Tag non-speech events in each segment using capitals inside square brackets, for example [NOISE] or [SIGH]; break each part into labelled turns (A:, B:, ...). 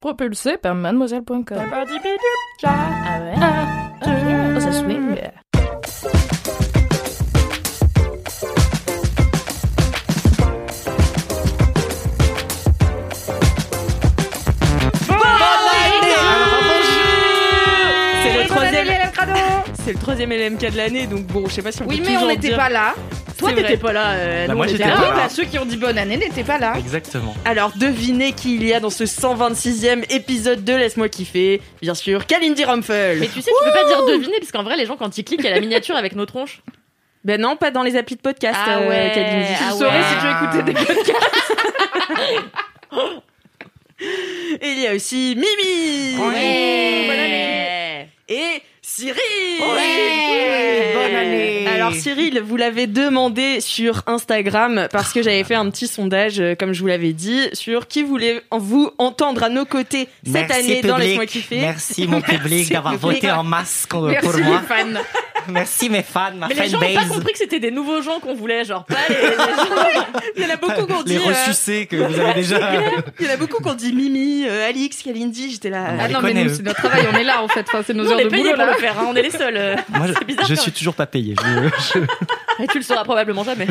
A: Propulsé par mademoiselle.com.
B: Ah
C: Ah, euh, Ah,
D: C'est le troisième
C: LM Crado [LAUGHS]
D: C'est le troisième LMK de l'année, donc bon, je sais pas si on
C: Oui,
D: peut
C: mais
D: toujours
C: on n'était
D: dire-
C: pas là. Toi,
D: C'est
C: t'étais pas
D: vrai.
C: là. euh,
E: Bah,
C: nous,
E: moi,
C: on était
E: j'étais
C: là.
E: pas là.
C: Bah, ceux qui ont dit bonne année n'étaient pas là.
E: Exactement.
D: Alors, devinez qui il y a dans ce 126e épisode de Laisse-moi kiffer. Bien sûr, Kalindi Rumpel.
B: Mais tu sais, tu peux pas dire deviner, parce qu'en vrai, les gens, quand ils cliquent, il y a la miniature avec nos tronches.
D: Ben non, pas dans les applis de podcast,
B: Ah
D: euh,
B: ouais,
D: Kalindi.
B: ah
D: Tu le saurais
B: ouais.
D: si tu
C: écoutais des
D: [LAUGHS] veux. Et il y a aussi Mimi.
B: Ouais.
D: Bonne année. Et Cyril.
C: Ouais. Bonne année.
D: Alors Cyril, vous l'avez demandé sur Instagram parce que j'avais fait un petit sondage, euh, comme je vous l'avais dit, sur qui voulait en- vous entendre à nos côtés cette
F: Merci,
D: année dans
F: public.
D: Laisse-moi kiffer.
F: Merci
D: [LAUGHS]
B: [LAUGHS]
F: mon public d'avoir
D: public.
F: voté en masse co-
C: Merci
F: pour
C: les
F: moi.
C: fans.
F: Merci mes fans, ma
B: Mais les gens ont pas
F: Ah, fanbase.
B: compris que c'était des nouveaux gens qu'on voulait, genre pas les. les gens-
D: Il y en a beaucoup qui ont dit.
F: [LAUGHS] Les
D: euh,
F: ressucés que vous avez déjà.
B: [LAUGHS]
D: il y en a beaucoup qui ont dit Mimi, euh, Alix, Kalindi. J'étais là.
F: On
C: Ah
F: les
C: non, mais
F: connaît,
C: nous,
F: eux.
C: c'est notre travail, on est là en fait. Enfin, c'est nos
B: Nous, on
C: heures
B: est
C: de
B: payés
C: boulot
B: pour
C: là.
B: le faire, hein, on est les seuls. euh.
F: [LAUGHS] Moi, je,
B: bizarre,
F: je
B: quand
F: suis
B: même.
F: toujours pas payé. Je, je-
B: [LAUGHS] Et tu le sauras probablement jamais.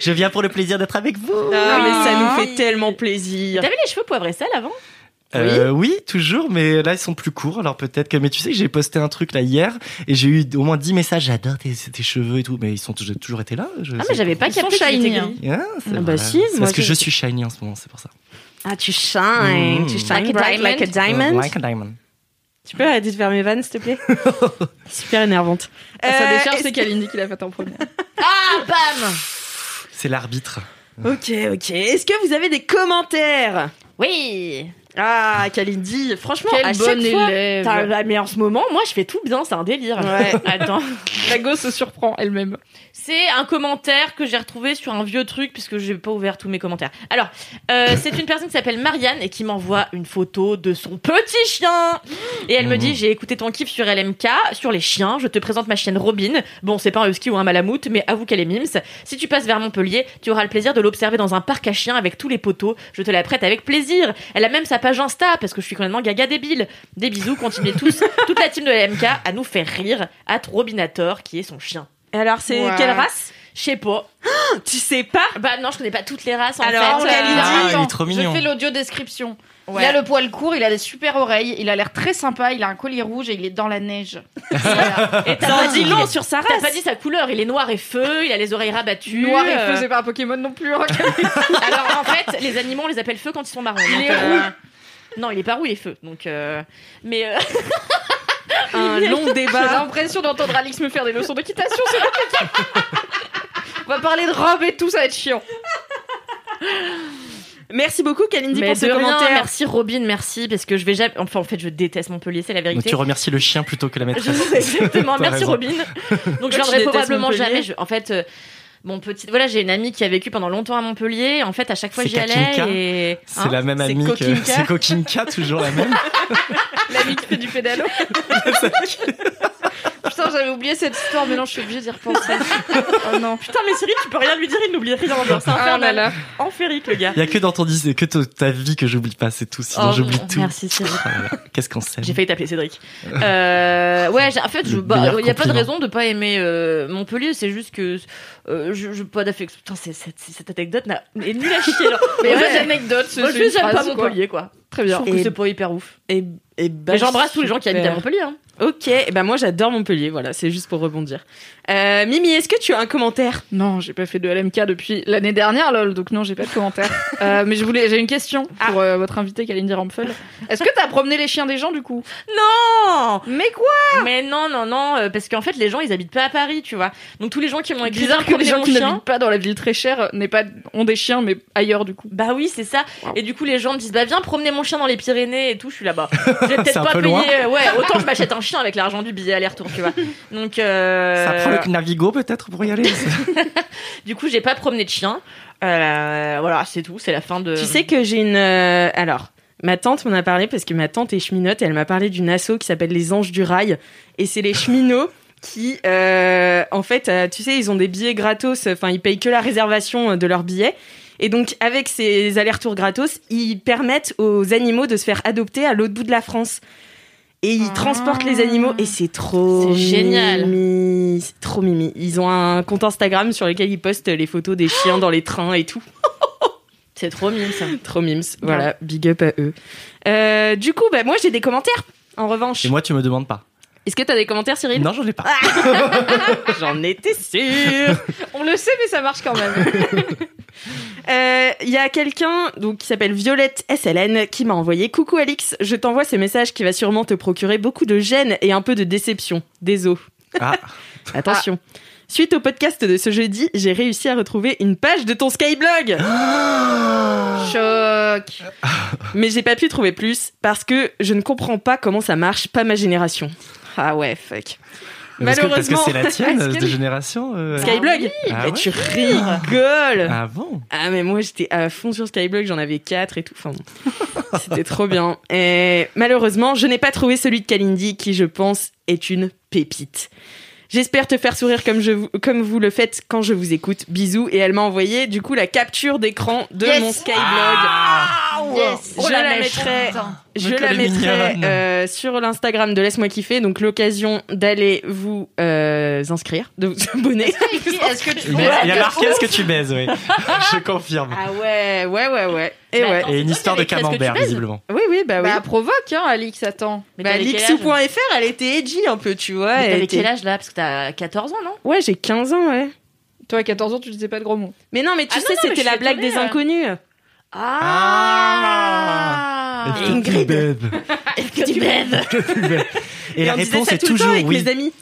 F: je viens pour le plaisir d'être avec vous.
D: Ah, mais ça nous
B: Ah.
D: fait tellement plaisir.
B: [LAUGHS] T'avais les cheveux poivre et sel avant
F: Euh, oui, toujours, mais là ils sont plus courts, alors peut-être que. Mais tu sais que j'ai posté un truc là hier et j'ai eu au moins 10 messages. J'adore tes, tes cheveux et tout, mais ils sont j'ai toujours été là. je-
B: Ah, mais j'avais pas
C: Ils sont
B: capté que
C: shiny,
B: t'étais
C: hein.
B: gris.
F: Ah, c'est
D: Ah bah
F: vrai.
D: si,
F: C'est
D: moi,
F: parce que
D: je-
F: je suis shiny en ce moment, c'est pour ça.
D: Ah, tu shines.
F: Mm.
D: Tu shines
B: Like a
D: bright
B: diamond.
D: like a diamond.
F: Like a diamond.
D: Tu peux arrêter de faire mes vannes, s'il te plaît
F: [LAUGHS]
D: Super énervante.
C: Ah, Ça
D: Euh,
C: décharge, c'est
D: est-ce-
C: Kalindi qui l'a fait en premier.
B: Ah, bam
F: C'est l'arbitre.
D: Ok, ok. Est-ce que vous avez des commentaires
B: Oui
D: Ah, Kalindi, franchement, à
C: Quelle
D: chaque
C: bonne
D: fois...
C: élève.
B: Putain, bah, Mais en ce moment, moi, je fais tout bien, c'est un délire.
D: Ouais.
B: [LAUGHS] Attends.
C: La gosse se surprend elle-même.
B: C'est un commentaire que j'ai retrouvé sur un vieux truc puisque j'ai pas ouvert tous mes commentaires. Alors, euh, c'est une personne qui s'appelle Marianne et qui m'envoie une photo de son petit chien. Et elle me dit j'ai écouté ton kiff sur LMK sur les chiens. Je te présente ma chienne Robin. Bon, c'est pas un husky ou un malamute, mais avoue qu'elle est mims. Si tu passes vers Montpellier, tu auras le plaisir de l'observer dans un parc à chiens avec tous les poteaux. Je te la prête avec plaisir. Elle a même sa page Insta parce que je suis complètement gaga débile. Des bisous, continuez tous. Toute la team de LMK à nous faire rire. At Robinator qui est son chien.
D: Alors, c'est
C: Ouais.
D: quelle race
B: Je sais pas.
D: Tu sais pas
B: Bah non, je connais pas toutes les races en
D: Alors,
B: fait.
D: on Kalindi.
C: Ah,
F: il
C: attends,
F: est trop mignon.
C: Je fais l'audio description.
B: Ouais.
C: Il a le poil court, il a des super oreilles, il a l'air très sympa, il a un collier rouge et il est dans la [LAUGHS] neige. Voilà.
B: Euh, Et t'as
D: Ça
B: pas
D: en dit
B: dit
D: long sur sa race.
B: T'as pas dit sa couleur, il est noir et feu, il a les oreilles rabattues.
C: Noir et feu,
B: euh,
C: c'est pas un Pokémon non plus. hein.
B: Alors en fait, les animaux, on les appelle feu quand ils sont marrons.
C: Il
B: donc,
C: est
B: euh, Non, il est pas roux, il est feu. Donc, euh, mais euh,
D: un
B: [LAUGHS]
D: long
C: J'ai
D: débat.
C: l'impression d'entendre Alix me faire des leçons d'équitation sur la coquille. On va parler de robe et tout, ça va être chiant.
D: Merci beaucoup, Kalindi,
B: mais
D: pour
B: de
D: ce
B: rien,
D: commentaire.
B: merci Robin, merci parce que je vais jamais. Enfin, en fait, je déteste Montpellier, c'est la
F: Donc,
B: vérité.
F: tu remercies le chien plutôt que la
B: Je
F: maîtresse.
B: sais exactement.
F: [LAUGHS] T'as
B: Merci
F: raison.
B: Robin. Donc
D: Tu
B: je viendrai
D: détestes
B: probablement
D: Montpellier.
B: jamais. Je- en fait, euh, mon petit. Voilà, j'ai une amie qui a vécu pendant longtemps à Montpellier. En fait, à chaque fois
F: C'est
B: j'y allais
F: Kakinka
B: et.
F: C'est
B: Hein
F: la même
D: C'est
F: amie que. [LAUGHS]
D: Kokinka.
F: C'est Kokinka, toujours la même.
C: [LAUGHS] L'ami qui fait du pédalo. Putain, j'avais oublié cette histoire, mais non, je suis obligée d'y repenser. [LAUGHS] oh non.
B: Putain, mais Cyril, tu peux rien lui dire, il n'oublie rien. genre, C'est
C: Ah là
B: infernal.
C: là.
B: Enférique, le gars.
F: Il y a que dans ton dis que ta- ta vie que j'oublie pas, c'est tout. Sinon,
B: Oh,
F: j'oublie tout.
B: Merci, Cyril.
F: Oh là là, Qu'est-ce qu'on sait
B: J'ai failli t'appeler Cédric. Euh, ouais, j'ai- en fait, il
F: Le
B: n'y
F: meilleur
B: a pas de
F: compliment.
B: raison de pas aimer euh, Montpellier. C'est juste que euh, je, je pas d'affection. Putain, c'est- cette, cette anecdote n'a est nulle à chier. Genre.
C: [LAUGHS] Mais
B: Mais
C: pas
B: ouais,
C: d'anecdote, ce
B: moi,
C: c'est une
B: je j'aime pas
C: phrase, quoi.
B: Montpellier, quoi.
D: Très
B: Je
D: bien.
B: trouve que
D: Et,
B: c'est pas hyper ouf.
D: et, et bah,
B: Mais j'embrasse tous les gens qui habitent à
D: super.
B: Montpellier. hein.
D: Ok, et ben moi j'adore Montpellier, voilà, c'est juste pour rebondir. Euh, Mimi, est-ce que tu as un commentaire
C: Non, j'ai pas fait de LMK depuis l'année dernière, lol, donc non, j'ai pas de commentaire. Euh, mais je voulais, j'ai une question pour euh, votre invitée, Kalindi Rampfel. Est-ce que t'as promené les chiens des gens, du coup
B: Non
C: Oh, Mais quoi
B: Mais non, non, non, euh, parce qu'en fait, les gens, ils habitent pas à Paris, tu vois. Donc tous les gens qui m'ont écrit
C: Bizarre que les
B: promenez
C: gens
B: mon
C: qui
B: chien.
C: n'habitent pas dans la ville très chère euh, n'aient pas, ont des chiens, mais ailleurs, du coup.
B: Bah oui, c'est ça.
C: Wow.
B: Et du coup, les gens me disent bah viens promener mon chien dans les Pyrénées et tout. Je suis là-bas.
F: [LAUGHS]
B: Je vais
F: C'est
B: peut-être
F: un
B: pas
F: peu
B: payer.
F: loin.
B: Ouais,
F: [LAUGHS]
B: autant je m'achète un chien avec l'argent du billet aller-retour, tu vois. Donc euh,
F: Ça prend le Navigo peut-être pour y aller
B: du coup, j'ai pas promené de chien. Euh, voilà, c'est tout. C'est la fin de.
D: Tu sais que j'ai une... euh, alors, ma tante m'en a parlé parce que ma tante est cheminote et elle m'a parlé d'une asso qui s'appelle les Anges du Rail. Et c'est les cheminots qui, euh, en fait, euh, tu sais, ils ont des billets gratos, enfin, ils payent que la réservation euh, de leurs billets. Et donc, avec ces allers-retours gratos, ils permettent aux animaux de se faire adopter à l'autre bout de la France. Et ils
C: Ah.
D: transportent les animaux et c'est trop
B: C'est génial.
D: mimi. C'est trop mimi. Ils ont un compte Instagram sur lequel ils postent les photos des chiens dans les trains et tout. [LAUGHS]
B: c'est trop mignon ça.
D: Trop mimes, voilà, big up à eux. Euh, du coup, bah, moi j'ai des commentaires, en revanche.
F: Et moi, tu me demandes pas.
D: Est-ce que t'as des commentaires, Cyril
F: Non, j'en ai pas.
D: J'en étais sûre
C: On le sait, mais ça marche quand même.
D: Euh, Il y a quelqu'un donc qui s'appelle Violette SLN qui m'a envoyé Coucou Alix, je t'envoie ce message qui va sûrement te procurer beaucoup de gêne et un peu de déception. Désolé.
F: Ah,
D: [LAUGHS] Attention. Suite au podcast de ce jeudi, j'ai réussi à retrouver une page de ton Skyblog.
C: [LAUGHS] Choc.
D: Mais j'ai pas pu trouver plus parce que je ne comprends pas comment ça marche, pas ma génération. Ah ouais, fuck.
F: parce que- parce que
D: Malheureusement.
F: c'est la tienne
D: Est-ce
F: euh,
D: que-
F: de génération. euh,
D: Skyblog
F: Ah
D: Mais
F: ouais
D: tu rigoles
F: Ah bon
D: Ah mais moi j'étais à fond sur Skyblog, j'en avais 4 et tout. Enfin bon. [LAUGHS] c'était trop bien. Et malheureusement, je n'ai pas trouvé celui de Kalindi qui je pense est une pépite. J'espère te faire sourire comme, je, vous- comme vous le faites quand je vous écoute. Bisous. Et elle m'a envoyé du coup la capture d'écran de
C: Yes.
D: mon Skyblog. Ah,
F: Ah.
B: Oh,
C: Yes.
D: Je la mettrai.
B: [LAUGHS]
D: Je
F: Donc,
D: la
F: elle est
D: mettrai
F: mignonne.
D: euh, sur l'Instagram de Laisse-moi kiffer, donc l'occasion d'aller vous euh, inscrire, de vous [LAUGHS] abonner.
C: Est-ce que tu
F: Il y a, il y a
C: Ouais,
F: marqué est-ce que tu baises, oui. je confirme.
D: Ah ouais, ouais, ouais, ouais. Et
B: Mais
D: ouais.
B: attends,
F: Et une
B: c'est
F: histoire
B: toi
F: de
B: qui avais écrit, est-ce que tu
F: camembert,
B: baises
F: visiblement.
D: Oui, oui, bah oui.
C: Bah, provoque, hein, Alix, attends.
B: Mais
D: Bah,
B: t'avais quel âge
D: Lixou.fr, elle était edgy un peu, tu vois.
B: Mais
D: elle
B: T'avais
D: était-
B: quel âge là Parce que t'as 14 ans, non
D: Ouais, j'ai 15 ans, ouais.
C: Toi, à 14 ans, tu disais pas de gros mots.
D: Mais non, mais tu
B: Ah non,
D: sais,
B: non, mais
D: c'était
B: je
D: la
B: suis
D: blague
B: étonnée, euh.
D: des
B: ouais.
D: inconnus.
F: Ah.
B: Ah.
D: Ingrid.
F: Tu baises.
B: Est-ce que tu baises
F: Et la
D: on disait
F: réponse
D: ça
F: est
D: tout le temps
F: toujours
D: avec
F: oui.
D: mes amis.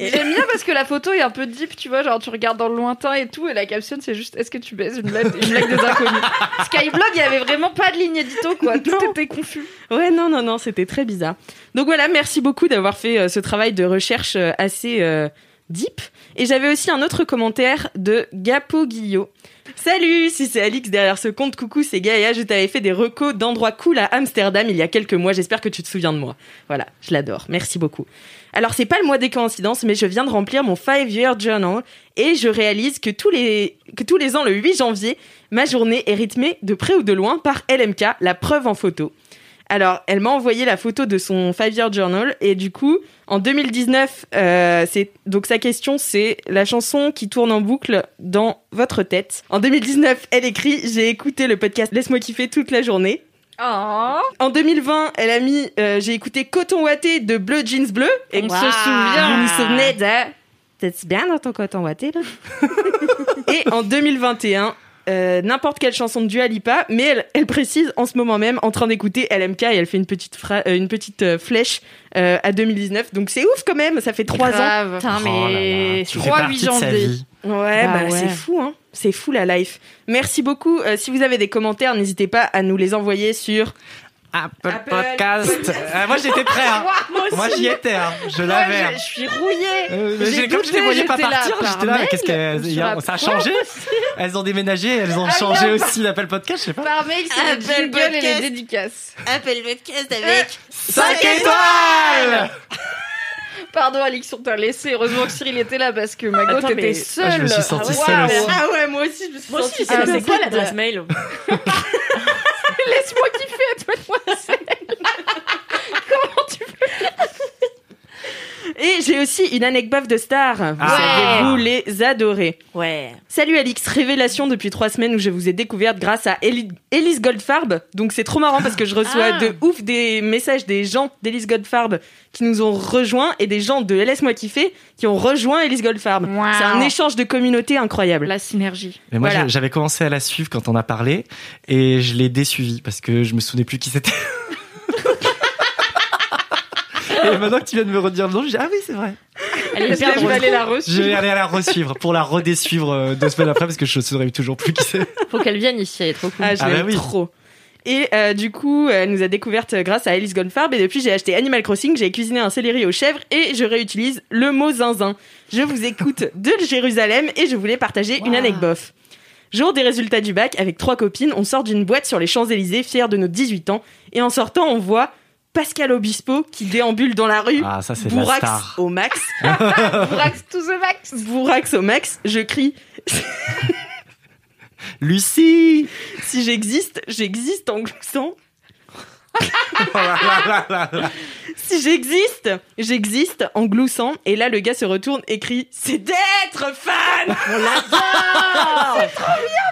D: Et-
C: J'aime bien parce que la photo est un peu deep, tu vois, genre tu regardes dans le lointain et tout, et la caption c'est juste est-ce que tu baises une blague, une blague des inconnus. Skyblog, il y avait vraiment pas de ligne édito quoi, [LAUGHS] tout était confus.
D: Ouais, non, non, non, c'était très bizarre. Donc voilà, merci beaucoup d'avoir fait euh, ce travail de recherche euh, assez euh, deep. Et j'avais aussi un autre commentaire de Gapo Guillot. Salut, si c'est Alix derrière ce compte, coucou, c'est Gaïa, je t'avais fait des recos d'endroits cool à Amsterdam il y a quelques mois, j'espère que tu te souviens de moi. Voilà, je l'adore, merci beaucoup. Alors c'est pas le mois des coïncidences, mais je viens de remplir mon 5-year journal et je réalise que tous, les, que tous les ans, le 8 janvier, ma journée est rythmée de près ou de loin par LMK, la preuve en photo. Alors, elle m'a envoyé la photo de son Five Year Journal et du coup, en 2019, euh, c'est donc sa question, c'est la chanson qui tourne en boucle dans votre tête. En 2019, elle écrit j'ai écouté le podcast Laisse-moi kiffer toute la journée.
C: Oh,
D: En 2020, elle a mis euh, j'ai écouté Coton Watté de Bleu Jeans Bleu. Et
C: on
D: vous
C: se
D: vous
C: souvient.
D: vous souvenez de T'es bien dans ton coton watté là [LAUGHS] Et en 2021. euh, n'importe quelle chanson de Dua Lipa, mais elle, elle précise en ce moment même, en train d'écouter LMK, et elle fait une petite, fra- euh, une petite euh, flèche euh, à 2019. Donc c'est ouf quand même, ça fait trois ans.
C: Grave.
B: Putain, mais.
F: Oh tu fais
C: 3
F: partie de sa
C: janvier.
F: vie.
D: Ouais, bah,
B: Bah ouais.
D: c'est fou, hein. C'est fou la life. Merci beaucoup. Euh, si vous avez des commentaires, n'hésitez pas à nous les envoyer sur.
F: Apple,
D: Apple
F: Podcast. Ah, moi, j'étais prêt. hein. moi, j'y étais. hein. Je l'avais. hein.
C: je suis rouillée.
F: Euh, mais
C: j'ai
F: j'ai- comme je les
C: douté,
F: voyais pas
C: j'étais là
F: partir,
C: par
F: j'étais là, mais
C: mail,
F: qu'est-ce qu'elles.
C: sur
F: il y a-
C: la
F: Ça a
C: preuve.
F: changé Elles ont déménagé, elles ont
C: Ah,
F: changé
C: merde.
F: aussi l'appel podcast, je sais pas.
C: Par mail, c'est le
B: Apple
C: hein. Ah, jingle et les
B: Podcast. Euh,
C: dédicaces.
B: Appelle podcast
C: avec-
F: 5 étoiles
C: Pardon, Alix, on t'a laissé. Heureusement que Cyril était là parce que Mago,
B: Attends,
C: t'étais
B: mais-
C: seule.
F: Ah, je me suis sentie
C: waouh.
F: seule aussi.
D: Ah ouais, moi aussi, je me suis
B: Moi
D: sentie
B: aussi,
D: seule.
B: c'est c'est quoi
C: merde.
B: l'adresse mail
C: [LAUGHS] Laisse-moi kiffer, donne-moi ça.
D: Et j'ai aussi une anecdote de star. Vous
F: Ah.
D: savez, vous les adorez.
B: Ouais.
D: Salut Alix, révélation depuis trois semaines où je vous ai découverte grâce à Eli- Elise Goldfarb. Donc c'est trop marrant parce que je reçois
B: Ah.
D: de ouf des messages des gens d'Elise Goldfarb qui nous ont rejoints et des gens de Laisse-moi kiffer qui ont rejoint Elise Goldfarb.
C: Wow.
D: C'est un échange de communauté incroyable.
C: La synergie.
F: Mais moi,
D: Voilà.
F: j'a- j'avais commencé à la suivre quand on a parlé et je l'ai désuivie parce que je me souvenais plus qui [LAUGHS] c'était. et maintenant que tu viens de me redire le nom, je dis Ah oui, c'est vrai.
C: Elle
B: est
C: est
B: hyper
C: bien, je
B: drôle.
C: vais aller la [LAUGHS]
F: Je vais
C: reçu.
F: aller la re-suivre pour la redésuivre euh, deux semaines après parce que je ne saurais toujours plus qui c'est.
B: Faut qu'elle vienne ici, elle est trop cool.
D: Ah, je
F: Ah bah
D: l'aime
F: oui.
D: trop. Et euh, du coup, elle nous a découverte euh, grâce à Alice Goldfarb. Et depuis, j'ai acheté Animal Crossing, j'ai cuisiné un céleri aux chèvres et je réutilise le mot zinzin. Je vous
F: [LAUGHS]
D: écoute de Jérusalem et je voulais partager une
B: Wow.
D: anecdote. Jour des résultats du bac, avec trois copines, on sort d'une boîte sur les Champs-Élysées, fiers de nos 18 ans. Et en sortant, on voit Pascal Obispo qui déambule dans la rue.
F: Ah, ça, c'est la
D: Bourrax
F: star.
D: au max,
C: Brax to the [LAUGHS] max.
D: bourrax au max, je crie
F: Lucie
D: si j'existe, j'existe en gloussant.
F: Oh là là là là là.
D: Si j'existe, j'existe en gloussant. Et là, le gars se retourne et crie C'est d'être fan En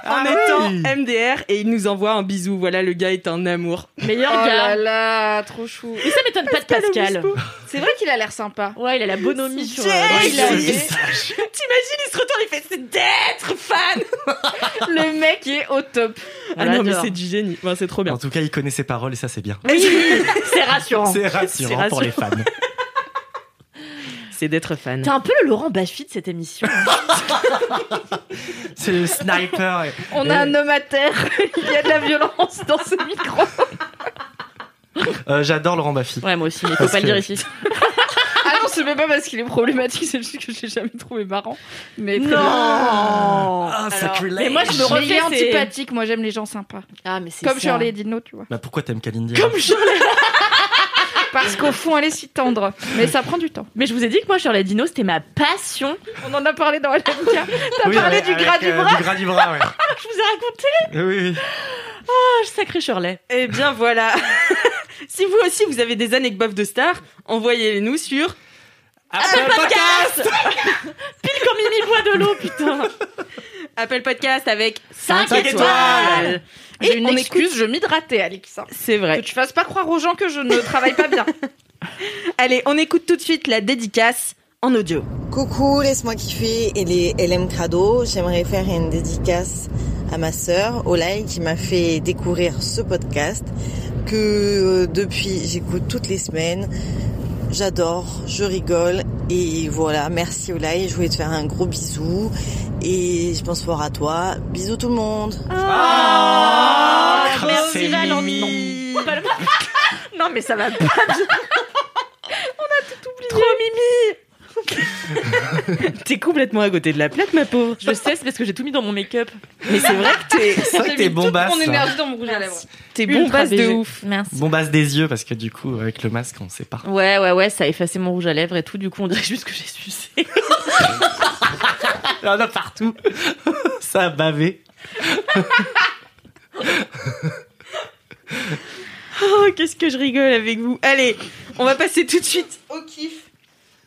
F: Ah
D: étant
F: oui.
D: MDR et il nous envoie un bisou. Voilà, le gars est un amour.
B: Meilleur
C: Oh là
B: gars.
C: là, trop chou.
B: Mais ça m'étonne pas de Pascal.
D: Ah
C: C'est vrai qu'il a l'air sympa.
B: Ouais, il a la bonhomie sur. euh,
D: Jack,
B: Ouais, il a-
F: Ce
C: il est-
F: visage.
D: T'imagines, il se retourne, il fait C'est d'être fan
C: Le mec est au top.
B: on
D: Ah non, mais
B: l'adore.
D: c'est du génie. Enfin, c'est trop bien.
F: En tout cas, il connaît ses paroles et ça, c'est bien.
B: c'est rassurant.
F: C'est rassurant,
D: C'est
F: pour les fans.
D: C'est d'être fan.
B: T'es un peu le Laurent Baffy de cette émission.
F: C'est le sniper. et-
C: On a un homme à terre. [LAUGHS] Il y a de la violence dans ce micro.
F: Euh, J'adore Laurent Baffy.
B: Ouais, moi aussi, mais faut
F: Parce
B: pas le
F: que-
B: dire ici.
C: Ah non, c'est même pas parce qu'il est problématique, c'est juste que je l'ai jamais trouvé marrant. Mais très bien.
B: Non.
F: Ah, ça
B: Alors,
F: crée
B: Mais moi, je me
C: Mais il est
B: refais. c'est-
C: antipathique, moi j'aime les gens sympas.
B: Ah, mais c'est
C: Comme
B: ça.
C: Shirley Dino, tu vois.
F: Bah, pourquoi t'aimes Kalindi
C: Parce qu'au fond, elle est si tendre. Mais ça prend du temps.
B: Mais je vous ai dit que moi, Shirley Dino, c'était ma passion.
C: On en a parlé [LAUGHS] dans LMK. T'as
F: Oui,
C: parlé
F: avec-
C: du gras
F: avec,
C: du
F: euh,
C: bras.
F: Du gras du bras, ouais.
B: Je vous ai raconté.
F: Oui, oui.
B: Ah, sacré Shirley.
D: Eh bien voilà. [LAUGHS] si vous aussi vous avez des anecdotes de stars, envoyez-les nous sur
F: Apple
D: Podcast.
B: Pile quand Mimi boit de l'eau, putain.
D: [LAUGHS] Apple Podcast avec 5
F: Cinq étoiles.
D: étoiles.
C: J'ai une
D: on
C: excuse, je m'hydratais, Alix. hein.
D: C'est vrai.
C: Que tu fasses pas croire aux gens que je ne travaille pas
F: [LAUGHS]
C: bien.
D: Allez, on écoute tout de suite la dédicace en audio.
E: Coucou, laisse-moi kiffer et les LM Crado. J'aimerais faire une dédicace à ma sœur, Olay, qui m'a fait découvrir ce podcast que euh, depuis j'écoute toutes les semaines. J'adore, je rigole et voilà, merci Olay, je voulais te faire un gros bisou et je pense fort à toi. Bisous tout le monde.
F: Ah,
B: merci,
F: c'est
B: Valentine.
F: mimi.
B: Non, mais ça va pas bien. On a tout oublié. Trop Mimi.
D: T'es complètement à côté de la plaque, ma pauvre.
B: Je sais, c'est parce que j'ai tout mis dans mon make-up.
D: Mais c'est vrai que t'es,
F: C'est vrai que t'es hein. bon basse.
C: Mon énergie dans mon rouge à lèvres.
D: t'es bon
B: Ultra
D: passe de
B: BG.
D: ouf.
B: Merci.
F: Bon basse des yeux parce que du coup, avec le masque, on sait pas.
B: Ouais, ouais, ouais, ça a effacé mon rouge à lèvres et tout. Du coup, on dirait juste que j'ai sucé.
F: Il y en a partout. [LAUGHS] ça a bavé.
D: Oh, qu'est-ce que je rigole avec vous. Allez, on va passer tout de suite au kiff.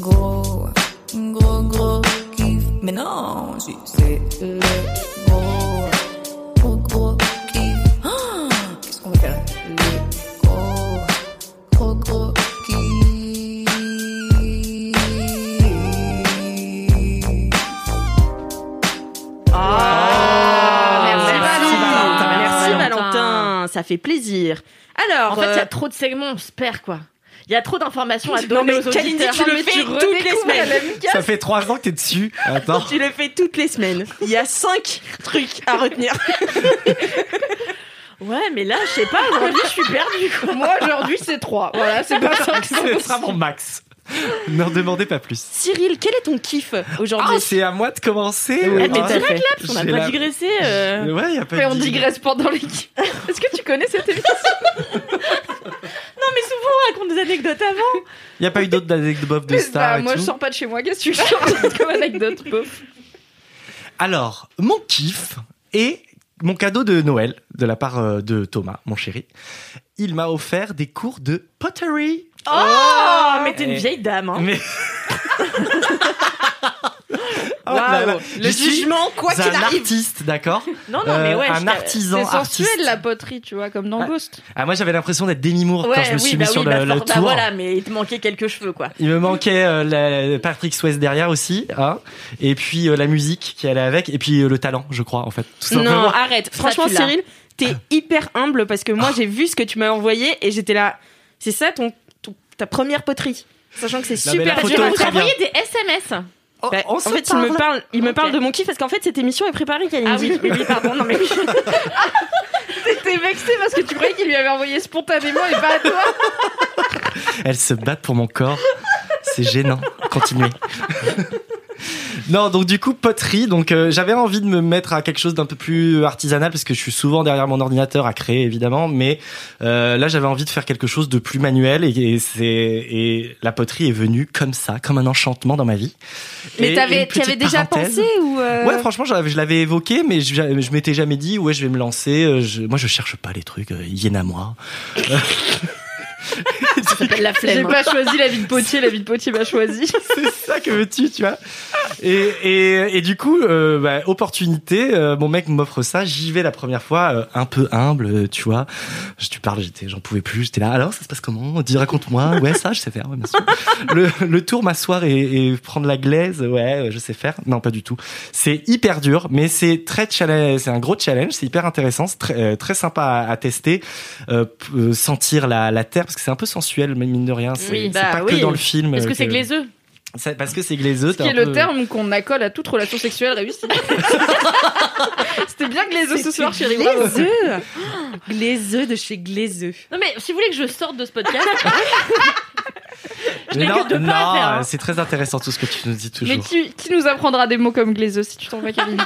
G: gros, gros, gros kiff. Mais non, si c'est les gros, gros, gros kiff. Ah, Qu'est-ce qu'on va faire Les gros, gros, gros kiff.
D: Ah, bien, ça fait plaisir. Alors,
B: En fait, il y
D: euh,
B: a trop de segments, on se perd quoi. Il y a trop d'informations à
D: non,
B: donner
D: mais
B: aux
D: Kalindi,
B: auditeurs.
D: tu le
B: Mais
D: fais
B: redécouvres
D: toutes les semaines. Oh.
F: Ça fait trois ans que t'es dessus.
D: [LAUGHS]
F: Attends.
D: Tu le fais toutes les semaines. Il y a cinq trucs à retenir.
B: Ouais, mais là, je sais pas, aujourd'hui, je suis perdue
F: [LAUGHS]
B: quoi.
C: Moi, aujourd'hui, c'est 3. Voilà, c'est pas ça.
F: Ce sera mon max. Ne demandez pas plus.
D: [LAUGHS] Cyril, quel est ton kiff
F: Ah,
D: aujourd'hui
F: c'est à moi de commencer.
D: Oui, mais
F: Ah,
D: direct là,
B: Parce qu'on a
F: j'ai
B: pas
F: la-
B: digressé. euh.
F: Ouais, y a pas
C: Et on
F: de-
C: digresse pendant les. Est-ce que tu connais cette émission
B: Non, mais souvent, on raconte des anecdotes avant.
F: Y a pas eu d'autres d'anecdotes
C: [LAUGHS]
F: de
C: Bah,
F: stars et
C: Moi, je
F: tout.
C: sors pas de chez moi. Qu'est-ce que tu chantes comme
F: [LAUGHS]
C: anecdote, bof
F: Alors, mon kiff est mon cadeau de Noël de la part euh, de Thomas, mon chéri. Il m'a offert des cours de pottery.
B: Oh, mais t'es une
F: Eh.
B: vieille dame. Hein.
F: Mais. Oh là là.
D: Le
F: Je suis
D: jugement, quoi qu'il
F: un
D: arrive.
F: artiste, d'accord
B: Oh Non, non, mais
F: Euh,
B: ouais. je
F: Un
B: t'a-
F: artisan
C: C'est
F: artiste.
C: sensuel la poterie, tu vois, comme dans
F: Ah.
C: Ghost.
F: Ah, moi, j'avais l'impression d'être Demi Moore quand je me suis mis sur
B: bah,
F: le, le
B: for- bah
F: tour.
B: voilà, mais il te manquait quelques cheveux, quoi.
F: Il me manquait euh, la- Patrick Swayze derrière aussi, hein et puis euh, la musique qui allait avec, et puis euh, le talent, je crois, en fait. Tout simplement.
D: Non, arrête. Franchement,
B: tu l'as.
D: Cyril, t'es hyper humble parce que moi, j'ai vu ce que tu m'as envoyé et j'étais là. C'est ça ton, ton- ta première poterie. Sachant que c'est
F: Non, mais la
D: super
F: photo
D: dur à
F: est
B: Vous
F: très
D: faire.
F: bien.
B: envoyez des SMS.
F: Oh,
D: Bah,
F: on
D: en
F: se
D: fait, il me parle, il me parle de mon kiff parce qu'en fait, cette émission est préparée, Kalindi.
B: Ah oui, oui, oui,
F: [LAUGHS]
B: pardon, non mais oui.
C: T'es vexé parce que tu croyais qu'il lui avait envoyé spontanément et pas à toi.
F: [LAUGHS] Elles se battent pour mon corps. C'est gênant. Continuez. Non, donc du coup poterie. Donc euh, j'avais envie de me mettre à quelque chose d'un peu plus artisanal parce que je suis souvent derrière mon ordinateur à créer évidemment, mais euh, là j'avais envie de faire quelque chose de plus manuel et, et c'est et la poterie est venue comme ça, comme un enchantement dans ma vie.
C: Mais
F: Et
C: t'avais
F: une petite
C: t'avais déjà
F: parenthèse.
C: pensé ou. euh,
F: Ouais, franchement, j'avais- je l'avais évoqué, mais je, je m'étais jamais dit, ouais, je vais me lancer. euh, je- moi, je cherche pas les trucs, euh, yen à moi.
C: la flemme. J'ai pas choisi la vie de potier, la vie de potier m'a choisi.
F: [LAUGHS] C'est ça que veux-tu, tu vois. Et, et, et du coup, euh, bah, opportunité, euh, mon mec m'offre ça, j'y vais la première fois, euh, un peu humble, euh, tu vois. Je, tu parles, j'étais, j'en pouvais plus, j'étais là, alors ça se passe comment Dis, raconte-moi, ouais, ça, je sais faire, ouais, bien sûr. Le, le tour, m'asseoir et, et prendre la glaise, ouais, euh, je sais faire. Non, pas du tout. C'est hyper dur, mais c'est très challenge, c'est un gros challenge, c'est hyper intéressant, c'est très, euh, très sympa à, à tester, euh, p- euh, sentir la, la terre, parce que c'est un peu sensuel, mais mine de rien, c'est,
B: Oui,
F: c'est
B: bah
F: pas
B: oui.
F: que dans le film.
B: Est-ce
F: euh,
B: que c'est glaiseux
F: ça- parce que c'est glaiseux.
C: Qui
F: t'as
C: est
F: un
C: le
F: peu-
C: terme qu'on accole à toute relation sexuelle réussie. C'était bien que les os ce soir, chérie. bravo.
D: [GASPS] Glaiseux. Glaiseux de chez Glaiseux.
B: Non mais si vous voulez que je sorte de
F: [LAUGHS]
B: ce podcast,
F: Mais
B: n'ai
F: non,
B: que deux pas à
F: non,
B: faire, hein.
F: c'est très intéressant tout ce que tu nous dis
C: Mais
F: toujours.
C: qui, qui nous apprendra des mots comme glaiseux si tu t'en vas, Camille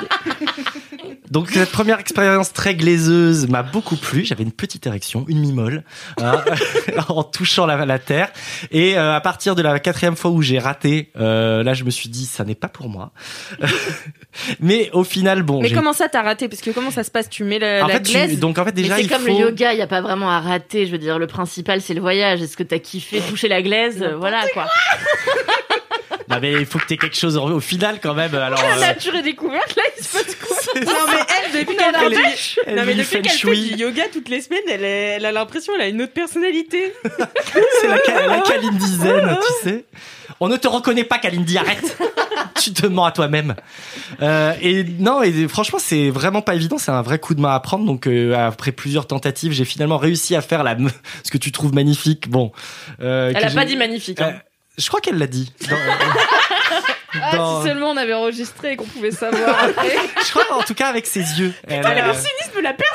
F: Donc cette première expérience très glaiseuse m'a beaucoup plu. J'avais une petite érection, une mimole, hein, [LAUGHS] en touchant la, la terre. Et euh, à partir de la quatrième fois où j'ai raté, euh, là je me suis dit ça n'est pas pour moi. [LAUGHS] Mais au final, bon.
D: Mais
F: j'ai-
D: comment ça t'as raté Parce que comment ça se passe Tu mets la,
F: en
D: la
F: fait, tu-
D: glaise
F: donc en fait déjà
B: Mais c'est
F: il
B: comme
F: faut.
B: le yoga, il n'y a pas vraiment à rater. Je veux dire, le principal, c'est le voyage. Est-ce que t'as kiffé toucher la glaise euh, Voilà quoi.
F: Non, mais il faut que t'aies quelque chose au, au final quand même. Alors. euh,
C: La nature est découverte, là, il se passe quoi
F: [LAUGHS] c'est-
D: Non mais elle depuis qu'elle
F: elle
D: fait,
F: est- elle
D: non, mais
F: vit
D: depuis
F: feng
D: qu'elle fait
F: shui.
D: du yoga toutes les semaines, elle, est- elle a l'impression elle a une autre personnalité.
F: C'est la, ca- la Kalindi Zen, tu sais. On ne te reconnaît pas, Kalindi, arrête. [LAUGHS] tu te mens à toi-même. Euh, et non, et franchement, c'est vraiment pas évident. C'est un vrai coup de main à prendre. Donc, euh, après plusieurs tentatives, j'ai finalement réussi à faire la, me- ce que tu trouves magnifique. Bon. euh,
B: Elle
F: que
B: a pas
F: j'ai-
B: dit magnifique.
F: Euh,
B: hein.
F: je crois qu'elle l'a dit.
B: [LAUGHS]
F: Dans-
C: Ah,
F: dans-
C: si seulement on avait enregistré et qu'on pouvait savoir [LAUGHS] après.
F: je crois, en tout cas, avec ses yeux. Elle,
D: le
F: euh,
D: cynisme la perte.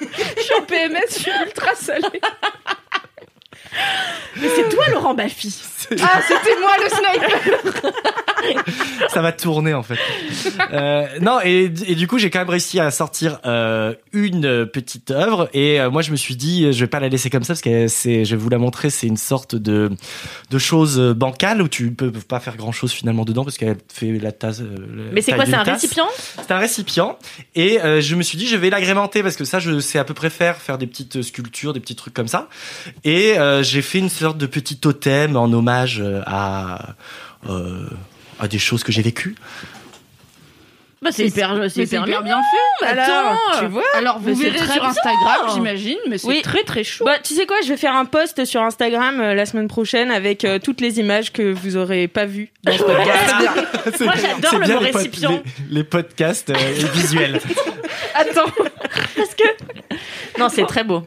C: Je suis en PMS, je suis ultra salée.
B: Mais c'est toi, Laurent Baffy.
F: c'est-
C: Ah, c'était moi le sniper
F: ça va tourner en fait. Euh, non et, et du coup j'ai quand même réussi à sortir euh, une petite œuvre et euh, moi je me suis dit euh, je vais pas la laisser comme ça parce que c'est je vais vous la montrer c'est une sorte de de chose euh, bancale où tu peux pas faire grand chose finalement dedans parce qu'elle fait la tasse. euh, la
B: Mais c'est
F: taille
B: quoi C'est
F: d'une
B: un
F: tasse.
B: récipient
F: C'est un récipient et euh, je me suis dit je vais l'agrémenter parce que ça je sais à peu près faire faire des petites euh, sculptures des petits trucs comme ça et euh, j'ai fait une sorte de petit totem en hommage euh, à euh, à des choses que j'ai vécues.
B: Bah c'est
H: Mais
B: hyper, c'est
H: Mais c'est
B: hyper bien.
H: hyper bien fait.
B: Attends,
C: tu vois
H: Alors, vous
B: Mais c'est
H: verrez
B: très
H: sur
B: bien.
H: Instagram,
C: [LAUGHS]
H: j'imagine, mais c'est
D: Oui.
H: très très chou.
D: Bah tu sais quoi, je vais faire un post sur Instagram euh, la semaine prochaine avec euh, toutes les images que vous aurez pas vues. dans ce podcast.
F: C'est-
B: Moi, Eh, j'adore
F: c'est
B: le
F: bien
B: mot
F: les pod-
B: récipient. [LAUGHS]
F: Les, les podcasts euh, et visuels.
C: Attends,
B: Parce que Non, c'est très beau.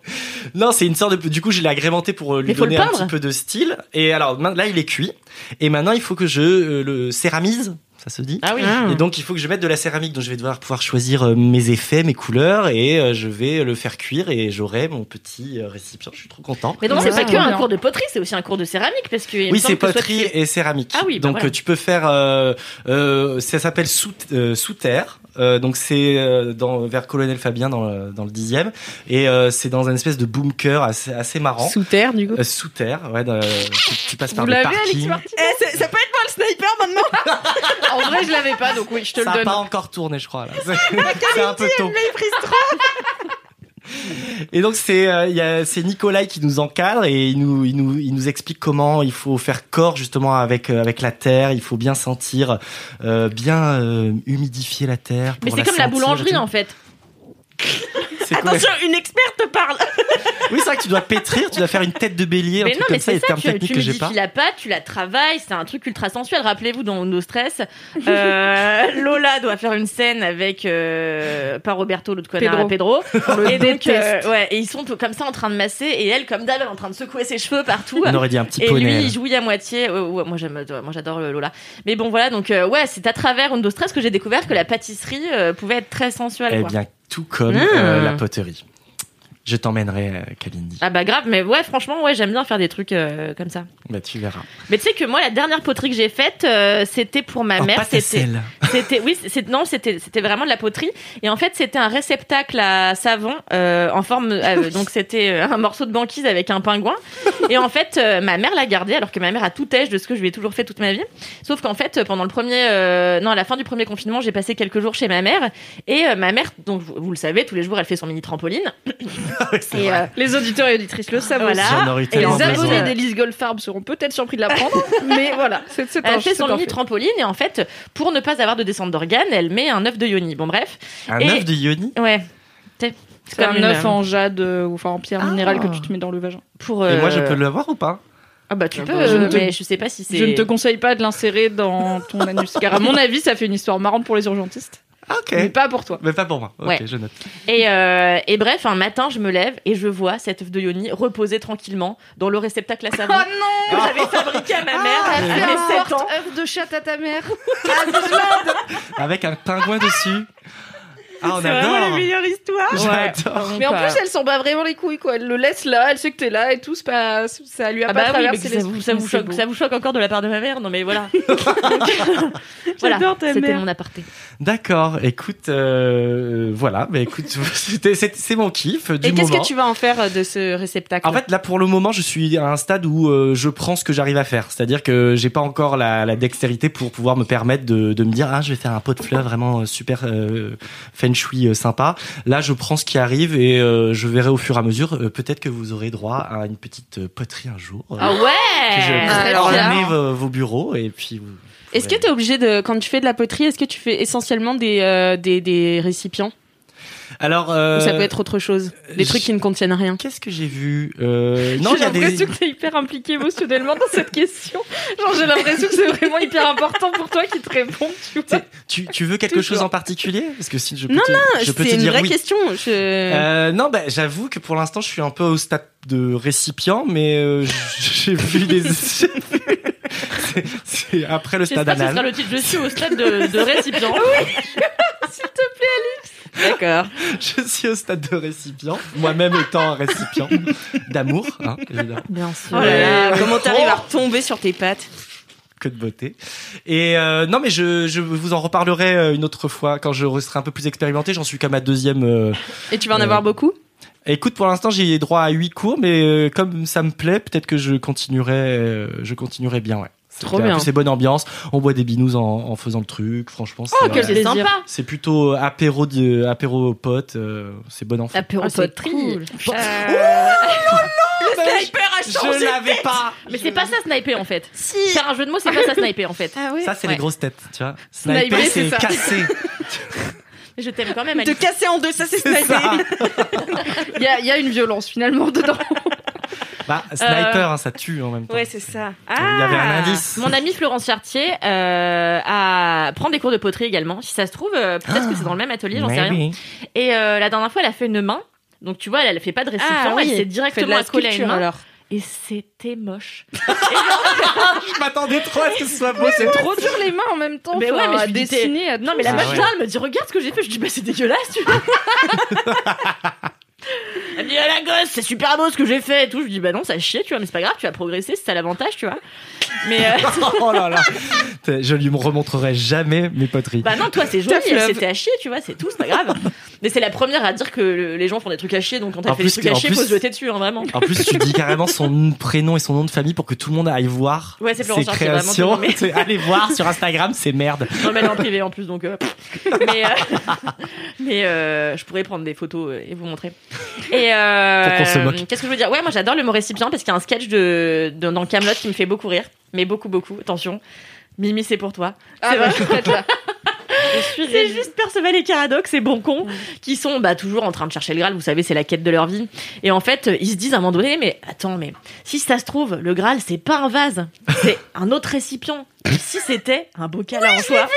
F: Non, c'est une sorte de. Du coup, je l'ai agrémenté pour euh, lui
B: Mais faut le
F: donner un
B: peindre.
F: petit peu de style. Et alors ma- là, il est cuit. Et maintenant, il faut que je euh, le céramise. Ça se dit.
B: Ah oui.
D: Hmm.
F: Et donc, il faut que je mette de la céramique. Donc, je vais devoir pouvoir choisir euh, mes effets, mes couleurs, et euh, je vais le faire cuire. Et j'aurai mon petit euh, récipient. Je suis trop content.
B: Mais donc, c'est
C: Ah,
B: pas que
C: ouais.
B: un cours de poterie, c'est aussi un cours de céramique parce que. il me
F: Oui,
B: semble
F: c'est
B: que soit
F: poterie
B: tu fais-
F: et céramique.
B: Ah oui, bah
F: donc
B: voilà.
F: euh, tu peux faire. euh, euh, ça s'appelle sous, euh, sous terre. Euh, donc c'est euh, dans vers Colonel Fabien dans le, dans le dixième et euh, c'est dans une espèce de bunker assez, assez marrant.
D: Sous terre, du coup.
F: Euh, sous terre, ouais. dans- tu, tu passes par
C: Vous
F: le
C: l'avez, Alex
F: parking.
C: Martin
D: ça peut être moi le sniper
C: [LAUGHS]
D: maintenant
C: En vrai, je l'avais pas, donc oui, je te
F: Ça
C: le
F: n'a
C: donne.
F: pas encore tourné, je crois. Là. C'est- C'est un peu tôt. Et donc c'est euh, il y a- c'est Nicolas qui nous encadre et il nous il nous il nous explique comment il faut faire corps justement avec euh, avec la terre. Il faut bien sentir, euh, bien euh, humidifier la terre.
B: Mais
F: pour
B: c'est comme la
F: sentir,
B: boulangerie
F: tout.
B: en fait.
F: C'est quoi
B: Attention, une experte te parle.
F: [LAUGHS] Oui, c'est vrai que tu dois pétrir, tu dois faire une tête de bélier, un
B: Mais
F: truc
B: non,
F: comme
B: mais
F: ça. il y
B: c'est
F: a des termes
B: ça, tu,
F: techniques
B: tu
F: que j'ai pas.
B: modifies la pâte, tu la travailles, c'est un truc ultra sensuel. Rappelez-vous, dans nos stress, euh, Lola doit faire une scène avec, euh, pas Roberto, l'autre connard, Pedro. et donc, euh, ouais, et ils sont comme ça en train de masser, et elle, comme d'hab, elle est en train de secouer ses cheveux partout.
F: On aurait dit un petit
B: Et lui,
F: poney.
B: il jouit à moitié. euh, Ouais, ouais, moi, j'aime, ouais, moi, j'adore euh, Lola. Mais bon, voilà. Donc, euh, ouais, c'est à travers Undo Stress que j'ai découvert que la pâtisserie euh, pouvait être très sensuelle.
F: Eh
B: quoi.
F: bien, tout comme euh,
B: Mmh.
F: la poterie. Je t'emmènerai, euh, Kalindi.
B: Ah bah grave. Mais ouais, franchement, ouais, j'aime bien faire des trucs euh, comme ça.
F: Bah, tu verras.
B: Mais tu sais que moi, la dernière poterie que j'ai faite, euh, c'était pour ma
F: En
B: mère.
F: pâte à
B: C'était,
F: sel.
B: [LAUGHS] c'était, oui, c'est, non, c'était, c'était vraiment de la poterie. Et en fait, c'était un réceptacle à savon euh, en
F: [LAUGHS]
B: forme. euh, donc, c'était euh, un morceau de banquise avec un pingouin. Et en fait, euh, ma mère l'a gardé, alors que ma mère a tout âge de ce que je lui ai toujours fait toute ma vie. Sauf qu'en fait, pendant le premier, euh, non, à la fin du premier confinement, j'ai passé quelques jours chez ma mère. Et euh, ma mère, donc vous, vous le savez, tous les jours, elle fait son mini trampoline. et, euh,
C: Les auditeurs et auditrices le savent
B: Voilà.
C: aussi.
F: J'en aurais
C: Et
F: tellement
C: les
B: en
F: besoin.
C: abonnés
B: besoin.
C: d'Elise Goldfarb seront peut-être surpris de l'apprendre, [LAUGHS] mais voilà, c'est c'est un
B: Elle fait
C: c'est
B: son
C: un
B: mini
C: fait.
B: trampoline et en fait, pour ne pas avoir de descente d'organes, elle met un œuf de yoni. Bon bref,
F: Un
B: Et-
F: œuf de Yoni
B: ouais. Tu sais,
C: C'est un
B: comme une-
C: œuf en jade, euh, ou enfin en pierre
F: Ah.
C: minérale que tu te mets dans le vagin.
B: Pour,
F: Et moi, je
B: euh,
F: peux l'avoir ou pas
B: Ah bah tu
C: Ah
B: peux,
C: bah, je ne te-
B: mais je sais pas si c'est.
C: Je ne te conseille pas de l'insérer dans ton anus, car à mon avis, ça fait une histoire marrante pour les urgentistes,
F: Ah, Ok.
C: mais pas pour toi.
F: Mais pas pour moi. Ok,
B: Ouais.
F: je note.
B: Et, euh, et bref, un matin, je me lève et je vois cet œuf de yoni reposer tranquillement dans le réceptacle à
C: [LAUGHS] Oh
B: savon que j'avais fabriqué à ma mère
C: Ah,
B: à mes 7 ans.
C: œuf de chat à ta mère.
F: Avec un pingouin [LAUGHS] dessus. Ah, on
B: C'est vraiment
F: adore.
B: les meilleures
F: [LAUGHS]
B: histoires.
F: J'adore.
C: Mais en
B: euh,
C: plus, elle s'en bat vraiment les couilles, quoi. Elle le laisse là, elle sait que t'es là et tout, c'est pas... ça lui a pas
B: Ah bah oui, mais
C: traversé
B: ça vous,
C: l'esprit,
B: ça, vous
C: mais
B: choque,
C: c'est
B: ça
C: beau.
B: vous choque encore de la part de ma mère Non
C: [LAUGHS]
B: mais voilà. voilà
C: ta
B: c'était
C: mère.
B: mon aparté.
F: D'accord. Écoute, euh, voilà. Mais écoute, [LAUGHS] c'était- c'est c'est mon kiff du
D: Et qu'est-ce
F: moment.
D: que tu vas en faire euh, de ce réceptacle
F: En fait, là, pour le moment, je suis à un stade où euh, je prends ce que j'arrive à faire. C'est-à-dire que j'ai pas encore la, la dextérité pour pouvoir me permettre de, de me dire ah je vais faire un pot de fleurs vraiment euh, super euh, feng shui euh, sympa. Là, je prends ce qui arrive et euh, je verrai au fur et à mesure. Euh, Peut-être que vous aurez droit à une petite euh, poterie un jour. euh,
B: Ah
F: que je
B: ouais
D: Très
F: alors,
D: bien.
F: amenez vos, vos bureaux et puis. vous-
D: Est-ce que tu es obligé de, quand tu fais de la poterie, est-ce que tu fais essentiellement des, euh, des, des récipients
F: Alors. euh,
D: Ou ça peut être autre chose Des
F: je-
D: trucs qui ne contiennent rien
F: Qu'est-ce que j'ai vu Euh, Non,
C: J'ai
F: il y a des.
C: l'impression que t'es hyper impliqué émotionnellement dans cette question. Genre, j'ai l'impression que c'est vraiment hyper important pour toi qui te répond, tu vois.
F: Tu, tu veux quelque chose en particulier Parce que si je peux
D: Non,
F: te, je peux
D: C'est
F: te
D: une
F: dire
D: vraie
F: oui.
D: question. Je...
F: Euh, non, bah, j'avoue que pour l'instant, je suis un peu au stade de récipient, mais euh, [LAUGHS] j'ai vu des. [LAUGHS] j'ai vu- c'est- c'est après le stade
B: J'espère que ce sera
F: anal.
B: le titre. Je suis au stade de, de récipient.
C: [LAUGHS]
D: D'accord.
F: Je suis au stade de récipient, moi-même étant
D: [LAUGHS]
F: un récipient d'amour, hein, évidemment. Euh,
B: Bien sûr.
D: Oh là là,
F: Ouais.
D: comment t'arrives à retomber sur tes pattes
F: que de beauté. Et euh, non, mais je, je vous en reparlerai euh, une autre fois quand je serai un peu plus expérimenté. J'en suis qu'à ma deuxième. euh,
D: Et tu vas en
F: Euh,
D: avoir beaucoup
F: Écoute, pour l'instant, j'ai droit à huit cours, mais euh, comme ça me plaît, peut-être que je continuerai, euh, je continuerai bien, ouais. C'est
D: Trop
F: clair.
D: bien.
F: En plus, C'est bonne ambiance. On boit des binous en, en faisant le truc. Franchement,
D: Oh,
F: c'est,
B: que c'est sympa.
F: c'est plutôt euh, apéro de, apéro aux potes. euh, c'est bon enfant.
B: Apéro
D: Ah, c'est
B: poterie.
D: cool.
B: Bon.
C: Euh,
F: je l'avais pas.
B: Mais c'est pas ça sniper en fait. Faire un jeu de mots, c'est pas ça sniper en fait.
D: Ah oui
F: Ça, c'est les
B: Ouais.
F: grosses têtes, tu vois.
C: Sniper,
F: Sniper,
C: c'est
F: c'est
C: ça.
F: cassé.
B: Mais je t'aime quand même.
D: De
B: Alice.
D: casser en deux, ça c'est
F: c'est
D: sniper.
F: ça.
C: Il y a, il y a une violence finalement dedans.
F: Bah, sniper, hein, ça tue en même temps.
D: Euh, Ouais, c'est ça. Ah,
F: Il y avait
C: Ah!
F: un indice.
B: Mon amie Florence Chartier euh, a prend des cours de Ah. poterie également. Si ça se trouve, euh, peut-être que c'est dans le même atelier, j'en sais rien.
F: Maybe.
B: Et euh, la dernière fois, elle a fait une main. Donc tu vois, elle, elle fait pas de récipient,
D: Ah oui,
B: elle s'est
D: Fais de
B: directement
D: la
B: accolée à une
D: sculpture
B: main.
D: alors.
B: Et c'était moche.
F: Je m'attendais trop à ce que ce soit beau, c'est trop.
C: Trop dur les mains en même temps.
B: Mais ouais,
C: enfin,
B: mais je
C: à
B: lui dis,
C: dessiner. à-
B: Non, mais la
F: Ah
B: meuf,
F: ouais.
B: vient, elle me dit, regarde ce que j'ai fait. Je dis, bah, c'est dégueulasse, tu vois. [LAUGHS] elle me dit, ah, la gosse, c'est super beau ce que j'ai fait et tout. Je dis, bah, non, ça chie, tu vois, mais c'est pas grave, tu as progressé, c'est ça l'avantage, tu vois. Mais, euh, [LAUGHS]
F: Oh là là. Je lui remontrerai jamais mes poteries.
B: bah, non, toi, c'est
D: [LAUGHS]
B: joli,
D: Ta fleuve.
B: c'était à chier, tu vois, c'est tout, c'est
D: [LAUGHS]
B: pas grave. mais c'est la première à dire que le- les gens font des trucs à chier, donc quand
F: En
B: elle fait
F: plus,
B: des trucs à
F: en
B: chier,
F: plus-
B: faut se jeter dessus, hein, vraiment.
F: En plus, tu dis carrément son prénom et son nom de famille pour que tout le monde aille voir
B: Ouais, c'est plus
F: ses
B: recherché, vraiment,
F: créations.
B: tout le monde.
F: C'est- Allez voir sur Instagram, c'est merde.
B: Non, mais elle est en privé en plus, donc. euh,
D: [LAUGHS]
B: pff. mais euh, mais euh, je pourrais prendre des photos euh, et vous montrer. Et euh,
F: Pour qu'on se moque.
B: qu'est-ce que je veux dire Ouais, moi j'adore le mot récipient parce qu'il y a un sketch de, de- dans Camelot qui me fait beaucoup rire, mais beaucoup beaucoup. Attention, Mimi, c'est pour toi.
C: Ah bah, je suis prête là. Je suis
B: C'est
C: ready.
B: juste Perceval et Caradoc, ces bons cons, qui sont bah, toujours en train de chercher le Graal, vous savez, c'est la quête de leur vie. Et en fait, euh, ils se disent à un moment donné, mais attends, mais si ça se trouve, le Graal, c'est pas un vase, [LAUGHS] c'est un autre récipient. Si c'était un bocal à anchois,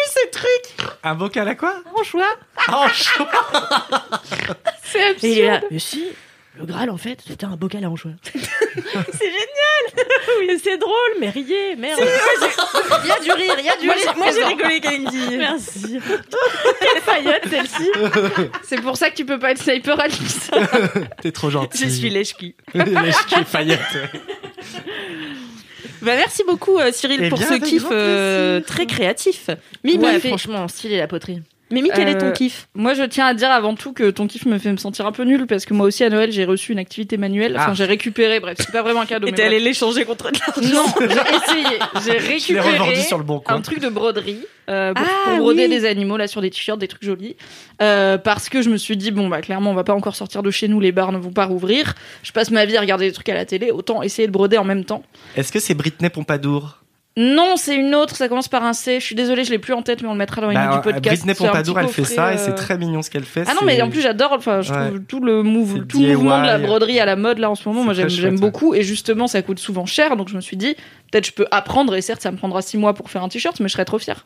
F: Un bocal à quoi
B: anchois,
F: Ah, chaud.
C: [LAUGHS] C'est
B: Et il est là,
C: absurde.
B: mais si, le Graal en fait, c'était un bocal à [LAUGHS] anchois. c'est génial oui. C'est drôle, mais riez, merde [LAUGHS]
C: Il y a du rire, il y a du
B: Moi,
C: rire.
B: j'ai- moi, j'ai
C: présent.
B: rigolé quand il me dit Merci [LAUGHS] Quelle faillotte celle-ci
C: C'est pour ça que tu peux pas être sniper Alice.
F: T'es trop gentil. [LAUGHS]
B: lèche-qui.
F: Lèche qui est faillette.
D: Bah, merci beaucoup, euh, Cyril,
F: Eh
D: pour
F: bien,
D: ce
F: avec
D: kiff
F: grand
D: euh,
F: plaisir.
D: très créatif. Mimi,
B: Ouais,
D: fait-
B: franchement, stylé la poterie.
D: Mimi, quel est ton
C: Euh,
D: kiff
C: [LAUGHS] Moi, je tiens à dire avant tout que ton kiff me fait me sentir un peu nulle parce que moi aussi à Noël j'ai reçu une activité manuelle. Enfin,
F: Ah.
C: j'ai récupéré. Bref, c'est pas vraiment un cadeau. mais bref.
D: l'échanger contre de l'argent
C: Non, j'ai essayé. J'ai
F: Je l'ai revendu
C: récupéré
F: sur le bon coin.
C: un truc de broderie euh, pour,
D: Ah,
C: pour broder
D: oui.
C: des animaux là sur des t-shirts, des trucs jolis. Euh, parce que je me suis dit bon bah clairement on va pas encore sortir de chez nous, les bars ne vont pas rouvrir. Je passe ma vie à regarder des trucs à la télé, autant essayer de broder en même temps.
F: Est-ce que c'est Britney Pompadour
C: Non, c'est une autre. Ça commence par un C. Je suis désolée, je l'ai plus en tête, mais on le mettra dans les notes
F: Bah,
C: du podcast.
F: Britney
C: C'est un
F: Pompadour,
C: petit
F: elle fait
C: coffret,
F: ça et
C: euh,
F: c'est très mignon ce qu'elle fait.
C: Ah non,
F: c'est-
C: mais en plus j'adore. Enfin, je
F: Ouais.
C: trouve tout le move,
F: C'est
C: tout le mouvement de la
F: DIY.
C: broderie à la mode là en ce moment.
F: C'est
C: Moi, j'aime,
F: très
C: j'aime
F: chouette,
C: beaucoup. Et justement, ça coûte souvent cher, donc je me suis dit peut-être je peux apprendre. Et certes, ça me prendra six mois pour faire un t-shirt, mais je serais trop fière.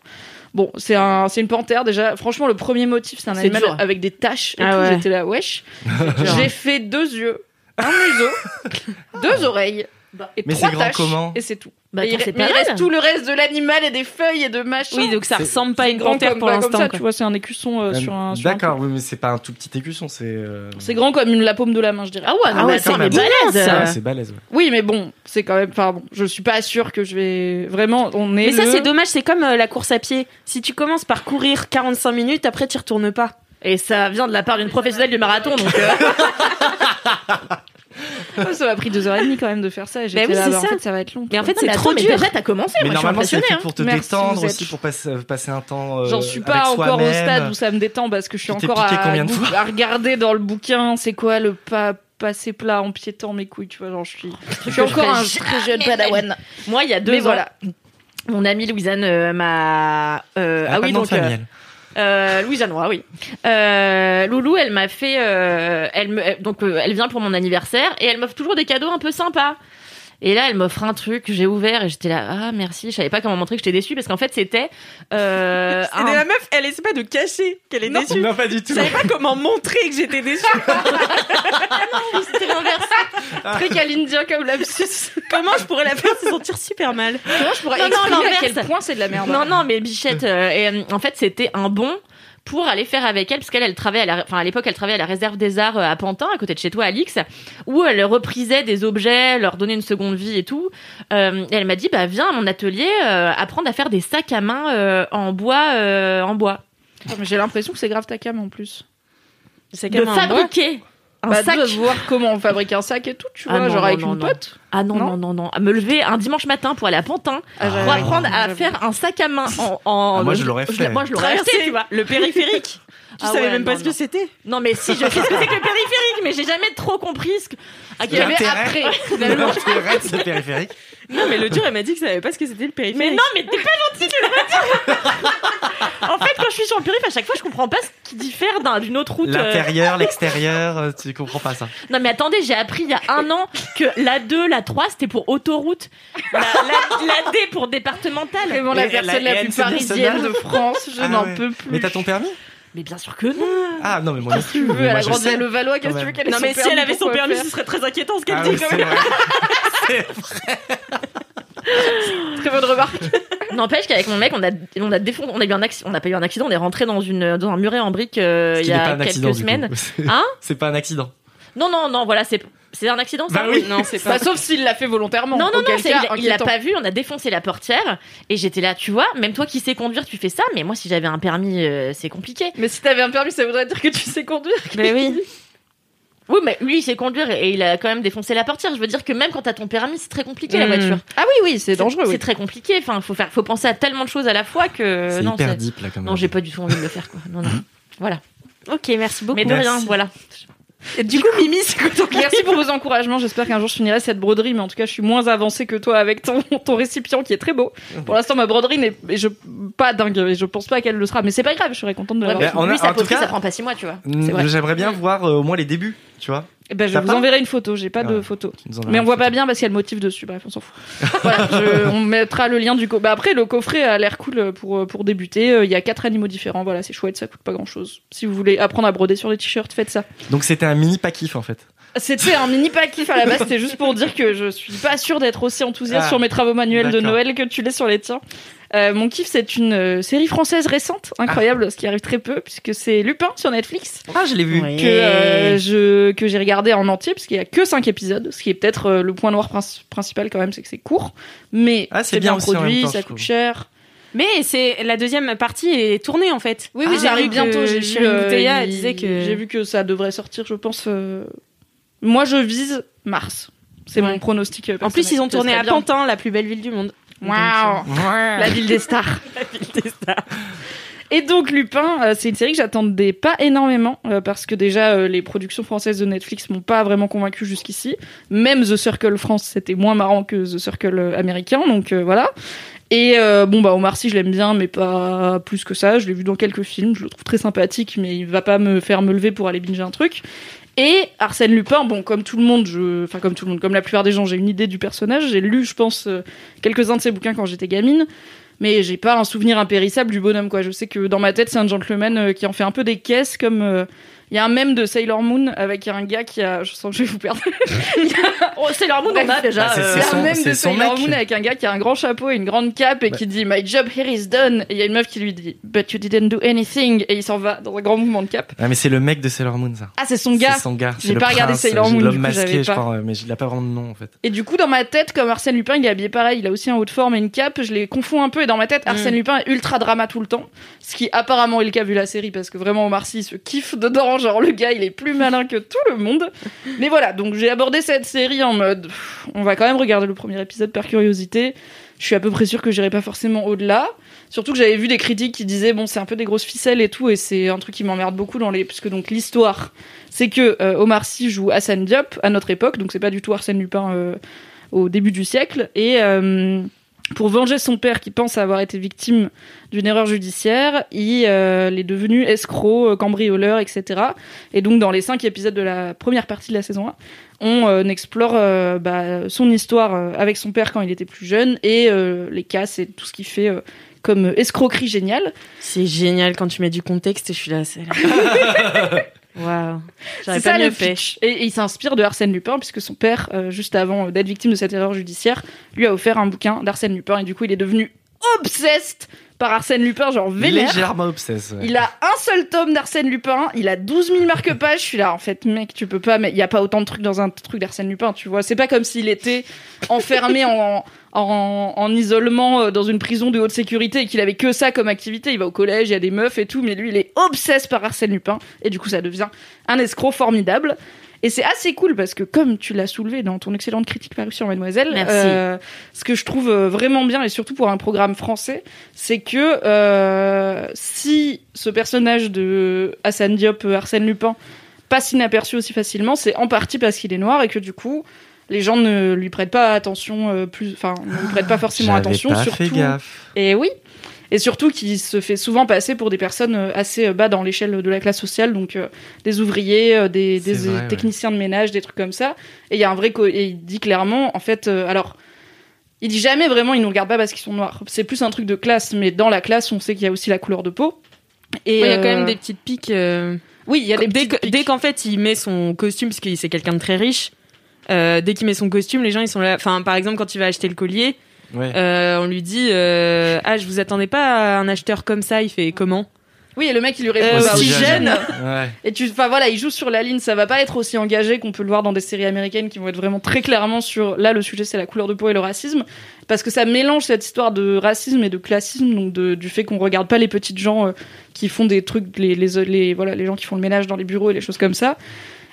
C: Bon, c'est un, c'est une panthère déjà. Franchement, le premier motif, c'est un
B: C'est
C: animal
B: dur.
C: avec des taches. Et
D: Ah
C: tout.
D: ouais.
C: J'étais là,
F: [LAUGHS]
C: wesh.
F: hein.
C: J'ai fait deux yeux, un museau,
F: [LAUGHS]
C: deux oreilles. Et
F: Bah. Mais
C: trois
F: c'est grand
C: taches,
F: comment
C: Et c'est tout.
B: [LAUGHS] Bah,
C: Et il,
B: attends, c'est
C: mais
B: pas
C: il reste
B: mal.
C: tout le reste de l'animal et des feuilles et de machin.
D: Oui, donc ça
F: C'est-
D: ressemble pas à une
C: grand
D: panthère
C: comme,
D: pour
B: bah,
C: pas comme
D: l'instant.
C: ça,
D: quoi.
C: tu vois, c'est un écusson euh, sur un. sur un
F: D'accord, oui, mais c'est pas un tout petit écusson, c'est. euh,
C: truc. C'est grand comme une, la paume de la main, je dirais.
B: Ah ouais, non,
F: Ah ouais,
B: mais attends,
F: quand
B: mais
F: même.
B: balèze
F: Ah,
B: euh.
F: c'est balèze. ouais.
C: Oui, mais bon, c'est quand même. Enfin bon, je suis pas sûre que je vais. Vraiment, on est.
D: Mais ça,
C: le-
D: c'est dommage, c'est comme euh, la course à pied. Si tu commences par courir 45 minutes, après, tu retournes pas.
B: Et ça vient de la part d'une professionnelle du marathon, donc... euh,
C: [LAUGHS] Ça m'a pris deux heures et demie quand même de faire ça. Et j'étais
D: oui,
C: là,
D: c'est
C: bah, en
D: ça.
C: fait, ça va être long.
D: [LAUGHS] Mais en
C: quoi.
D: fait,
B: non,
D: c'est
B: mais
D: trop
B: attends, mais
D: dur.
B: déjà, t'as commencé,
F: Mais
B: moi, je suis
F: normalement, c'est
B: impressionnée.
F: fait
B: hein.
F: pour te
C: Merci,
F: détendre
C: vous
F: aussi,
C: êtes-
F: pour passer passer un temps. euh,
C: J'en suis
F: avec
C: pas encore au
F: soi-même.
C: stade où ça me détend parce que je suis
F: Tu t'es
C: encore
F: piqué
C: à,
F: combien de
C: goût-
F: fois
C: à regarder dans le bouquin c'est quoi le pas passer plat en piétant mes couilles, tu vois. Genre, je suis, je suis
B: que je
C: encore un
B: fais
C: très jeune
B: jamais de ma
C: padawan.
B: Moi, il y a deux
C: Mais
B: ans,
C: voilà.
B: mon amie Louisanne euh, m'a... euh,
F: Elle a pas
B: ah oui,
F: de nom de
B: donc... euh,
F: famille, elle.
B: Euh, Louise Anois, oui. Euh, Loulou, elle m'a fait, euh, elle me, elle- donc euh, elle vient pour mon anniversaire et elle m'offre toujours des cadeaux un peu sympas. Et là, elle m'offre un truc, que j'ai ouvert et j'étais là, ah merci, je savais pas comment montrer que j'étais déçue parce qu'en fait c'était
D: [LAUGHS]
B: euh,
D: Et
B: un-
D: la meuf, elle essaie pas de cacher qu'elle est déçue.
F: Non, pas du
D: Je
F: tout. [LAUGHS]
D: savais pas comment montrer que j'étais déçue.
B: c'était l'inverse.
C: Très calindien comme [LAUGHS] lapsus.
D: [LAUGHS] comment je pourrais la faire se sentir super mal
C: Comment je pourrais
B: Non, non,
C: expliquer à quel
B: l'inverse.
C: point c'est de la merde hein.
B: Non non, mais Bichette, euh, et, euh, en fait c'était un bon pour aller faire avec elle parce qu'elle elle travaillait à la- enfin à l'époque elle travaillait à la réserve des arts euh, à Pantin à côté de chez toi Alix où euh, elle reprisait des objets leur donnait une seconde vie et tout Euh, et elle m'a dit bah viens à mon atelier euh, apprendre à faire des sacs à main euh, en bois euh, en bois
C: Putain, Ah, mais J'ai l'impression que c'est grave ta cam en plus.
D: C'est
B: de fabriquer un
C: bah,
B: sac
C: de voir comment on fabrique un sac et tout, tu
B: Ah
C: vois,
B: non,
C: genre
B: non,
C: avec
B: non,
C: une
B: non.
C: pote.
B: ah non bah,
C: Non.
B: non non non à me lever un dimanche matin pour aller à Pantin
C: Ah, j'avais-
B: pour apprendre à
C: j'avais-
B: faire un sac à main en, en-
F: Ah, moi, je l'aurais fait.
B: l'ai- moi je l'aurais acheté
D: Traverser le périphérique. Tu
B: Ah
D: savais
B: ouais,
D: même pas
B: non,
D: ce que
B: non.
D: c'était.
B: non mais si je sais ce que c'est que le périphérique mais j'ai jamais trop compris ce que à quel-
C: Mais
F: L'intérêt.
C: après,
F: Elle [LAUGHS]
C: finalement,
F: arrête ce périphérique.
D: Non, mais le dur, elle m'a dit que ça savait pas ce que c'était le
B: Mais
D: périphérique.
B: non, mais t'es pas gentil de le redire. en fait, quand je suis sur le périph', à chaque fois, je comprends pas ce qui diffère d'un- d'une autre route. euh.
F: L'intérieur, l'extérieur, euh, tu comprends pas ça.
B: Non, mais attendez, j'ai appris il y a un an que la 2, la 3, c'était pour autoroute. La, la- la D pour départementale.
C: vraiment la
F: Et la-
C: personne la,
F: et
C: plus
F: NC nationale. [LAUGHS]
C: parisienne de France, je
F: Ah
C: n'en
F: ouais.
C: peux plus.
F: Mais t'as ton permis
B: Mais bien sûr que non.
F: Ah non, mais moi non plus.
C: Tu veux,
F: mais
C: à
F: moi,
C: la
F: je
C: grande
F: sais.
C: dame le Valois, qu'est-ce que tu
F: quand
C: veux
F: même.
C: qu'elle ait
B: Non, mais si
C: permis,
B: elle avait son
C: pourquoi
B: permis,
C: faire
B: ce serait très inquiétant ce qu'elle
F: Ah
B: dit
F: oui,
B: quand
F: c'est
B: même.
F: vrai. C'est
C: Très bonne remarque.
B: N'empêche qu'avec mon mec, on a, on a défon- on a eu un accident, on n'a pas eu un accident, on est rentré dans une, dans un muret en briques euh,
F: Ce
B: il
F: qui
B: y
F: n'est pas
B: a
F: un accident,
B: quelques
F: du coup.
B: semaines.
F: C'est-
B: Hein
F: C'est pas un accident.
B: Non, non, non, voilà, c'est, c'est un accident, ça.
F: Bah oui.
D: Non, c'est
C: Bah,
D: pas.
C: sauf s'il l'a fait volontairement.
B: Non, non, non,
C: auquel
B: c'est-
C: cas,
B: il- il l'a
C: inquiétant.
B: pas vu, on a défoncé la portière et j'étais là, tu vois, même toi qui sais conduire, tu fais ça, mais moi si j'avais un permis, euh, c'est compliqué.
C: Mais si t'avais un permis, ça voudrait dire que tu sais conduire.
B: Mais oui. Oui, mais lui il sait conduire et il a quand même défoncé la portière. Je veux dire que même quand t'as ton permis, c'est très compliqué la
D: Mm.
B: voiture.
C: Ah oui, oui, c'est dangereux.
B: C'est très compliqué, enfin, faut, faire, faut penser à tellement de choses à la fois que.
F: C'est
B: euh, non,
F: hyper
B: c'est-
F: deep là quand même.
B: non, j'ai pas du tout envie de le faire, quoi. Non, non. Voilà.
D: Ok, merci beaucoup.
B: Mais de
F: Merci.
B: rien, voilà.
C: du coup, Mimi, c'est quoi ton Merci pour vos encouragements. J'espère qu'un jour je finirai cette broderie, mais en tout cas, je suis moins avancée que toi avec ton, ton récipient qui est très beau. Pour l'instant, ma broderie n'est et je, pas dingue et je pense pas qu'elle le sera, mais c'est pas grave, je serais contente de
B: Ouais,
C: l'avoir.
F: mais
B: parce que
F: Euh, on a-
B: lui, sa
F: en tout
B: poterie,
F: cas-
B: ça prend pas six mois, tu vois.
F: Mm,
B: C'est vrai.
F: J'aimerais bien voir euh, au moins les débuts, tu vois.
C: Eh ben, je
F: T'as
C: vous
F: pas
C: enverrai une photo, j'ai pas de
F: Ouais.
C: photo.
F: Tu nous en as
C: Mais on voit
F: fait.
C: pas bien parce qu'il y a le motif dessus, bref, on s'en
F: [LAUGHS]
C: fout. voilà, je- on mettra le lien du coffret. après, le coffret a l'air cool euh, pour, pour débuter. Euh, Il y a quatre animaux différents, voilà, c'est chouette, ça coûte pas grand chose. Si vous voulez apprendre à broder sur les t-shirts, faites ça.
F: Donc c'était un mini paquif en fait.
C: C'était un mini paquet à la base, c'était juste pour dire que je suis pas sûre d'être aussi enthousiaste
F: Ah,
C: sur mes travaux manuels de
F: d'accord.
C: Noël que tu l'es sur les tiens. Euh, mon kiff, c'est une euh, série française récente, incroyable, ce qui arrive très peu, puisque c'est Lupin sur Netflix
F: Ah, je l'ai vu.
C: que euh, je que j'ai regardé en entier parce qu'il y a que 5 épisodes ce qui est peut-être euh, le point noir princi- principal quand même c'est que c'est court mais
F: Ah, c'est
C: c'est bien,
F: bien aussi en
C: produit
F: même temps,
C: ça
F: je
C: coûte
F: trouve.
C: cher
D: Mais c'est la deuxième partie est tournée en fait.
C: oui oui
D: j'arrive bientôt. J'ai chérie Bouteilla, elle disait que
C: j'ai vu que ça devrait sortir je pense euh, moi je vise mars c'est
D: Ouais.
C: mon pronostic euh,
D: En plus, ils
C: personnel.
D: ont tourné
C: Ça
D: à
C: serait bien. euh,
D: Pantin, la plus belle ville du monde.
C: Waouh La ville des stars. Et donc Lupin, euh, c'est une série que j'attendais pas énormément euh, parce que déjà euh, les productions françaises de Netflix m'ont pas vraiment convaincu jusqu'ici. Même The Circle France, c'était moins marrant que The Circle euh, américain, donc euh, voilà. Et euh, bon bah Omar Sy, je l'aime bien, mais pas plus que ça. Je l'ai vu dans quelques films, je le trouve très sympathique, mais il va pas me faire me lever pour aller binger un truc. Et Arsène Lupin, bon comme tout le monde, je, enfin comme tout le monde, comme la plupart des gens, j'ai une idée du personnage. J'ai lu, je pense, euh, quelques-uns de ses bouquins quand j'étais gamine, mais j'ai pas un souvenir impérissable du bonhomme, quoi. Je sais que dans ma tête, c'est un gentleman euh, qui en fait un peu des caisses, comme. euh, Il y a un mème de Sailor Moon avec un gars qui a. Je sens que je vais vous perdre. [LAUGHS] Il y a- Oh, Sailor Moon, on a déjà.
F: Ah, c'est-
C: euh,
F: c'est
C: Il y a
F: son-
C: un mème
F: c'est
C: de
F: son
C: Sailor
F: mec. Bah.
C: Moon avec un gars qui a un grand chapeau et une grande cape et
F: Ouais.
C: qui dit My job here is done. Et il y a une meuf qui lui dit But you didn't do anything. Et il s'en va dans un grand mouvement de cape.
F: Ah, mais c'est le mec de Sailor Moon ça.
C: Ah, c'est son gars.
F: C'est son gars.
C: J'ai
F: c'est le
C: pas regardé
F: prince,
C: Sailor
F: euh,
C: Moon, du
F: L'homme
C: coup,
F: masqué,
C: j'avais
F: je
C: pas.
F: crois, mais il n'a pas vraiment de nom en fait.
C: Et du coup, dans ma tête, comme Arsène Lupin, il est habillé pareil, il a aussi un haut de forme et une cape, je les confonds un peu, et dans ma tête, Arsène Lupin est ultra drama tout le temps, ce qui apparemment est le cas vu la série, parce que vraiment, Omar Sy il se kiffe dedans, [LAUGHS] genre le gars, il est plus malin que tout le monde. Mais voilà, donc j'ai abordé cette série en mode, pff, on va quand même regarder le premier épisode par curiosité, je suis à peu près sûre que j'irai pas forcément au-delà, surtout que j'avais vu des critiques qui disaient, bon, c'est un peu des grosses ficelles et tout, et c'est un truc qui m'emmerde beaucoup dans les... Parce que donc l'histoire, c'est que euh, Omar Sy joue Hassan Diop à notre époque, donc c'est pas du tout Arsène Lupin... euh, au début du siècle. Et euh, pour venger son père qui pense avoir été victime d'une erreur judiciaire, il euh, il est devenu escroc, euh, cambrioleur, etc. Et donc dans les cinq épisodes de la première partie de la saison 1, on euh, explore euh, bah, son histoire euh, avec son père quand il était plus jeune et euh, les casses et tout ce qu'il fait. euh, comme escroquerie géniale.
D: C'est génial quand tu mets du contexte et je suis là. c'est là.
B: [LAUGHS]
D: Waouh. J'aurais
C: C'est ça
D: pas
C: le
D: mieux fait.
C: pitch. Et, et il s'inspire de Arsène Lupin, puisque son père, euh, juste avant euh, d'être victime de cette erreur judiciaire, lui a offert un bouquin d'Arsène Lupin. Et du coup, il est devenu obsessed par Arsène Lupin, genre vénère.
F: Légèrement obsesse. ouais.
C: Il a un seul tome d'Arsène Lupin, il a 12 000 marque-pages. Je suis là, en fait, mec, tu peux pas, mais il y a pas autant de trucs dans un truc d'Arsène Lupin, tu vois. C'est pas comme s'il était enfermé en, en, en isolement euh, dans une prison de haute sécurité et qu'il avait que ça comme activité. Il va au collège, il y a des meufs et tout, mais lui, il est obsesse par Arsène Lupin et du coup, ça devient un escroc formidable. Et c'est assez cool parce que, comme tu l'as soulevé dans ton excellente critique parue sur Mademoiselle,
B: Merci.
C: euh, ce que je trouve euh, vraiment bien et surtout pour un programme français, c'est que euh, si ce personnage de Hassan Diop, euh, Arsène Lupin, passe inaperçu aussi facilement, c'est en partie parce qu'il est noir et que du coup, les gens ne lui prêtent pas attention euh, plus, enfin, ne lui prêtent pas forcément
F: J'avais
C: attention,
F: pas
C: surtout.
F: fait gaffe.
C: Et oui. Et surtout qu'il se fait souvent passer pour des personnes euh, assez euh, bas dans l'échelle de la classe sociale, donc euh, des ouvriers, euh, des,
F: C'est
C: des,
F: vrai,
C: euh,
F: ouais.
C: techniciens de ménage, des trucs comme ça. Et il y a un vrai. co- et il dit clairement, en fait, euh, alors. Il dit jamais vraiment, ils nous regardent pas parce qu'ils sont noirs. C'est plus un truc de classe, mais dans la classe, on sait qu'il y a aussi la couleur de peau.
D: Et
H: Il y a quand
D: euh,
H: même des petites piques. euh,
D: Oui, il y a des dès,
H: petites
D: que-
H: piques.
D: dès qu'en fait il met son costume, parce que c'est quelqu'un de très riche, euh, dès qu'il met son costume, les gens ils sont là. Enfin, par exemple, quand il va acheter le collier,
F: Ouais.
D: euh, on lui dit euh, Ah, je vous attendais pas à un acheteur comme ça. Il fait comment
C: Oui, et le mec, il lui répond
D: Euh,
C: bah,
D: aussi
C: aussi
D: jeune.
C: jeune.
F: Ouais.
C: Et tu, enfin voilà, il joue sur la ligne. Ça va pas être aussi engagé qu'on peut le voir dans des séries américaines qui vont être vraiment très clairement sur. Là, le sujet c'est la couleur de peau et le racisme, parce que ça mélange cette histoire de racisme et de classisme, donc de- du fait qu'on regarde pas les petites gens euh, qui font des trucs, les, les, les- voilà, les gens qui font le ménage dans les bureaux et les choses comme ça.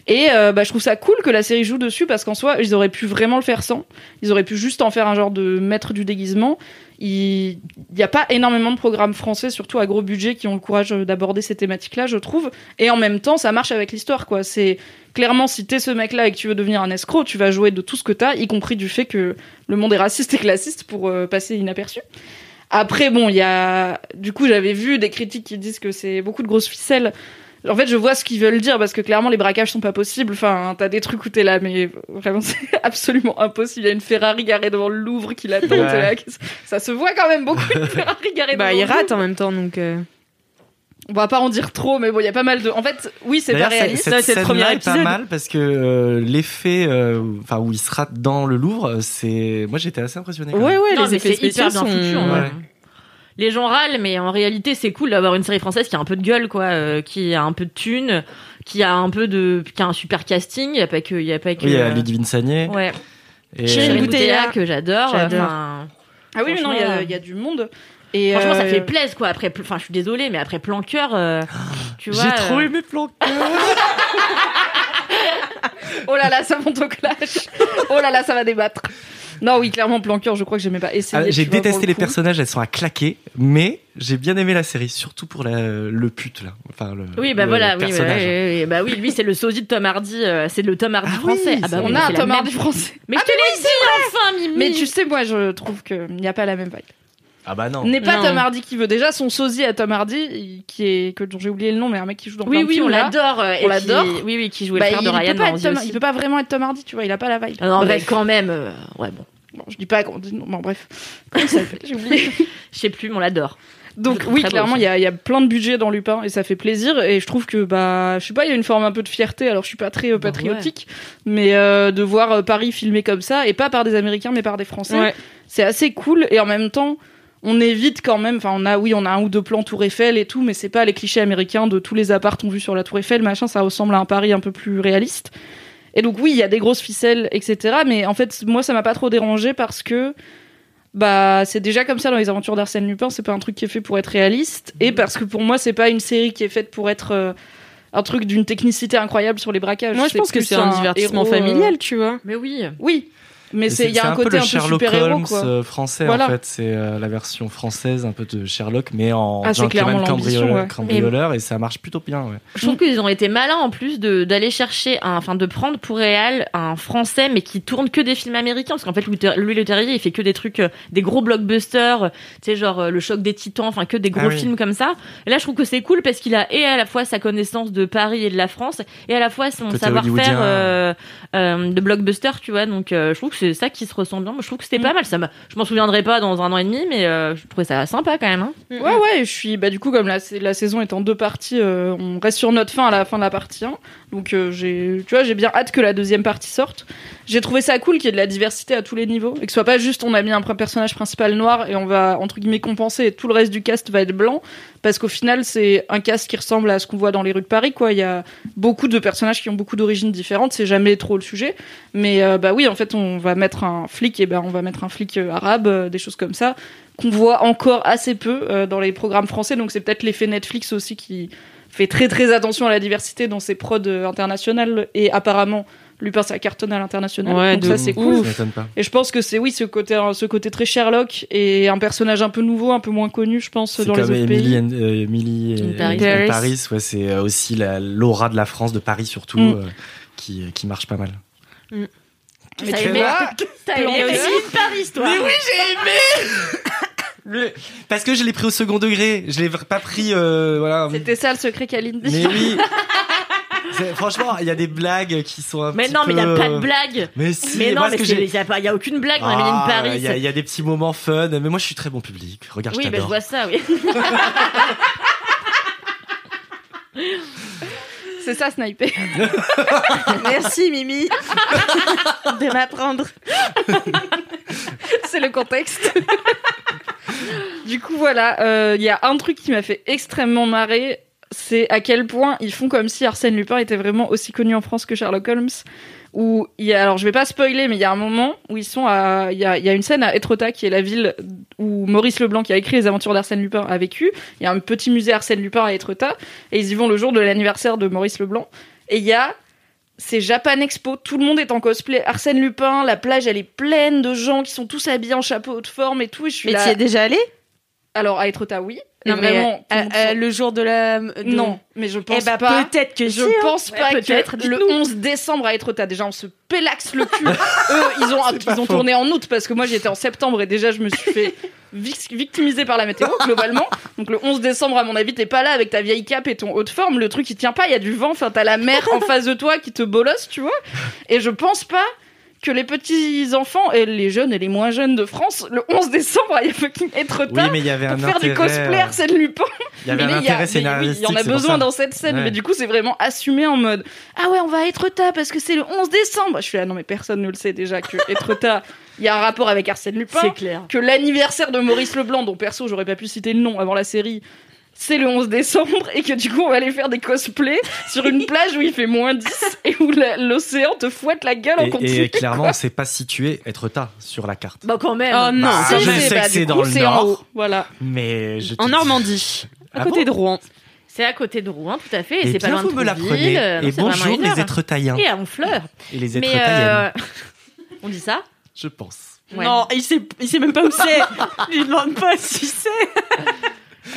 C: Et euh, bah, je trouve ça cool que la série joue dessus parce qu'en soi, ils auraient pu vraiment le faire sans. Ils auraient pu juste en faire un genre de maître du déguisement. Il n'y a pas énormément de programmes français, surtout à gros budget, qui ont le courage euh, d'aborder ces thématiques-là, je trouve. Et en même temps, ça marche avec l'histoire, quoi. C'est clairement, si t'es ce mec-là et que tu veux devenir un escroc, tu vas jouer de tout ce que t'as, y compris du fait que le monde est raciste et classiste pour euh, passer inaperçu. Après, bon, il y a. Du coup, j'avais vu des critiques qui disent que c'est beaucoup de grosses ficelles. En fait, je vois ce qu'ils veulent dire parce que clairement, les braquages sont pas possibles. Enfin, t'as des trucs où t'es là, mais vraiment, [LAUGHS] c'est absolument impossible. Il y a une Ferrari garée devant le Louvre qui l'attend.
F: Ouais.
C: t'es là, qu'est-ce- Ça se voit quand même beaucoup
F: [LAUGHS]
C: de Ferrari garée
D: Bah,
C: devant
D: il
C: le
D: rate en même temps, donc. euh.
C: on va pas en dire trop, mais bon, il y a pas mal de. En fait, oui, c'est pas
F: D'ailleurs,
C: réaliste.
F: Cette,
D: Non, c'est le
F: scène-là
D: premier
F: est
D: épisode.
F: pas mal parce que euh, l'effet, euh, enfin où il se rate dans le Louvre, c'est. Moi, j'étais assez impressionné. quand
D: Ouais,
F: même.
D: ouais,
B: Non,
D: les
B: mais
D: effets
B: c'est hyper
D: spéciaux
B: bien
D: sont.
B: foutu. en
F: ouais.
B: vrai. Les gens râlent, mais en réalité, c'est cool d'avoir une série française qui a un peu de gueule, quoi, euh, qui a un peu de thunes, qui a un peu de, qui a un super casting. Il y a pas que, il y a pas que.
F: Oui, il y a
B: euh,
F: Ludivine Sagné.
B: Ouais.
F: Et,
B: Chérie
F: euh,
B: Bouteilla que j'adore.
D: J'adore.
B: Enfin,
C: Ah oui, mais non, il y a-
B: Franchement,
C: il y, a du monde. Et
B: franchement, ça
C: euh,
B: fait plaisir, quoi. Après, pl- enfin, je suis désolée, mais après Planqueur,
F: [GASPS]
B: euh, tu vois.
F: J'ai trop
B: euh,
F: aimé Planck. [LAUGHS]
C: Oh là là, ça monte au clash. oh là là, ça va débattre. Non, oui, clairement, Planqueur, je crois que j'aimais pas essayer.
F: Ah, J'ai
C: tu vois,
F: détesté
C: pour le
F: les
C: coup.
F: personnages, elles sont à claquer, mais j'ai bien aimé la série, surtout pour la- le pute là. Enfin, le,
B: Oui, bah
F: le
B: voilà, oui, bah,
F: personnage.
B: oui, oui, bah oui, lui c'est le sosie de Tom Hardy, euh, c'est le Tom Hardy
F: Ah oui,
B: français. ah bah
F: c'est
B: oui,
C: On
F: vrai.
B: mais
C: a un
B: c'est la
C: Tom
B: merde.
C: Hardy français.
B: Ah, Mais je te l'ai dit enfin, Mimi.
C: Mais tu sais, moi, je trouve qu'il n'y a pas la même vibe.
F: Ah bah non.
C: N'est pas
B: Non.
C: Tom Hardy qui veut déjà son sosie à Tom Hardy, qui est que dont j'ai oublié le nom, mais un mec qui joue dans plein
B: Oui,
C: de
B: oui,
C: films,
B: on
C: là.
B: l'adore. euh, et
C: On
B: qui-
C: l'adore.
B: Oui, oui, qui jouait
C: Bah,
B: le
C: il,
B: frère de
C: il
B: Ryan
C: peut pas
B: dans
C: être
B: The
C: Tom-
B: Office.
C: il peut pas vraiment être Tom Hardy, tu vois, il a pas la vibe.
B: Ah Non, mais
C: Bref.
B: quand même, euh, ouais, bon.
C: Bon, je dis pas qu'on dit non, bon, bref. Comment il s'appelle [LAUGHS] J'ai oublié.
B: Je sais plus, mais on l'adore.
C: Donc
B: Très
C: oui,
B: beau,
C: clairement,
B: ça.
C: il y, a- il y a plein de budget dans Lupin et ça fait plaisir. Et je trouve que bah, je sais pas, il y a une forme un peu de fierté. Alors je suis pas très euh,
B: Bah,
C: patriotique, mais euh, de voir euh, Paris filmé comme ça et pas par des Américains mais par des Français,
D: Ouais.
C: c'est assez cool. Et en même temps, on évite quand même. Enfin, on a oui, on a un ou deux plans Tour Eiffel et tout, mais c'est pas les clichés américains de tous les apparts qu'on vu sur la Tour Eiffel, machin. Ça ressemble à un Paris un peu plus réaliste. Et donc oui, il y a des grosses ficelles, etc. Mais en fait, moi, ça m'a pas trop dérangé parce que bah c'est déjà comme ça dans les aventures d'Arsène Lupin c'est pas un truc qui est fait pour être réaliste
H: Mm.
C: et parce que pour moi c'est pas une série qui est faite pour être euh, un truc d'une technicité incroyable sur les braquages
H: Moi, je pense que
C: plus
H: c'est un divertissement
C: héros, euh,
H: familial, tu vois.
B: Mais oui.
C: oui mais c'est il y a un,
F: peu
C: côté
F: le
C: un peu
F: Sherlock
C: super héros
F: Holmes
C: quoi
F: euh, français
C: Voilà.
F: en fait. C'est euh, la version française un peu de Sherlock, mais en
C: Ah, c'est
F: gentleman
C: clairement l'ambition,
F: cambrioleur,
C: ouais.
F: cambrioleur, et ça marche plutôt bien. Ouais.
B: Je trouve qu'ils ont été malins en plus de d'aller chercher, un- enfin de prendre pour réel un français mais qui tourne que des films américains parce qu'en fait Louis Ter- Louis Le Terrier il fait que des trucs, euh, des gros blockbusters, euh, tu sais genre euh, le choc des Titans, enfin que des gros
F: Ah oui.
B: films comme ça. Et là je trouve que c'est cool parce qu'il a et à la fois sa connaissance de Paris et de la France et à la fois son
F: Côté
B: savoir-faire
F: hollywoodien.
B: euh, euh, de blockbuster, tu vois. Donc euh, je trouve que c'est ça qui se ressent bien. Moi, Je trouve que c'était
F: Mm.
B: pas mal. Ça, m'a- je m'en souviendrai pas dans un an et demi, mais euh, je trouvais ça sympa quand même. hein.
C: Ouais, ouais, je suis. Bah, du coup, comme la, sa- la saison est en deux parties, euh, on reste sur notre fin à la fin de la partie 1. Donc, euh, j'ai, tu vois, j'ai bien hâte que la deuxième partie sorte. J'ai trouvé ça cool qu'il y ait de la diversité à tous les niveaux et que ce soit pas juste on a mis un pr- personnage principal noir et on va, entre guillemets, compenser et tout le reste du cast va être blanc. Parce qu'au final, c'est un cast qui ressemble à ce qu'on voit dans les rues de Paris, quoi. Il y a beaucoup de personnages qui ont beaucoup d'origines différentes, c'est jamais trop le sujet. Mais, euh, bah oui, en fait, on va mettre un flic, et ben, on va mettre un flic euh, arabe, euh, des choses comme ça qu'on voit encore assez peu euh, dans les programmes français. Donc c'est peut-être l'effet Netflix aussi qui fait très très attention à la diversité dans ses prods euh, internationales et apparemment Lupin ça cartonne à l'international.
H: Ouais,
C: donc
H: de
C: ça c'est
F: Mmh,
C: cool.
F: Ça m'étonne pas.
C: Et je pense que c'est oui ce côté ce côté très Sherlock et un personnage un peu nouveau, un peu moins connu je pense
F: C'est
C: dans les
F: comme
C: autres
F: Emily,
C: pays.
F: and- euh, Emily et
B: In Paris.
F: in Paris.
H: Paris.
F: ouais, c'est euh, aussi la- l'aura de la France, de Paris surtout,
C: Mm.
F: euh, qui, qui marche pas mal.
C: Mais
B: T'as
C: tu
B: aimé-
C: vois,
B: T'as aimé
C: Planqueur.
B: aussi Paris, toi.
F: Mais- Parce que je l'ai pris au second degré, je l'ai v- pas pris. euh, voilà.
C: c'était ça le secret qu'Aline dit.
F: Mais oui. C'est- Franchement, il y a des blagues qui sont un
B: Mais
F: petit
B: non, mais il y a
F: peu,
B: pas de
F: euh,
B: blague.
F: Mais si,
B: Mais non,
F: moi,
B: mais
F: ce que
B: c'est-
F: j'ai-
B: il y a, pas- il y a aucune blague dans la
F: Ah,
B: Amélie
F: Il
B: de
F: y, a- il
B: Paris.
F: y a des petits [LAUGHS] moments fun, mais moi je suis très bon public. Regarde,
B: Oui,
F: je
B: ben je
F: t'adore.
B: vois ça, oui.
C: [LAUGHS] C'est ça,
E: [LAUGHS]
C: sniper.
E: Merci Mimi [LAUGHS] de m'apprendre.
C: C'est le contexte. du coup, voilà, euh, il y a un truc qui m'a fait extrêmement marrer, c'est à quel point ils font comme si Arsène Lupin était vraiment aussi connu en France que Sherlock Holmes. Où il y a, alors je vais pas spoiler, mais il y a un moment où ils sont à, il y a, il y a une scène à Etretat qui est la ville où Maurice Leblanc qui a écrit les aventures d'Arsène Lupin a vécu. Il y a un petit musée Arsène Lupin à Etretat et ils y vont le jour de l'anniversaire de Maurice Leblanc. Et il y a c'est Japan Expo, tout le monde est en cosplay. Arsène Lupin, la plage, elle est pleine de gens qui sont tous habillés en chapeau haute forme et tout. Et je suis
E: Mais
C: là.
E: tu y es déjà allé
C: Alors à Etretat, oui. Et
E: Non, mais,
C: vraiment,
E: euh,
C: tout le monde
E: euh,
C: s'en-
E: le jour de la. de-
C: non, mais je pense
E: Eh bah
C: pas.
E: peut-être que
C: Je
E: si, hein.
C: pense
E: Ouais,
C: pas
E: peut-être,
C: que le 11 décembre à Etretat, déjà on se pélaxe le cul. Eux, ils ont,
F: pas
C: ils ont
F: faux.
C: tourné en août parce que moi j'étais en septembre et déjà je me suis fait vic- victimiser par la météo globalement. Donc le 11 décembre, à mon avis, t'es pas là avec ta vieille cape et ton haut de forme. Le truc il tient pas, il y a du vent, enfin t'as la mer en face de toi qui te bolosse, tu vois. Et je pense pas que les petits enfants et les jeunes et les moins jeunes de France, le 11 décembre, à fucking
F: Oui,
C: Etretat,
F: mais il y avait
C: pour
F: un
C: faire du
F: intérêt,
C: cosplay
F: euh,
C: Arsène Lupin.
F: Il y avait
C: Mais
F: un
C: il y a-
F: intérêt
C: mais oui,
F: scénaristique.
C: Il y en a
F: c'est pour
C: besoin
F: ça.
C: dans cette scène,
F: Ouais.
C: mais du coup, c'est vraiment assumé en mode Ah ouais, on va à Etretat parce que c'est le 11 décembre. Je suis là, non, mais personne ne le sait déjà
F: [LAUGHS]
C: que Etretat, il y a un rapport avec Arsène Lupin.
B: clair.
C: Que l'anniversaire de Maurice Leblanc, dont perso, j'aurais pas pu citer le nom avant la série. C'est le 11 décembre et que du coup on va aller faire des cosplays sur
F: [LAUGHS]
C: une plage où il fait moins 10 et où la- l'océan te fouette la gueule en
F: Et,
C: continu.
F: et clairement, on s'est pas situé être tard sur la carte.
B: Bah quand même.
H: Oh non.
F: Bah,
C: Si,
F: je
C: si,
F: sais
C: bah,
F: que
C: du
F: c'est
C: coup,
F: dans le
C: c'est en haut,
F: nord,
C: Voilà.
F: mais je te
H: En
F: dis-
H: Normandie, à
F: Ah
H: côté
F: bon
H: de Rouen.
B: C'est à côté de Rouen, tout à fait. Et
F: Eh
B: c'est pas
F: bien,
B: loin
F: vous
B: de
F: me
B: Trouville,
F: l'apprenez.
B: euh,
F: Et
B: c'est vraiment
F: bonjour
B: une heure.
F: les Étretaillens
B: Et à Honfleur.
F: et les
B: Mais
F: Étretaillennes,
B: euh, [LAUGHS] on dit ça
F: je pense.
B: Ouais.
H: Non, il sait, il sait même pas où c'est. Je lui demande pas si c'est.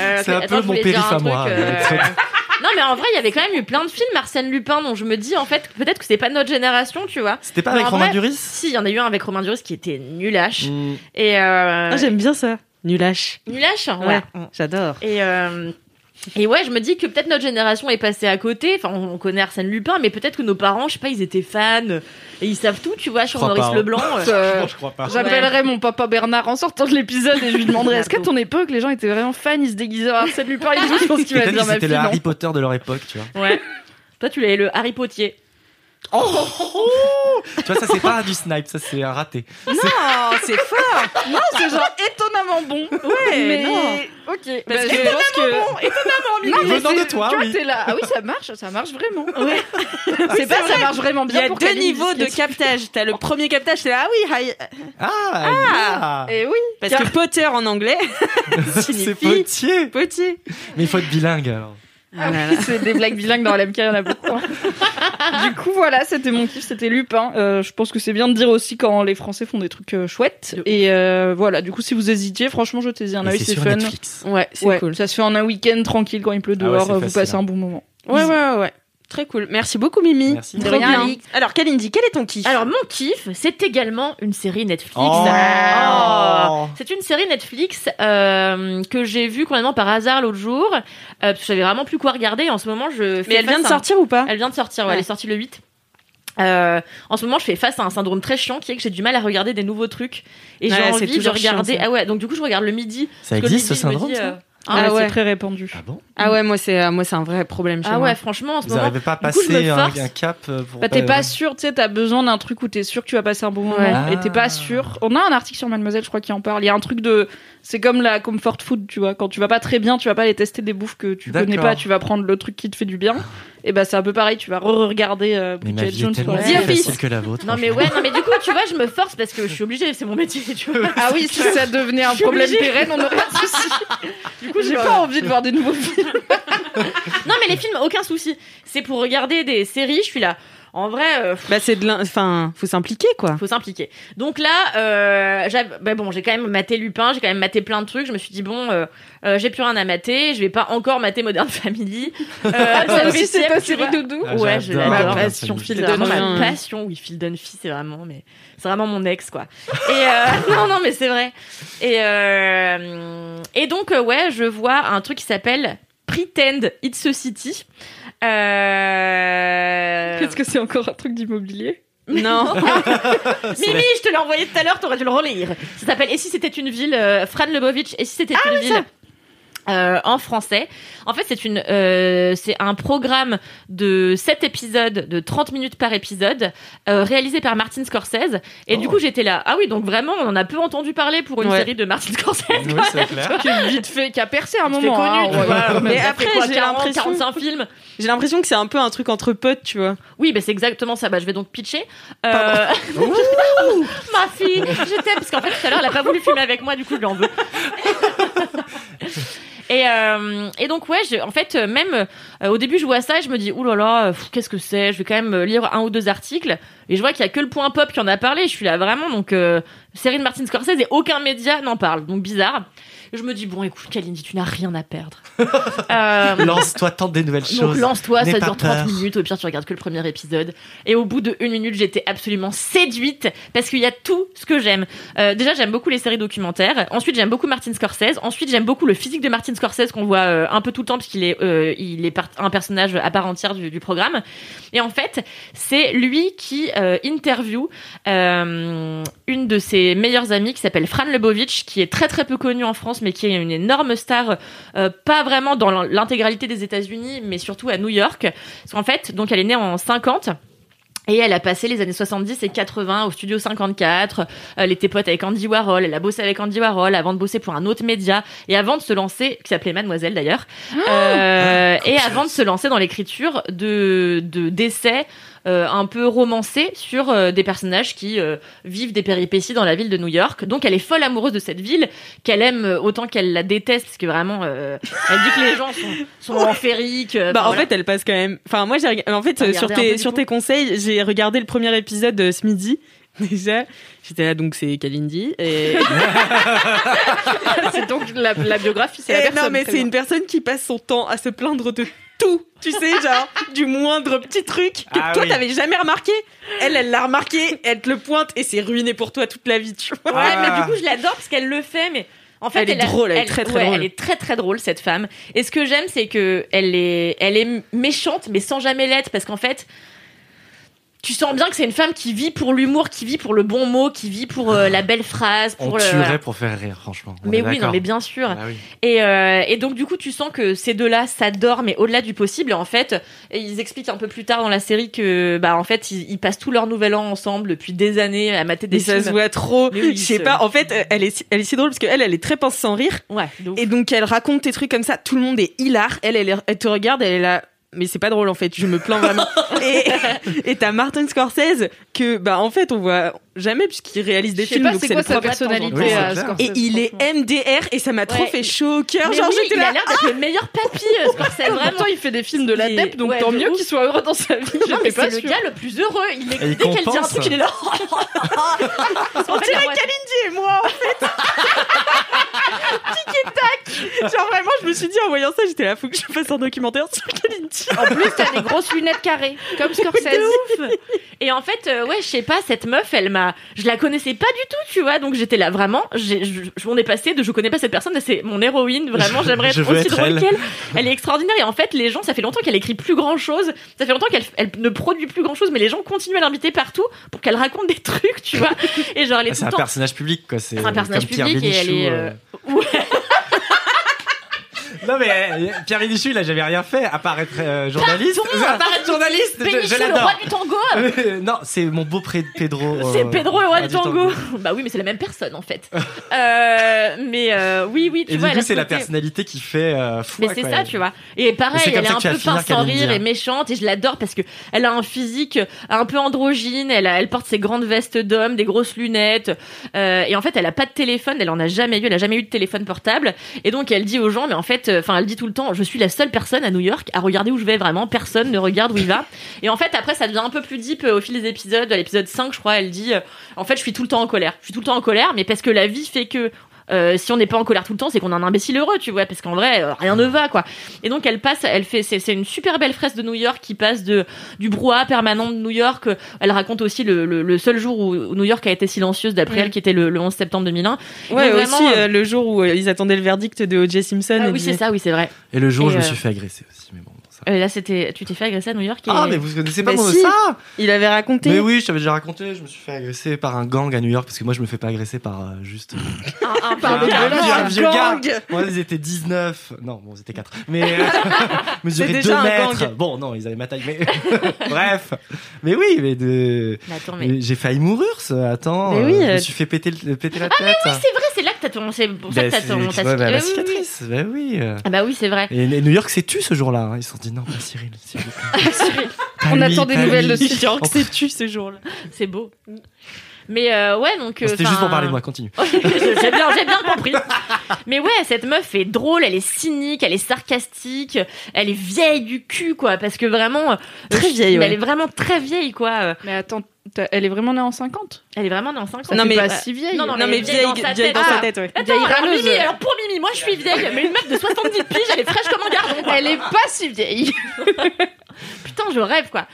B: Euh,
F: C'est un
B: attends,
F: peu
B: je
F: mon
B: voulais dire
F: périph'
B: un
F: à moi.
B: truc,
F: les
B: euh,
F: Étretats.
B: [LAUGHS] Non, mais en vrai, il y avait quand même eu plein de films Arsène Lupin dont je me dis, en fait, peut-être que c'est pas de notre génération, tu vois.
F: C'était pas
B: Mais
F: avec
B: en
F: Romain
B: vrai-
F: Duris
B: Si, il y en a eu un avec Romain Duris qui était nulache.
F: Mm.
B: Et euh,
H: Ah, J'aime bien ça. Nulache.
B: nulache, ouais.
H: Ouais, j'adore.
B: Et euh, et ouais, je me dis que peut-être notre génération est passée à côté. Enfin, on on connaît Arsène Lupin, mais peut-être que nos parents, je sais pas, ils étaient fans et ils savent tout, tu vois, sur
F: Crois
B: Maurice
F: pas, hein.
B: Leblanc.
F: [LAUGHS]
B: euh.
C: Euh,
F: Bon, je crois pas.
C: J'appellerai mon papa Bernard en sortant de l'épisode et je lui
F: [LAUGHS]
C: demanderai est-ce qu'à ton époque les gens étaient vraiment fans, ils se déguisaient en Arsène Lupin et tout, je pense qu'il va
F: Peut-être
C: dire
F: que
C: ma
F: c'était
C: fille
F: le
C: non.
F: Harry Potter de leur époque, tu vois.
B: Ouais. Toi, tu l'as le Harry Potter.
H: Oh.
F: Tu vois, ça c'est pas du snipe, ça c'est un raté.
H: Non, c'est fort.
C: Non, c'est genre étonnamment bon. Ouais, mais ok. Bah, je pense que non, mais
F: Venant
C: c'est-
F: de toi,
C: tu vois,
F: oui.
C: t'es là. Ah oui, ça marche, ça marche vraiment. c'est pas ça marche vraiment
H: Il y
C: bien.
H: a
C: pour
H: deux
C: qu'elle dise
H: niveaux de
C: qu'est-ce
H: captage. T'as le premier captage, c'est ah oui, hi-
F: Ah,
H: Ah,
F: yeah.
C: que- Eh oui.
H: parce que Potter en [LAUGHS] anglais
F: [LAUGHS] c'est
H: signifie
F: potier.
H: potier.
F: Mais il faut être bilingue alors.
H: Ah là là.
C: C'est des blagues bilingues dans LMK, il y en a beaucoup. hein. du coup, voilà, c'était mon kiff, c'était Lupin. Euh, je pense que c'est bien de dire aussi quand les Français font des trucs euh, chouettes. Et euh, voilà, du coup, si vous hésitiez, franchement, jetez-y un
F: Et
C: œil,
F: c'est
C: c'est
F: sur
C: fun.
F: Netflix.
H: Ouais, c'est
C: Ouais,
H: cool.
C: Ça se fait en un week-end tranquille quand il pleut
F: Ah ouais,
C: dehors, euh,
F: c'est
C: vous
F: facile,
C: passez
F: hein.
C: un bon moment.
H: Ouais, ouais, ouais, ouais. Très cool. Merci beaucoup, Mimi.
F: Merci.
C: De rien,
H: bien.
C: Alix.
H: Alors, Kalindi, quel est ton kiff
B: Alors mon kiff, c'est également une série Netflix.
F: Oh.
B: Oh. C'est une série Netflix euh, que j'ai vue complètement par hasard l'autre jour. Euh, parce que je savais vraiment plus quoi regarder. En ce moment, je. fais
H: mais elle vient
B: face
H: de
B: à un-
H: sortir ou pas
B: Elle vient de sortir. ouais,
H: Ouais.
B: Elle est sortie le 8. Euh, en ce moment, je fais face à un syndrome très chiant qui est que j'ai du mal à regarder des nouveaux trucs et j'ai
H: Ouais, c'est
B: envie de
H: toujours chiant,
B: regarder.
H: ça.
B: ah ouais, donc du coup, je regarde le midi.
F: Ça
B: Parce que le
F: existe ce
B: midi, je me
F: syndrome
B: dis,
F: ça
B: euh,
H: Ah
C: Ah,
H: ouais.
C: C'est très répandu.
F: Ah bon
H: Ah ouais, moi c'est euh, moi c'est un vrai problème chez
B: Ah
H: moi.
B: ouais, franchement, en ce
F: Vous
B: moment.
F: n'arrivez pas à
B: du coup, je me
F: passer un,
B: force.
F: un cap euh, pour.
C: Bah, t'es
F: euh,
C: pas sûr, tu sais, t'as besoin d'un truc où t'es sûr que tu vas passer un bon moment.
H: Ouais.
C: Et t'es
F: Ah.
C: pas sûr. On a un article sur Mademoiselle, je crois, qui en parle. Il y a un truc de. C'est comme la comfort food, tu vois. Quand tu vas pas très bien, tu vas pas aller tester des bouffes que tu connais
F: D'accord.
C: pas, tu vas prendre le truc qui te fait du bien. Et bah, c'est un peu pareil, tu vas re-regarder euh,
F: Mais ma
C: Bridget
F: vie est
C: Jones sur
F: tellement
C: la
F: plus
B: The
F: facile que la vôtre.
B: Non mais ouais, non mais du coup, tu vois, je me force parce que je suis obligée, c'est mon métier, tu vois.
H: [LAUGHS]
C: Ah [LAUGHS] oui, si ça devenait un problème
B: obligée.
C: pérenne, on aurait pas de soucis. Du coup, j'ai
B: je
C: pas envie de voir des [LAUGHS] nouveaux films.
B: Non, mais les films, aucun souci. C'est pour regarder des séries, je suis là. En vrai, euh,
H: Bah c'est de l'in- enfin, faut s'impliquer quoi.
B: faut s'impliquer. Donc là, euh, j'av- bah bon, j'ai quand même maté Lupin, j'ai quand même maté plein de trucs. Je me suis dit bon, euh, euh, j'ai plus rien à mater, je vais pas encore mater Modern [LAUGHS] Family. Euh,
C: Même
B: Seven
C: si c'est
B: Siècles,
C: ta
B: tu
C: série
B: vois.
C: doudou.
F: Ah,
B: ouais, je
F: j'adore
B: l'adore.
F: Modern
B: Passion
F: Family.
B: Phil
H: Phil
B: Dunphy.
H: Dunphy.
B: Ma passion, oui, Phil Dunphy, c'est vraiment, mais c'est vraiment mon ex, quoi. Et euh, [LAUGHS] non, non, mais c'est vrai. Et euh, et donc euh, ouais, je vois un truc qui s'appelle Pretend It's a City. Euh...
C: Qu'est-ce que c'est encore un truc d'immobilier
B: [LAUGHS]
H: Non.
B: Mimi, je te l'ai envoyé tout à l'heure, t'aurais dû le relire. Ah Ça s'appelle Et si c'était une ville, euh, Fran Lebovitch, Et si c'était une ville. euh, en français. En fait, c'est une, euh, c'est un programme de 7 épisodes, de 30 minutes par épisode, euh, réalisé par Martin Scorsese. Et du coup, j'étais là. Ah oui, donc vraiment, on en a peu entendu parler pour une
D: Ouais.
B: série de Martin Scorsese. quand
F: Oui, c'est
B: même.
F: clair.
B: [LAUGHS]
C: qui est vite fait, qui a percé à un
B: C'était
C: moment. hein,
B: connu.
C: ouais.
F: voilà.
D: Mais
B: Mais
D: après,
B: après, quoi,
D: j'ai
B: 40,
D: l'impression-
B: 45 films.
D: J'ai l'impression que c'est un peu un truc entre potes, tu vois.
B: Oui, bah, c'est exactement ça. Bah, je vais donc pitcher. Euh... [LAUGHS] Ma fille, je t'aime parce qu'en fait tout à l'heure elle a pas voulu fumer avec moi, du coup je lui en veux. Et, euh, et donc ouais, je- en fait euh, même euh, au début je vois ça, et je me dis oulala, là là, pff, qu'est-ce que c'est Je vais quand même euh, lire un ou deux articles et je vois qu'il y a que le point pop qui en a parlé. Je suis là vraiment donc euh, série de Martin Scorsese et aucun média n'en parle, donc bizarre. Je me dis bon écoute Kalindi, tu n'as rien à perdre. Euh,
F: Lance-toi, tente des nouvelles
B: donc
F: choses.
B: lance-toi,
F: N'aie
B: ça
F: pas
B: dure 30
F: peur.
B: minutes, au pire tu regardes que le premier épisode. Et au bout de une minute, j'étais absolument séduite parce qu'il y a tout ce que j'aime. Euh, déjà, j'aime beaucoup les séries documentaires. Ensuite, j'aime beaucoup Martin Scorsese. Ensuite, j'aime beaucoup le physique de Martin Scorsese qu'on voit euh, un peu tout le temps puisqu'il est, euh, il est part- un personnage à part entière du, du programme. Et en fait, c'est lui qui euh, interview euh, une de ses meilleures amies qui s'appelle Fran Lebovitch, qui est très très peu connue en France, mais qui est une énorme star, euh, pas vraiment dans l'in- l'intégralité des États-Unis, mais surtout à New York. Parce qu'en fait, donc elle est née en 50. Et elle a passé les années 70 et 80 au studio 54. Elle était pote avec Andy Warhol. Elle a bossé avec Andy Warhol avant de bosser pour un autre média et avant de se lancer, qui s'appelait Mademoiselle d'ailleurs,
D: Ah
B: Euh, et avant de se lancer dans l'écriture de de- d'essais euh, un peu romancés sur euh, des personnages qui euh, vivent des péripéties dans la ville de New York. Donc elle est folle amoureuse de cette ville qu'elle aime euh, autant qu'elle la déteste parce que vraiment euh, elle dit que les gens sont, sont enfériques. euh,
D: Bah, en
B: enfin, voilà.
D: fait, elle passe quand même. Enfin, moi, j'ai. reg- En fait,
B: T'as
D: euh, sur
B: regardé un peu
D: tes,
B: du
D: sur
B: coup
D: tes conseils, j'ai regardé le premier épisode euh, ce midi. [LAUGHS] Déjà, j'étais là, donc c'est Kalindi. [LAUGHS] Et...
C: C'est donc la, la biographie, c'est la
D: Eh,
C: personne.
D: non, mais
C: très
D: c'est
C: bien.
D: une personne qui passe son temps à se plaindre de tout. Tu sais, genre, [LAUGHS] du moindre petit truc que
F: Ah
D: toi,
F: oui.
D: t'avais jamais remarqué. Elle, elle l'a remarqué, elle te le pointe et c'est ruiné pour toi toute la vie, tu vois.
B: Ouais, mais
F: Ah.
B: du coup, je l'adore parce qu'elle le fait, mais en fait,
D: Elle est
B: a-
D: drôle, elle est très, très
B: ouais,
D: drôle.
B: Elle est très très drôle cette femme. Et ce que j'aime, c'est que elle est, elle est méchante, mais sans jamais l'être, parce qu'en fait. Tu sens bien que c'est une femme qui vit pour l'humour, qui vit pour le bon mot, qui vit pour euh, la belle phrase,
F: On
B: pour le. voilà.
F: tuerait pour faire rire, franchement. On
B: Mais
F: est
B: oui, non,
F: d'accord.
B: mais bien sûr.
F: Bah oui.
B: Et, euh, et donc du coup, tu sens que ces deux-là s'adorent, mais au-delà du possible. Et en fait, ils expliquent un peu plus tard dans la série que, bah, en fait, ils, ils passent tout leur nouvel an ensemble depuis des années à mater des
D: Mais ça se
B: films.
D: voit trop.
B: Mais oui,
D: je sais
B: c'est-
D: pas. En fait, euh, elle est, si- elle est si drôle parce qu'elle, elle est très pince sans rire.
B: Ouais. de ouf.
D: Et donc, elle raconte des trucs comme ça. Tout le monde est hilar. Elle, elle, est- elle te regarde, elle est là. Mais c'est pas drôle en fait, je me plains
B: [LAUGHS]
D: vraiment. et et t'as Martin Scorsese que, bah en fait, on voit jamais puisqu'il réalise des
C: Je sais
D: films.
C: pas
D: donc
C: c'est quoi
D: le
C: sa
D: propre.
C: personnalité
F: Oui, c'est
B: euh,
C: à
F: clair.
C: Scorsese,
D: Et il est
C: franchement.
D: MDR et ça m'a trop
B: Ouais,
D: fait chaud au cœur.
B: Mais
D: Genre,
B: oui,
D: j'étais
B: il a
D: là.
B: l'air d'être le meilleur papy,
C: [LAUGHS]
B: euh, Scorsese,
C: En même
B: vraiment.
C: temps, il fait des films de la
B: Il-
C: DEP, donc
B: ouais,
C: tant
B: de
C: mieux
B: ouf.
C: qu'il soit heureux dans sa vie.
B: Non,
C: Je
B: mais
C: sais pas
B: c'est
C: sûr.
B: le gars le plus heureux. Il est,
F: Et Ah, il
B: dès qu'elle dit un
F: compense.
B: truc, il est là.
C: [LAUGHS]
B: On dirait
D: Kalindi et moi, en fait.
B: [LAUGHS]
D: Tic et tac. Genre, vraiment, je me suis dit en voyant ça, j'étais là, faut que je fasse un documentaire sur Kalindi.
C: En plus, t'as des grosses lunettes carrées,
F: [LAUGHS]
C: comme Scorsese.
B: ouf. Et en fait, euh, ouais, je sais pas, cette meuf, elle m'a, je la connaissais pas du tout, tu vois, donc j'étais là vraiment, j'ai- je, je- on est passé de je connais pas cette personne, à c'est mon héroïne, vraiment,
F: Je-
B: j'aimerais
F: [LAUGHS]
B: être
F: je veux
B: aussi
F: être
B: drôle
F: elle.
B: qu'elle. Elle est extraordinaire et en fait, les gens, ça fait longtemps qu'elle écrit plus grand chose, ça fait longtemps qu'elle elle ne produit plus grand chose, mais les gens continuent à l'inviter partout pour qu'elle raconte des trucs, tu vois. Et genre, elle est
F: Ah, C'est
B: tout
F: un
B: le temps
F: personnage public, quoi. C'est
B: C'est un
F: euh,
B: personnage
F: comme Pierre
B: public et elle
F: Bénichou,
B: est,
F: euh. Non, mais euh, Pierre Bénichou, il a jamais rien fait, à part être euh, journaliste.
B: Pardon,
F: [LAUGHS] À part être journaliste, je- je,
B: Pénichou, le
F: l'adore.
B: roi du tango
F: Euh, [LAUGHS] non, c'est mon beau pré- Pedro. euh,
B: C'est Pedro et roi du tango.
F: tango.
B: [LAUGHS] Bah oui, mais c'est la même personne en fait. Euh, mais euh, oui, oui, tu
F: Et du
B: vois.
F: coup,
B: elle a
F: c'est
B: ce
F: la
B: côté-
F: personnalité qui fait euh, fou.
B: Mais c'est ça, tu vois. Et
F: Mais c'est
B: pareil,
F: comme
B: elle est
F: ça
B: un
F: que tu vas
B: peu
F: finir,
B: pince sans
F: Kalindi,
B: rire
F: hein.
B: et méchante, et je l'adore parce que elle a un physique un peu androgyne, elle, a- elle porte ses grandes vestes d'homme, des grosses lunettes, euh, et en fait, elle a pas de téléphone, elle en a jamais eu, elle a jamais eu de téléphone portable, et donc elle dit aux gens, mais en fait, euh, enfin, elle dit tout le temps, je suis la seule personne à New York à regarder où je vais vraiment, personne ne regarde où il va, et en fait, après, ça devient un peu plus deep euh, au fil des épisodes, à l'épisode 5, je crois, elle dit, euh, en fait, je suis tout le temps en colère, je suis tout le temps en colère, mais parce que la vie fait que euh, si on n'est pas en colère tout le temps, c'est qu'on est un imbécile heureux, tu vois, parce qu'en vrai, euh, rien ne va, quoi. Et donc elle passe, elle fait, c'est c'est une super belle fresque de New York qui passe de du brouhaha permanent de New York. euh, Elle raconte aussi le, le, le seul jour où où New York a été silencieuse d'après
C: Mm.
B: elle, qui était le, le 11 septembre 2001.
D: Ouais,
B: Donc,
D: aussi
B: vraiment, euh,
D: euh, le jour où euh, ils attendaient le verdict de O.J. Simpson.
B: Ah
D: et
B: oui,
D: disaient-
B: c'est ça, oui, c'est vrai.
F: Et le jour où
B: Et,
F: je me
B: euh,
F: suis fait agresser aussi, mais bon, ça.
B: Euh, là, c'était, tu t'es fait agresser à New York. Et...
F: Ah, mais vous connaissez pas
D: Mais
F: mon Ah,
D: si.
F: ça
D: Il avait raconté.
F: Mais oui, je t'avais déjà raconté, je me suis fait agresser par un gang à New York parce que moi je me fais pas agresser par euh, juste.
B: Ah, ah,
F: par
B: ah,
F: un vieux- un vieux gars.
D: gang.
F: Moi, ils étaient 19. Non, bon, ils étaient 4. Mais euh, [LAUGHS]
D: C'est
F: mesuraient
D: déjà
F: 2
D: un
F: mètres.
D: gang.
F: Bon, non, ils avaient ma taille, mais [LAUGHS] bref. Mais oui, mais de.
B: Mais attends, mais.
F: mais J'ai failli mourir, ça. Attends,
D: Mais oui,
F: euh, je me
D: euh,
F: suis fait péter, le- péter la tête.
B: C'est vrai, c'est là que t'as ton. C'est pour ça
F: Bah,
B: que t'as
F: c'est-
B: ton.
F: ouais,
B: t'as-
F: bah,
B: Eh
F: la
B: oui, oui, oui.
F: cicatrice, bah oui. euh.
B: Ah bah oui, c'est vrai.
F: Et, et New York s'est tu ce jour-là. hein. Ils se sont dit non, pas Cyril. s'il vous plaît. Pas
C: On
F: lui,
C: attend des
F: pas
C: nouvelles
F: lui.
C: de Cyril.
F: Oh,
C: [LAUGHS]
B: C'est tu ces jours-là. C'est beau. Mais euh, ouais, donc. euh,
F: C'était juste pour
B: enfin,
F: parler de moi, continue.
B: j'ai bien, j'ai bien compris. Mais ouais, cette meuf est drôle, elle est cynique, elle est sarcastique, elle est vieille du cul, quoi. Parce que vraiment. euh,
D: Très
B: je-
D: vieille,
B: mais
D: ouais.
B: Elle est vraiment très vieille, quoi. euh,
C: Mais attends, t'as- elle est vraiment née en 50
B: Elle est vraiment dans 5 ans.
C: Ça
D: Non,
C: fait
D: mais-
C: pas si vieille.
B: Non, non,
D: Non,
B: mais
D: mais
B: vieille
D: vieille,
B: dans sa
D: vieille
B: tête.
D: dans sa
B: Ah.
D: tête, ouais.
B: Attends, euh,
C: vieille
B: alors,
C: râleuse.
B: Mimi, alors pour Mimi, moi je suis vieille, mais une meuf de 70 piges, elle est fraîche comme un gardon. quoi.
C: Elle est pas si vieille.
B: Putain, je rêve quoi.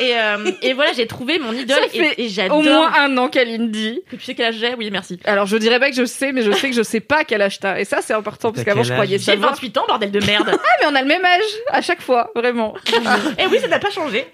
B: Et, euh, et voilà, j'ai trouvé mon idole
C: Ça
B: et-
C: fait
B: et, j'adore.
C: Au moins un an qu'Alindy.
B: que tu sais quel âge j'ai, oui, merci.
C: Alors je dirais pas que je sais, mais je sais que je sais pas quel âge t'as. Et ça c'est important parce
F: T'as
C: qu'avant
F: quel
C: je croyais
F: âge
B: J'ai
C: savoir.
B: 28 ans, bordel de
C: [LAUGHS]
B: merde.
C: Ah mais on a le même âge à chaque fois, vraiment.
B: et oui, ça n'a pas changé.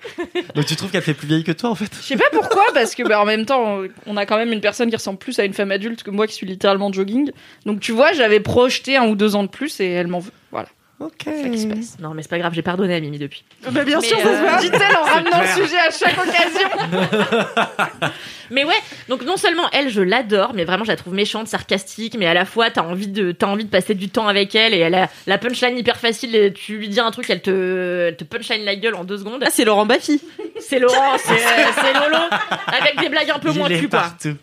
F: Donc tu trouves qu'elle fait plus vieille que toi en fait
C: Je sais pas pourquoi parce que bah, en même temps on- on a quand même une personne qui ressemble plus à une femme adulte que moi qui suis littéralement jogging. Donc tu vois j'avais projeté un ou deux ans de plus et elle m'en veut. Voilà.
F: Ok.
C: C'est ça qui se passe.
B: Mm. Non, mais c'est pas grave, j'ai pardonné à Mimi depuis.
C: Bah bien
B: Mais,
C: sûr,
B: euh,
C: ça se voit, dit-elle en ramenant
F: clair.
C: le sujet à chaque occasion.
B: Mais ouais, donc non seulement elle, je l'adore, mais vraiment je la trouve méchante, sarcastique, mais à la fois t'as envie de t'as envie de passer du temps avec elle et elle a la punchline hyper facile. et Tu lui dis un truc, elle te elle te punchline la gueule en deux secondes.
D: Ah, c'est Laurent Baffy.
B: C'est Laurent, c'est euh, c'est Lolo, avec des blagues un peu
F: Il
B: moins
F: est
B: cul quoi,
F: partout.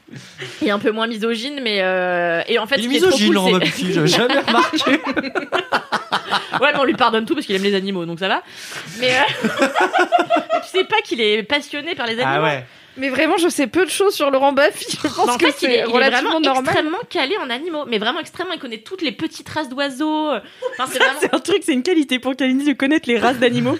B: et un peu moins misogyne, mais euh, et en fait
F: Il
B: ce
F: est
B: qui est trop
F: misogyne,
B: cool,
F: Laurent
B: c'est-
F: Baffy,
B: [LAUGHS]
F: j'avais jamais remarqué.
B: Ouais, mais on lui pardonne tout parce qu'il aime les animaux, donc ça va. Mais euh, [LAUGHS] tu sais pas qu'il est passionné par les animaux.
F: Ah ouais.
C: Mais vraiment, je sais peu de choses sur Laurent Baffy. Je
B: Mais
C: pense
B: en
C: que
B: fait, il est, il
C: c'est
B: est
C: relativement
B: vraiment
C: normal.
B: extrêmement calé en animaux, mais vraiment extrêmement. Il connaît toutes les petites races d'oiseaux. Enfin,
C: [LAUGHS]
B: c'est vraiment.
H: C'est un truc, c'est une qualité pour Kalindi de connaître les races
B: [LAUGHS]
H: d'animaux.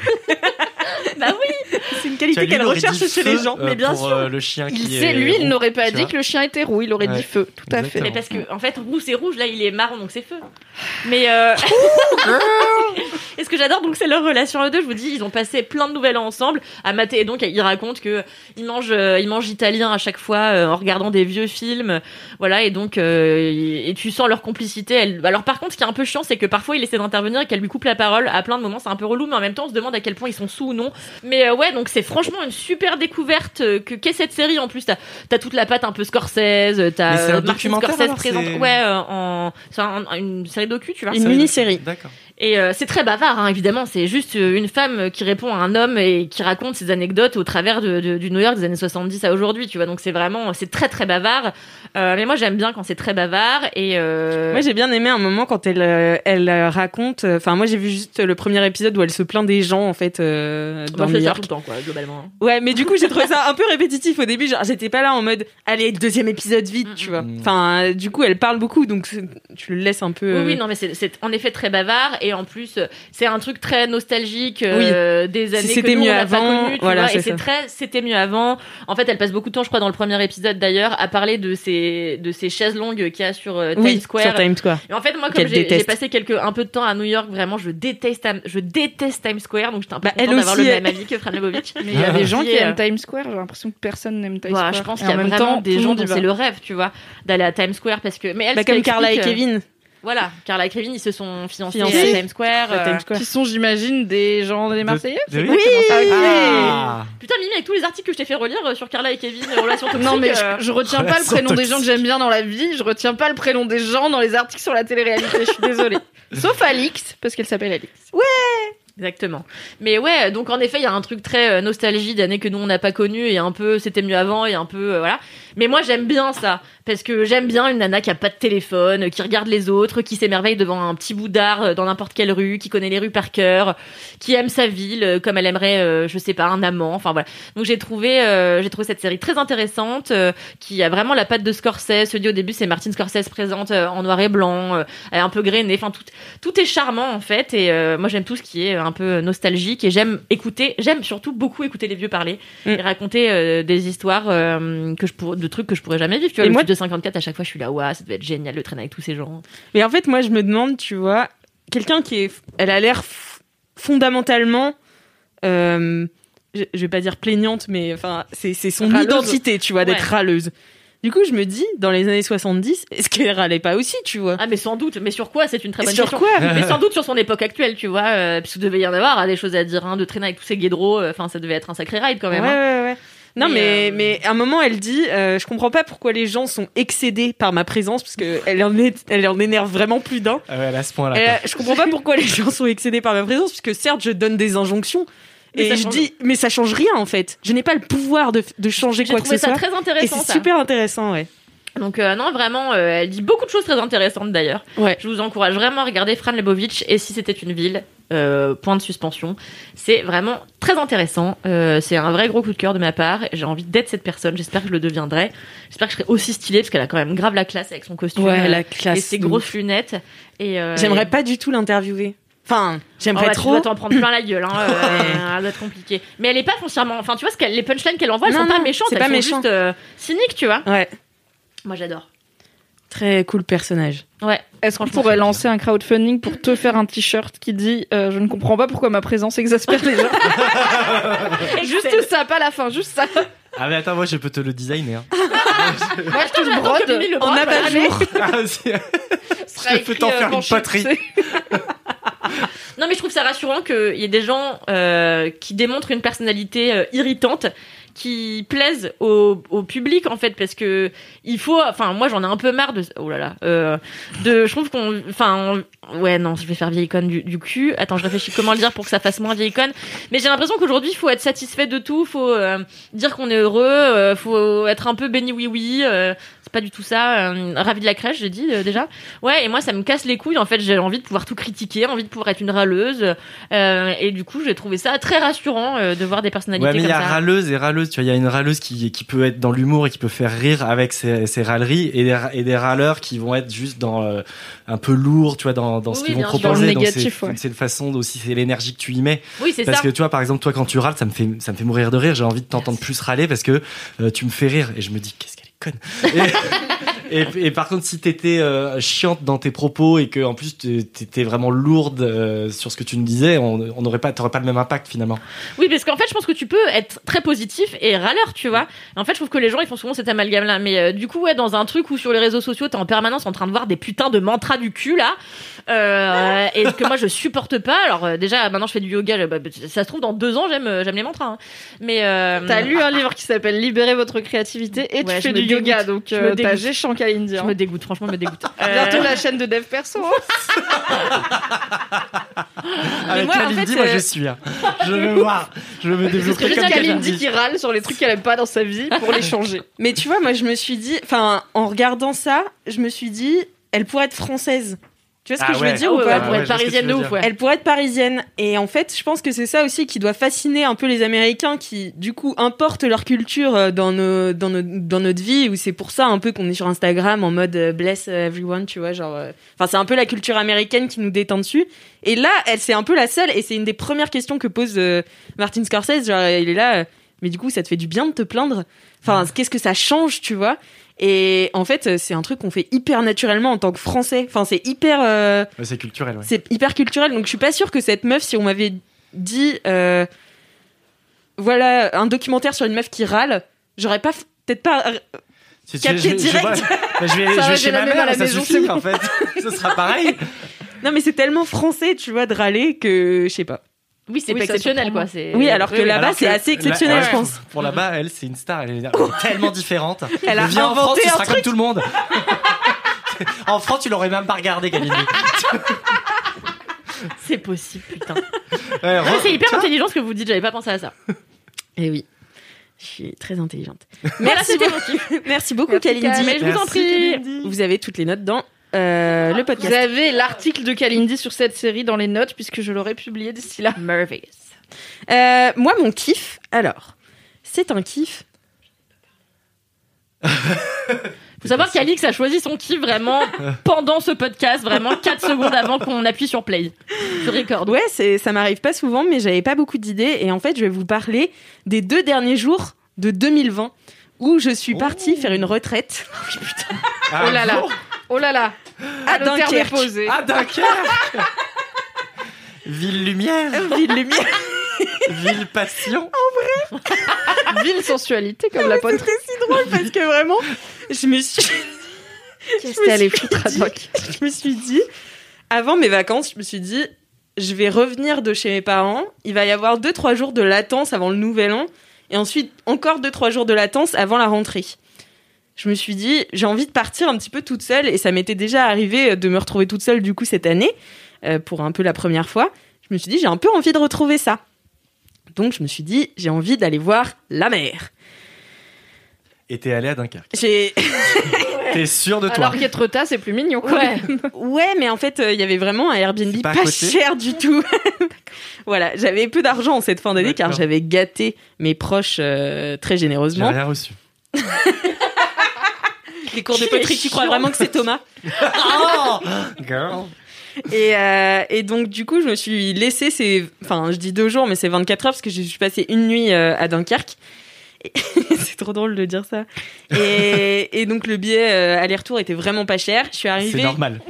B: Bah
H: oui C'est une
F: Tu as
H: qualité
F: lu,
H: qu'elle
F: il aurait
H: recherche
F: dit
H: chez
F: feu,
H: les gens.
F: euh,
B: mais bien
F: pour,
B: sûr.
F: euh, le chien
C: Il
F: qui
C: sait,
F: est
C: lui,
F: rond,
C: il n'aurait pas
F: tu
C: dit
F: vois.
C: que le chien était roux, il aurait
F: Ouais.
C: dit feu, tout à fait.
B: Mais parce que en fait roux c'est rouge là il est marron donc c'est feu.
C: [LAUGHS]
B: Mais euh... [LAUGHS] et ce que j'adore donc c'est leur relation à deux je vous dis ils ont passé plein de nouvelles ensemble à mater et donc ils racontent que ils mangent euh, ils mangent italien à chaque fois euh, en regardant des vieux films voilà et donc euh, et tu sens leur complicité elle... alors par contre ce qui est un peu chiant c'est que parfois il essaie d'intervenir et qu'elle lui coupe la parole à plein de moments c'est un peu relou mais en même temps on se demande à quel point ils sont sous ou non mais euh, ouais donc c'est franchement une super découverte euh, que qu'est cette série en plus t'as t'as toute la patte un peu Scorsese euh, t'as
F: Mais c'est un
B: euh, Martin
F: documentaire,
B: Scorsese
F: alors,
B: présente
F: c'est-
B: ouais euh, en c'est un- un- une série docu tu vois
D: Une mini-série.
F: D'accord.
B: et euh, c'est très bavard, hein, évidemment. C'est juste euh, une femme qui répond à un homme et qui raconte ses anecdotes au travers de, de- du New York des années 70 à aujourd'hui, tu vois. Donc c'est vraiment, c'est très très bavard. Euh, mais moi j'aime bien quand c'est très bavard et. Euh...
D: Moi j'ai bien aimé un moment quand elle euh, elle euh, raconte. euh, Enfin moi j'ai vu juste le premier épisode où elle se plaint des gens en fait euh,
B: moi,
D: dans
B: je
D: New
B: fais ça
D: York.
B: tout le temps, quoi, globalement. hein.
D: Ouais mais du coup j'ai trouvé ça un peu répétitif au début. Genre j'étais pas là en mode allez deuxième épisode vite tu vois.
F: Mm.
D: Enfin euh, du coup elle parle beaucoup donc c'est- tu le laisses un peu. euh,
B: Oui, oui, non, mais c'est- c'est en effet très bavard et en plus euh, c'est un truc très nostalgique euh, des années
D: c'était
B: que nous,
D: mieux
B: on n'a pas
D: avant,
B: connues, tu
D: voilà,
B: vois, et
D: c'est
B: c'est
D: ça.
B: très c'était mieux avant. En fait, elle passe beaucoup de temps, je crois, dans le premier épisode d'ailleurs, à parler de ces de ces chaises longues qu'il y a sur euh, Times
D: oui,
B: Square
D: sur Times Square.
B: Et en fait, moi, comme
D: Qu'elle
B: j'ai
D: déteste.
B: j'ai passé quelques, un peu de temps à New York, vraiment, je déteste, Am- je déteste Times Square, donc j'étais un peu
D: Bah, elle
B: contente d'avoir le
D: aussi,
B: même avis que Fran
D: [LAUGHS]
B: Lebowitz.
C: Mais il y a des gens qui
B: Et, euh,
C: aiment Times Square, j'ai l'impression que personne n'aime Times
B: Voilà,
C: Square.
B: je pense
C: Et
B: qu'il y a
C: en même
B: vraiment
C: temps, tout
B: des
C: le
B: gens
C: monde y
B: dont
C: va.
B: c'est le rêve, tu vois, d'aller à Times Square parce que. Mais elle,
D: Bah,
B: ce qu'elle
D: comme Carla et
B: explique, euh,
D: Kevin.
B: Voilà, Carla et Kevin, ils se sont fiancés
D: Fiancés.
B: à Times Square.
D: à
B: euh,
D: Times Square.
C: bah, Qui sont, j'imagine, des gens des Marseillais
F: De- de-
C: c'est ça Comment ça
F: Ah.
B: Putain, Mimi, avec tous les articles que je t'ai fait relire euh, sur Carla et Kevin, euh, relation toxique.
C: Non mais
B: euh,
C: je, je retiens pas le
F: Relation
C: prénom des gens que
F: toxique.
C: j'aime bien dans la vie, je retiens pas le prénom des gens dans les articles sur la télé-réalité, je suis désolée.
F: [LAUGHS]
C: Sauf Alix, parce qu'elle s'appelle Alix.
B: Exactement. Mais ouais, donc en effet, il y a un truc très euh, nostalgie d'années que nous on n'a pas connues et un peu c'était mieux avant et un peu euh, voilà. Mais moi j'aime bien ça parce que j'aime bien une nana qui a pas de téléphone, euh, qui regarde les autres, qui s'émerveille devant un petit bout d'art euh, dans n'importe quelle rue, qui connaît les rues par cœur, qui aime sa ville euh, comme elle aimerait, euh, je sais pas, un amant. Enfin voilà. Donc j'ai trouvé, euh, j'ai trouvé cette série très intéressante euh, qui a vraiment la patte de Scorsese. Je dis au début c'est Martin Scorsese présente euh, en noir et blanc, euh, un peu grainée. Enfin tout, tout est charmant en fait et euh, moi j'aime tout ce qui est un peu euh, nostalgique et j'aime écouter j'aime surtout beaucoup écouter les vieux parler
D: Mm.
B: et raconter euh, des histoires euh, que je pour... de trucs que je pourrais jamais vivre tu vois
D: Et
B: le
D: moi-
B: moi... de 54 à chaque fois je suis là ouah ça devait être génial de traîner avec tous ces gens
D: Mais en fait moi je me demande tu vois quelqu'un qui est elle a l'air f- fondamentalement, euh, je, je vais pas dire plaignante, mais enfin, c'est c'est son
C: Râleuse.
D: identité, tu vois, d'être
B: Ouais.
D: râleuse. Du coup, je me dis, dans les années 70, est-ce qu'elle râlait pas aussi, tu vois
B: Ah, mais sans doute. Mais sur quoi C'est une très bonne
D: Sur
B: question.
D: quoi [LAUGHS]
B: Mais sans doute sur son époque actuelle, tu vois. Euh, parce que devait y en avoir hein, des choses à dire, hein, de traîner avec tous ces guédros. Enfin, ça devait être un sacré ride quand même.
D: Ouais,
B: hein.
D: ouais, ouais. Non, mais,
B: Mais,
D: mais à un moment, elle dit euh, Je comprends pas pourquoi les gens sont excédés par ma présence, parce qu'elle en, est- elle en énerve vraiment plus d'un.
F: Ah ouais, elle a ce point-là.
D: Euh,
F: quoi.
D: je comprends pas pourquoi les gens sont excédés par ma présence, parce que certes, je donne des injonctions,
B: Mais
D: et
B: ça
D: je
B: change-
D: dis Mais ça change rien en fait. Je n'ai pas le pouvoir de, de changer
B: J'ai
D: quoi que ce
B: trouvé ça
D: soit.
B: très
D: Et
B: intéressant.
D: c'est
B: ça.
D: super intéressant, ouais.
B: Donc euh, non, vraiment, euh, elle dit beaucoup de choses très intéressantes d'ailleurs.
D: Ouais.
B: Je vous encourage vraiment à regarder Fran Lebovitch et si c'était une ville, euh, point de suspension. C'est vraiment très intéressant. Euh, c'est un vrai gros coup de cœur de ma part. J'ai envie d'être cette personne. J'espère que je le deviendrai. J'espère que je serai aussi stylée parce qu'elle a quand même grave la classe avec son costume euh,
D: classe.
B: et ses grosses lunettes. Et euh,
D: J'aimerais
B: et-
D: pas du tout l'interviewer. Enfin,
B: Oh,
D: j'aimerais
B: bah,
D: trop.
B: Tu dois t'en prendre plein la gueule. [LAUGHS] Hein, euh, ça doit être compliqué. Mais elle est pas foncièrement. Enfin, tu vois, ce qu'elle- les punchlines qu'elle envoie, elles
D: Non,
B: sont pas
D: non,
B: méchantes.
D: c'est
B: Elles
D: pas
B: sont
D: méchant.
B: juste euh, cyniques, tu vois.
D: Ouais,
B: Moi, j'adore.
D: très cool personnage.
B: Ouais.
C: Est-ce qu'on
B: Franchement,
C: pourrait
B: c'est
C: lancer un crowdfunding pour te faire un t-shirt qui dit euh, Je ne comprends pas pourquoi ma présence exaspère les gens [LAUGHS] Juste ça, pas la fin, juste ça.
F: Ah, mais attends, moi, je peux te le designer. hein.
C: [LAUGHS] Moi, je te
B: Attends que
C: brode.
B: Mimi le
C: En
B: brode.
C: abat-jour.
F: Ah, c'est- je peux
C: euh,
F: t'en faire une poterie.
B: Non, mais je trouve ça rassurant qu'il y ait des gens euh, qui démontrent une personnalité euh, irritante qui plaisent au, au public en fait parce que il faut enfin moi j'en ai un peu marre de oh là là euh, de je trouve qu'on enfin on- ouais non je vais faire vieille conne du, du cul attends je réfléchis comment le dire pour que ça fasse moins vieille conne mais j'ai l'impression qu'aujourd'hui il faut être satisfait de tout faut euh, dire qu'on est heureux euh, faut être un peu béni oui oui euh, c'est pas du tout ça euh, ravi de la crèche j'ai dit euh, déjà Ouais, et moi ça me casse les couilles. En fait, j'ai envie de pouvoir tout critiquer, envie de pouvoir être une râleuse. Euh, et du coup, j'ai trouvé ça très rassurant euh, de voir des personnalités
F: Ouais, mais il
B: comme
F: y a
B: ça.
F: râleuse et râleuse. Tu vois, il y a une râleuse qui, qui peut être dans l'humour et qui peut faire rire avec ses, ses râleries et des, ra- et des râleurs qui vont être juste dans euh, un peu lourd, tu vois, dans, dans ce
B: Oui,
F: qu'ils vont
B: bien sûr.
F: proposer.
C: Dans le
F: Donc, c'est-
C: négatif, ouais.
F: C'est une façon aussi, c'est l'énergie que tu y mets.
B: Oui, c'est
F: Parce
B: ça.
F: que tu vois, par exemple, toi, quand tu râles, ça me fait, ça me fait mourir de rire. J'ai envie de t'entendre plus râler parce que euh, tu me fais rire et je me dis, qu'est-ce qu'elle
B: [LAUGHS]
F: est conne. Et, et- et par contre, si t'étais euh, chiante dans tes propos et que en plus t'é- t'étais vraiment lourde euh, sur ce que tu nous disais, on on n'aurait pas, t'aurais pas le même impact finalement.
B: Oui, parce qu'en fait, je pense que tu peux être très positif et râleur, tu vois. En fait, je trouve que les gens ils font souvent cet amalgame là. Mais euh, du coup, ouais, dans un truc où sur les réseaux sociaux, t'es en permanence en train de voir des putains de mantras du cul là, euh, et que moi je supporte pas. Alors euh, déjà, maintenant je fais du yoga. je- bah, ça se trouve dans deux ans, j'aime, euh, j'aime les mantras. hein. Mais euh,
C: T'as
F: Mm.
C: lu un livre qui s'appelle Libérer votre créativité et
B: Ouais, je
C: tu fais
B: me
C: du
B: dégoûte.
C: yoga, donc
B: Je me
C: euh, t'as
B: dégoûte.
C: G-Shank à
B: Je
C: Indien.
B: me dégoûte, franchement, je me
C: Ah
B: dégoûte. Euh,
C: Bientôt la chaîne de dev perso. hein.
F: Avec
B: moi, en
F: Kalindi,
B: fait,
F: moi
B: euh,
F: je suis. hein. Je veux voir. Je veux me
C: C'est
F: développer
B: je
C: comme
F: comme
B: tiens à dire.
C: Kalindi
F: Kalindi.
C: qui râle sur les trucs qu'elle aime pas dans sa
F: [LAUGHS]
C: vie pour les changer.
D: Mais tu vois, moi, je me suis dit, enfin, en regardant ça, je me suis dit, elle pourrait être française. Tu vois ce que
F: Ah
D: je
F: ouais.
D: veux dire
B: Ah
D: ou
B: ouais,
D: pas
B: ouais, pour
F: Ouais, je vois ce que
B: être parisienne
F: tu
B: de
F: veux
B: ouf,
F: dire.
B: ouais.
D: Elle pourrait être parisienne. Et en fait, je pense que c'est ça aussi qui doit fasciner un peu les Américains qui, du coup, importent leur culture euh, dans, nos, dans, nos- dans notre vie. Ou c'est pour ça un peu qu'on est sur Instagram en mode euh, bless everyone, tu vois. Genre, euh, enfin, c'est un peu la culture américaine qui nous détend dessus. Et là, elle, c'est un peu la seule. Et c'est une des premières questions que pose euh, Martin Scorsese. Genre, il est là. euh, mais du coup, ça te fait du bien de te plaindre. Enfin, qu'est-ce que ça change, tu vois Et en fait, euh, c'est un truc qu'on fait hyper naturellement en tant que Français. Enfin, c'est hyper. euh,
F: Ouais, C'est culturel, ouais.
D: c'est hyper culturel, donc je suis pas sûre que cette meuf, si on m'avait dit, euh, voilà, un documentaire sur une meuf qui râle, j'aurais pas f- peut-être pas.
F: Si tu-
D: Capté
F: je vais- je vais-
D: direct.
F: bah, je vais,
C: Ça
F: je
C: va,
F: vais
C: j'ai
F: chez
C: la
F: ma
C: même à
F: mère,
C: la
F: ça
C: maison.
F: suffit en fait. Ce sera pareil.
D: Non, mais c'est tellement français, tu vois, de râler que je sais pas.
B: Oui, c'est
C: Oui,
B: pas
C: ça
B: exceptionnel,
C: surprend.
B: quoi. c'est-
D: Oui, alors que là-bas,
F: Alors
D: c'est
F: que
D: assez
F: là-
D: exceptionnel,
F: ouais,
D: je pense.
F: Pour là-bas, elle, c'est une star. Elle est, elle est tellement différente.
D: Elle a
F: Viens en
D: inventé
F: France, tu
D: un
F: seras comme tout le monde. en France, tu l'aurais même pas regardé, Kalindi.
B: C'est possible,
F: [LAUGHS]
B: putain.
F: Ouais,
B: Non, mais [LAUGHS]
F: re-
B: c'est hyper intelligent ce que vous dites, j'avais pas pensé à ça.
D: Et oui, je suis très intelligente.
B: Voilà,
D: Merci,
B: c'était
D: beaucoup
B: mon kiff.
D: merci beaucoup,
C: Merci,
D: Kalindi.
B: Mais je vous en
F: Merci,
B: prie.
D: Vous avez toutes les notes dans euh, le
C: Vous
D: podcast.
C: avez l'article de Kalindi sur cette série dans les notes puisque je l'aurais publié d'ici là.
B: Merveillous.
D: Euh, moi, mon kiff, alors, c'est un kiff.
B: Faut savoir qu'Alix a choisi son kiff [LAUGHS] vraiment pendant ce podcast, vraiment 4 secondes avant qu'on appuie sur play. Je record.
D: Ouais, c'est, ça m'arrive pas souvent, mais j'avais pas beaucoup d'idées. Et en fait, je vais vous parler des deux derniers jours de 2020 où je suis partie faire une retraite
F: Ah,
C: Oh là là.
F: bon
C: Oh là là.
D: à
C: Le terme est
D: Dunkerque.
C: posé.
F: Ah, Dunkerque [LAUGHS] Ville Lumière,
D: [LAUGHS] Ville Lumière.
F: Ville Passion.
C: Ville sensualité comme la poterie.
D: C'était si drôle parce que vraiment, je me suis,
C: Qu'est-ce
D: me
C: qu'elle est
D: suis
C: foutre à
D: dit-
C: Doc
D: je me suis dit, avant mes vacances, je me suis dit, je vais revenir de chez mes parents. Il va y avoir 2-3 jours de latence avant le nouvel an. Et ensuite, encore 2-3 jours de latence avant la rentrée. Je me suis dit, j'ai envie de partir un petit peu toute seule. Et ça m'était déjà arrivé de me retrouver toute seule du coup cette année, euh, pour un peu la première fois. Je me suis dit, j'ai un peu envie de retrouver ça. Donc je me suis dit, j'ai envie d'aller voir la mer.
F: Et t'es allé à Dunkerque.
D: J'ai
F: T'es sûr de toi.
C: Alors qu'être tas, c'est plus mignon. Quoi.
B: [LAUGHS]
D: Ouais. ouais, mais en fait, euh, il y avait vraiment un Airbnb
F: C'est
D: pas,
F: pas à côté
D: [LAUGHS] cher du tout. voilà, j'avais peu d'argent en cette fin d'année car
F: D'accord.
D: j'avais gâté mes proches euh, très
F: J'ai
D: généreusement.
F: rien reçu.
D: Les cours de
B: Qui est
D: poterie, tu crois
B: chiant.
D: vraiment que c'est Thomas
F: Oh [GASPS] Girl.
D: [LAUGHS] et, euh, et donc, du coup, je me suis laissé ces. Enfin, je dis deux jours, mais c'est 24 heures parce que je suis passée une nuit euh, à Dunkerque. Et- [LAUGHS] c'est trop drôle de dire ça. Et, et donc, le billet euh, aller-retour était vraiment pas cher. Je suis
F: C'est
D: arrivée.
F: normal.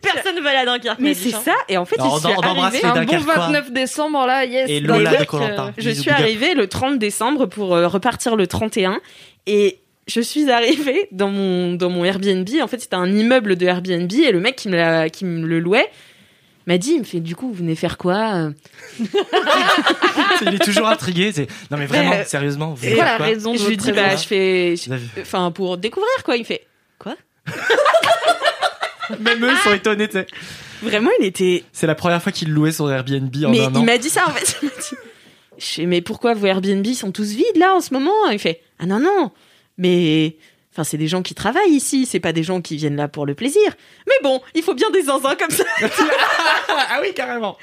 B: Personne ne va aller à Dunkerque.
D: Mais
B: m'a dit,
D: c'est
B: hein.
D: ça. Et en fait,
F: Non,
D: je suis
F: on embrasse
D: arrivée.
F: les
C: Un bon
F: Dunkerquois.
C: 29 décembre là, yes.
F: Et
C: dans
F: Lola
C: les
F: de
C: Docs,
F: Koh-Lanta.
C: euh,
D: Je
F: Ah, Bisous,
D: suis
F: big up.
D: arrivée le 30 décembre pour euh, repartir le 31 et je suis arrivée dans mon, dans mon Airbnb. En fait, c'était un immeuble de Airbnb et le mec qui me, l'a- qui me le louait m'a dit, il me fait, du coup, vous venez faire quoi euh?
F: Il est toujours intrigué. c'est- Non mais vraiment,
D: Mais, euh,
F: sérieusement. Vous
C: C'est quoi
F: faites
C: la
F: quoi
C: raison de
D: Je lui
C: votre
D: dis, bah,
C: présence
D: je fais... je-
F: Vous avez-
D: Enfin, pour découvrir, quoi. Il me fait,
F: Même eux, ils sont étonnés. tu sais.
D: vraiment, il était...
F: C'est la première fois qu'il louait son Airbnb en
D: mais
F: un
D: il
F: an.
D: m'a dit ça, en fait. [LAUGHS] Il m'a dit, je fais, mais pourquoi vos Airbnb sont tous vides, là, en ce moment Il fait, ah non, non, mais... Enfin, c'est des gens qui travaillent ici, c'est pas des gens qui viennent là pour le plaisir. Mais bon, il faut bien des zinzins comme ça.
F: ah oui, carrément.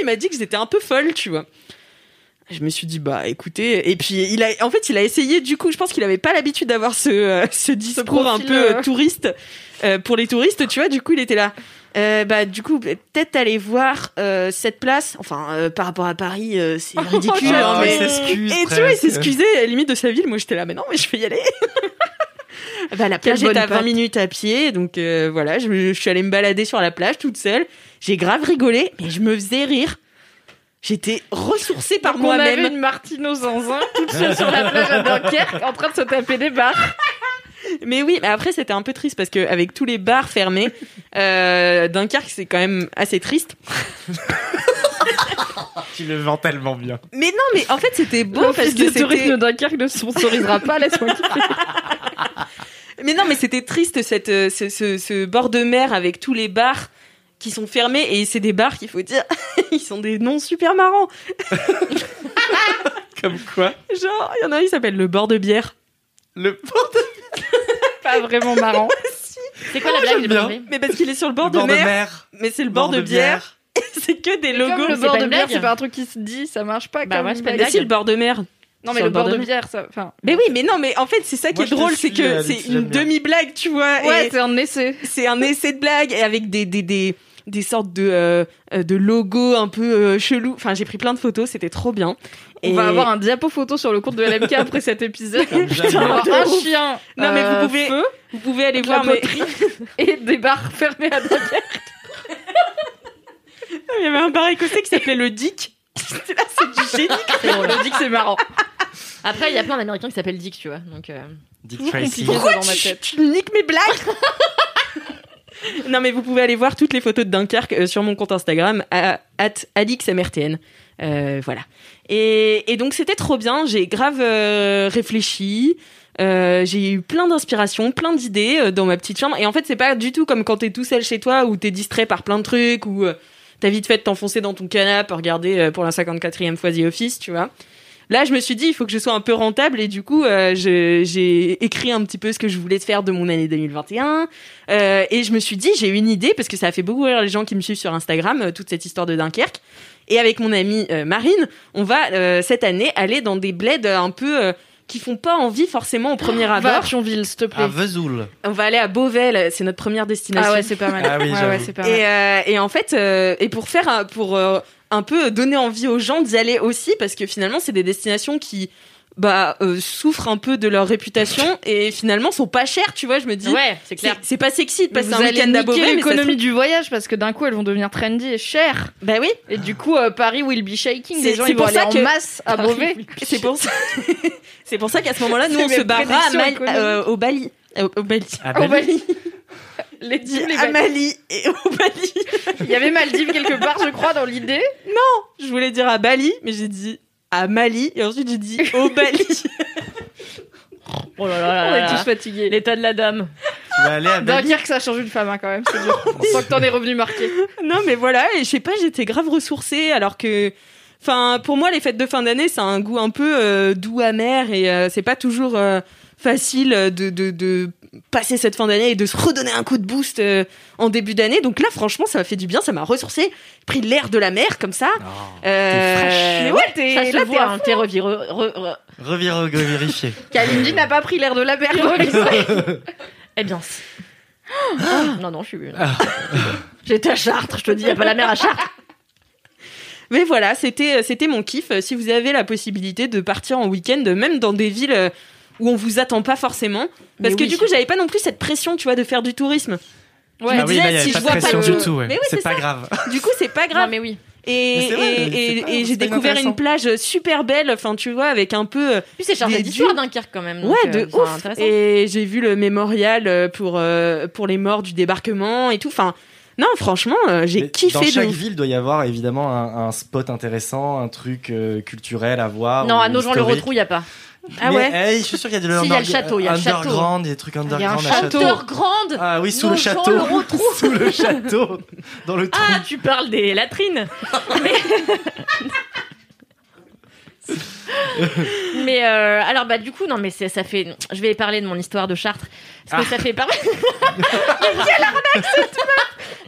D: il m'a dit que j'étais un peu folle, tu vois. Je me suis dit bah écoutez et puis il a en fait il a essayé du coup je pense qu'il avait pas l'habitude d'avoir ce euh, ce discours un
C: profil,
D: peu euh,
C: euh.
D: touriste euh, pour les touristes tu vois du coup il était là Euh, bah du coup peut-être aller voir euh, cette place enfin euh, par rapport à Paris euh, [LAUGHS] c'est ridicule
F: Ah,
D: hein, mais-
F: il s'excuse
D: et tu
F: presque.
D: vois il s'excusait à la limite de sa ville moi j'étais là mais non mais je vais y aller [LAUGHS] bah la plage est
C: bonne
D: à 20
C: patte.
D: minutes à pied donc euh, voilà je, je suis allée me balader sur la plage toute seule j'ai grave rigolé mais je me faisais rire J'étais ressourcée par
C: Donc, on a vu
D: moi-même.
C: une Martino Zinzin toute seule sur la plage à Dunkerque en train de se taper des barres.
D: Mais oui, mais après c'était un peu triste parce que avec tous les bars fermés, euh, Dunkerque c'est quand même assez triste.
F: Tu le vends tellement bien.
D: Mais non, mais en fait c'était beau parce
C: L'office
D: que
C: de tourisme de
D: c'était.
C: Dunkerque ne sponsorisera pas,
B: [LAUGHS]
C: laisse-moi
B: Bah,
C: kiffer.
D: Mais non, mais c'était triste cette euh, ce, ce- ce bord de mer avec tous les bars qui sont fermés et c'est des bars qu'il faut dire, [LAUGHS] ils sont des noms super marrants.
F: Comme quoi,
D: Genre il y en a un qui s'appelle le bord de bière.
F: le
C: Pas vraiment marrant.
B: C'est quoi la blague
F: j'aime
B: j'ai
F: bien.
B: pas compris.
D: Mais parce qu'il est sur le bord, de, mer, mais c'est le bord, de, bière. [LAUGHS] c'est que des
C: Comme
D: logos.
C: le
B: c'est
C: bord
B: pas
C: de
B: une
C: bière,
B: blague.
C: c'est pas un truc qui se dit, ça marche pas.
B: Bah
C: comme
B: ouais, c'est pas
C: une
B: une
D: Mais
C: blague.
D: si le bord de mer.
C: Non, mais
D: Sur
C: le bord de
D: mer.
C: bière, ça. Enfin,
D: Mais oui, mais non, mais en fait, c'est ça qui
F: Moi,
D: est
F: je te
D: drôle,
F: suis,
D: c'est que
F: Alix,
D: c'est
F: j'aime
D: une
F: bien.
D: demi-blague, tu vois.
C: ouais,
D: et
C: c'est un essai.
D: c'est un essai de blague et avec des, des, des, des sortes de, euh, euh, de logos un peu euh, chelous. Enfin, j'ai pris plein de photos, c'était trop bien.
C: On va avoir un diapo photo sur le compte de LMK après cet épisode.
F: Comme
C: Putain,
F: jamais.
C: on va avoir un chien.
D: Non, mais
C: euh,
D: vous pouvez,
C: feu
D: vous pouvez aller
C: avec la
D: voir. Mais...
C: poterie et des barres fermées à Dunkerque.
D: [LAUGHS] Il y avait un bar écossais qui s'appelait le Dick. [LAUGHS] C'était là, c'est du génie.
C: On dit que c'est marrant.
B: Après, il y a plein d'Américains qui s'appellent Dick, tu vois. Donc, euh,
F: Dick Tracy.
C: Compliqué, ça, dans ma
D: tu,
C: tête.
D: tu niques mes blagues [LAUGHS] Non, mais vous pouvez aller voir toutes les photos de Dunkerque euh, sur mon compte Instagram, à- at AlixMRTN. Euh, voilà. Et, et donc, c'était trop bien. J'ai grave euh, réfléchi. Euh, j'ai eu plein d'inspirations, plein d'idées euh, dans ma petite chambre. Et en fait, c'est pas du tout comme quand t'es tout seul chez toi où t'es distrait par plein de trucs ou euh, t'as vite fait de t'enfoncer dans ton canapé, regarder euh, pour la 54e fois The Office, tu vois. Là, je me suis dit, il faut que je sois un peu rentable et du coup, euh, je- j'ai écrit un petit peu ce que je voulais faire de mon année 2021. Euh, et je me suis dit, j'ai une idée parce que ça a fait beaucoup rire les gens qui me suivent sur Instagram, euh, toute cette histoire de Dunkerque. Et avec mon amie euh, Marine, on va euh, cette année aller dans des bleds euh, un peu euh, qui font pas envie forcément au premier
C: [GASPS] Va à
D: abord. Ah,
C: Thionville, s'il te plaît.
F: À Vesoul.
D: On va aller à Beauvais, là, c'est notre première destination.
C: Ah ouais, c'est pas mal.
F: Ah oui,
C: ouais,
F: j'avoue.
C: ouais, c'est pas mal.
D: Et, euh, et en fait, euh, et pour faire un- pour euh, un peu donner envie aux gens d'y aller aussi, parce que finalement, c'est des destinations qui bah euh, souffrent un peu de leur réputation et finalement sont pas chers, tu vois. Je me dis,
B: Ouais, c'est
D: c'est
B: clair.
D: c'est pas sexy de
C: Mais
D: passer
C: Vous
D: un
C: allez
D: week-end à Beauvais,
C: niquer
D: mais ça se
C: l'économie du voyage parce que d'un coup elles vont devenir trendy et chères.
D: trouve- bah oui,
C: Et du coup, euh, Paris will be shaking.
D: C'est-
C: Les gens
D: c'est
C: ils vont
D: pour
C: aller
D: ça
C: en
D: que-
C: masse à Beauvais.
D: c'est pour ça, [LAUGHS] c'est pour ça qu'à ce moment-là, nous
C: C'est
D: on
C: mes
D: se barra à
C: prédictions
D: Mal-
C: économiques.
D: euh, au Bali, Euh, au Bali,
F: Ah,
C: Au
F: ben,
C: Bali. [LAUGHS] Les Maldives, les Bali.
D: à Mali et au Bali. [LAUGHS]
C: Il y avait Maldives quelque part, je crois, dans l'idée.
D: Je voulais dire à Bali, mais j'ai dit à Mali et ensuite j'ai dit
C: [LAUGHS]
D: au Bali.
B: Oh là
D: Ah
B: là là
C: On
B: là
C: est
B: là.
C: tous fatigués.
B: L'état de la dame.
F: tu vas aller à
C: D'un
F: Bali.
C: dire que ça change une femme hein, quand même, c'est dur. On sent que t'en es revenu marqué.
D: [LAUGHS] non mais voilà, et je sais pas, j'étais grave ressourcée alors que enfin pour moi les fêtes de fin d'année ça a un goût un peu euh, doux amer et euh, c'est pas toujours euh, facile euh, de, de, de passer cette fin d'année et de se redonner un coup de boost euh, en début d'année. Donc là franchement ça m'a fait du bien, ça m'a ressourcée, pris l'air de la mer comme ça.
F: Oh.
D: Euh,
C: Mais ouais, t'es
B: Ça
C: là,
B: se
C: t'es
B: voit,
C: un-
B: hein, t'es reviré. re- re-
F: Revire, re- vérifier.
C: Kalindi n'a pas pris l'air de la mer.
B: [LAUGHS] Eh bien. c'est- non, non, je suis. [LAUGHS] J'étais à Chartres, je te dis, y a pas la mer à Chartres.
D: Mais voilà, c'était euh, c'était mon kiff. Si vous avez la possibilité de partir en week-end, même dans des villes euh, où on vous attend pas forcément, parce
B: Mais
D: que
B: oui.
D: du coup j'avais pas non plus cette pression, tu vois, de faire du tourisme.
C: Ouais.
F: ah oui, là, il y avait
D: si
F: pas
D: je
F: de
D: vois pas
F: pression
D: le-
F: du tout. ouais.
D: Mais oui,
F: c'est pas grave.
D: Du coup c'est pas grave.
B: Non, mais oui.
D: Et,
F: Mais c'est vrai,
D: et-
F: mais
D: et-
F: c'est pas-
D: et
F: c'est
D: j'ai
F: pas
D: découvert
F: inintéressant.
D: une plage super belle, enfin tu vois, avec un peu. euh,
B: Puis c'est chargé
D: Des
B: d'histoire
D: dunes.
B: Dunkerque quand même. donc,
D: ouais, de
B: euh, enfin,
D: ouf.
B: intéressant.
D: Et j'ai vu le mémorial euh, pour, euh, pour les morts du débarquement et tout. Enfin, non, franchement, euh, j'ai
F: Mais
D: kiffé
F: Dans
D: de
F: chaque
D: ouf.
F: ville doit y avoir évidemment un, un spot intéressant, un truc euh, culturel à voir.
B: Non,
F: ou
B: à nos gens le
F: historique.
B: retrou, y a pas.
D: Ah
F: Mais,
D: ouais.
F: hey, je suis sûr qu'il y a de
B: Si, il y a le
F: l'under-
B: château, il y a le château.
F: underground, il y a des trucs
C: y a un
F: underground. à
C: château.
B: Château grande.
F: Ah oui, sous
B: Nos
F: le
B: gens
F: château.
B: le
F: [LAUGHS]
B: retrouvent.
F: sous le château. Dans le trou.
B: Ah, tu parles des latrines. mais mais euh, alors bah du coup non mais c'est- ça fait je vais parler de mon histoire de Chartres parce
F: Ah.
B: que ça fait par...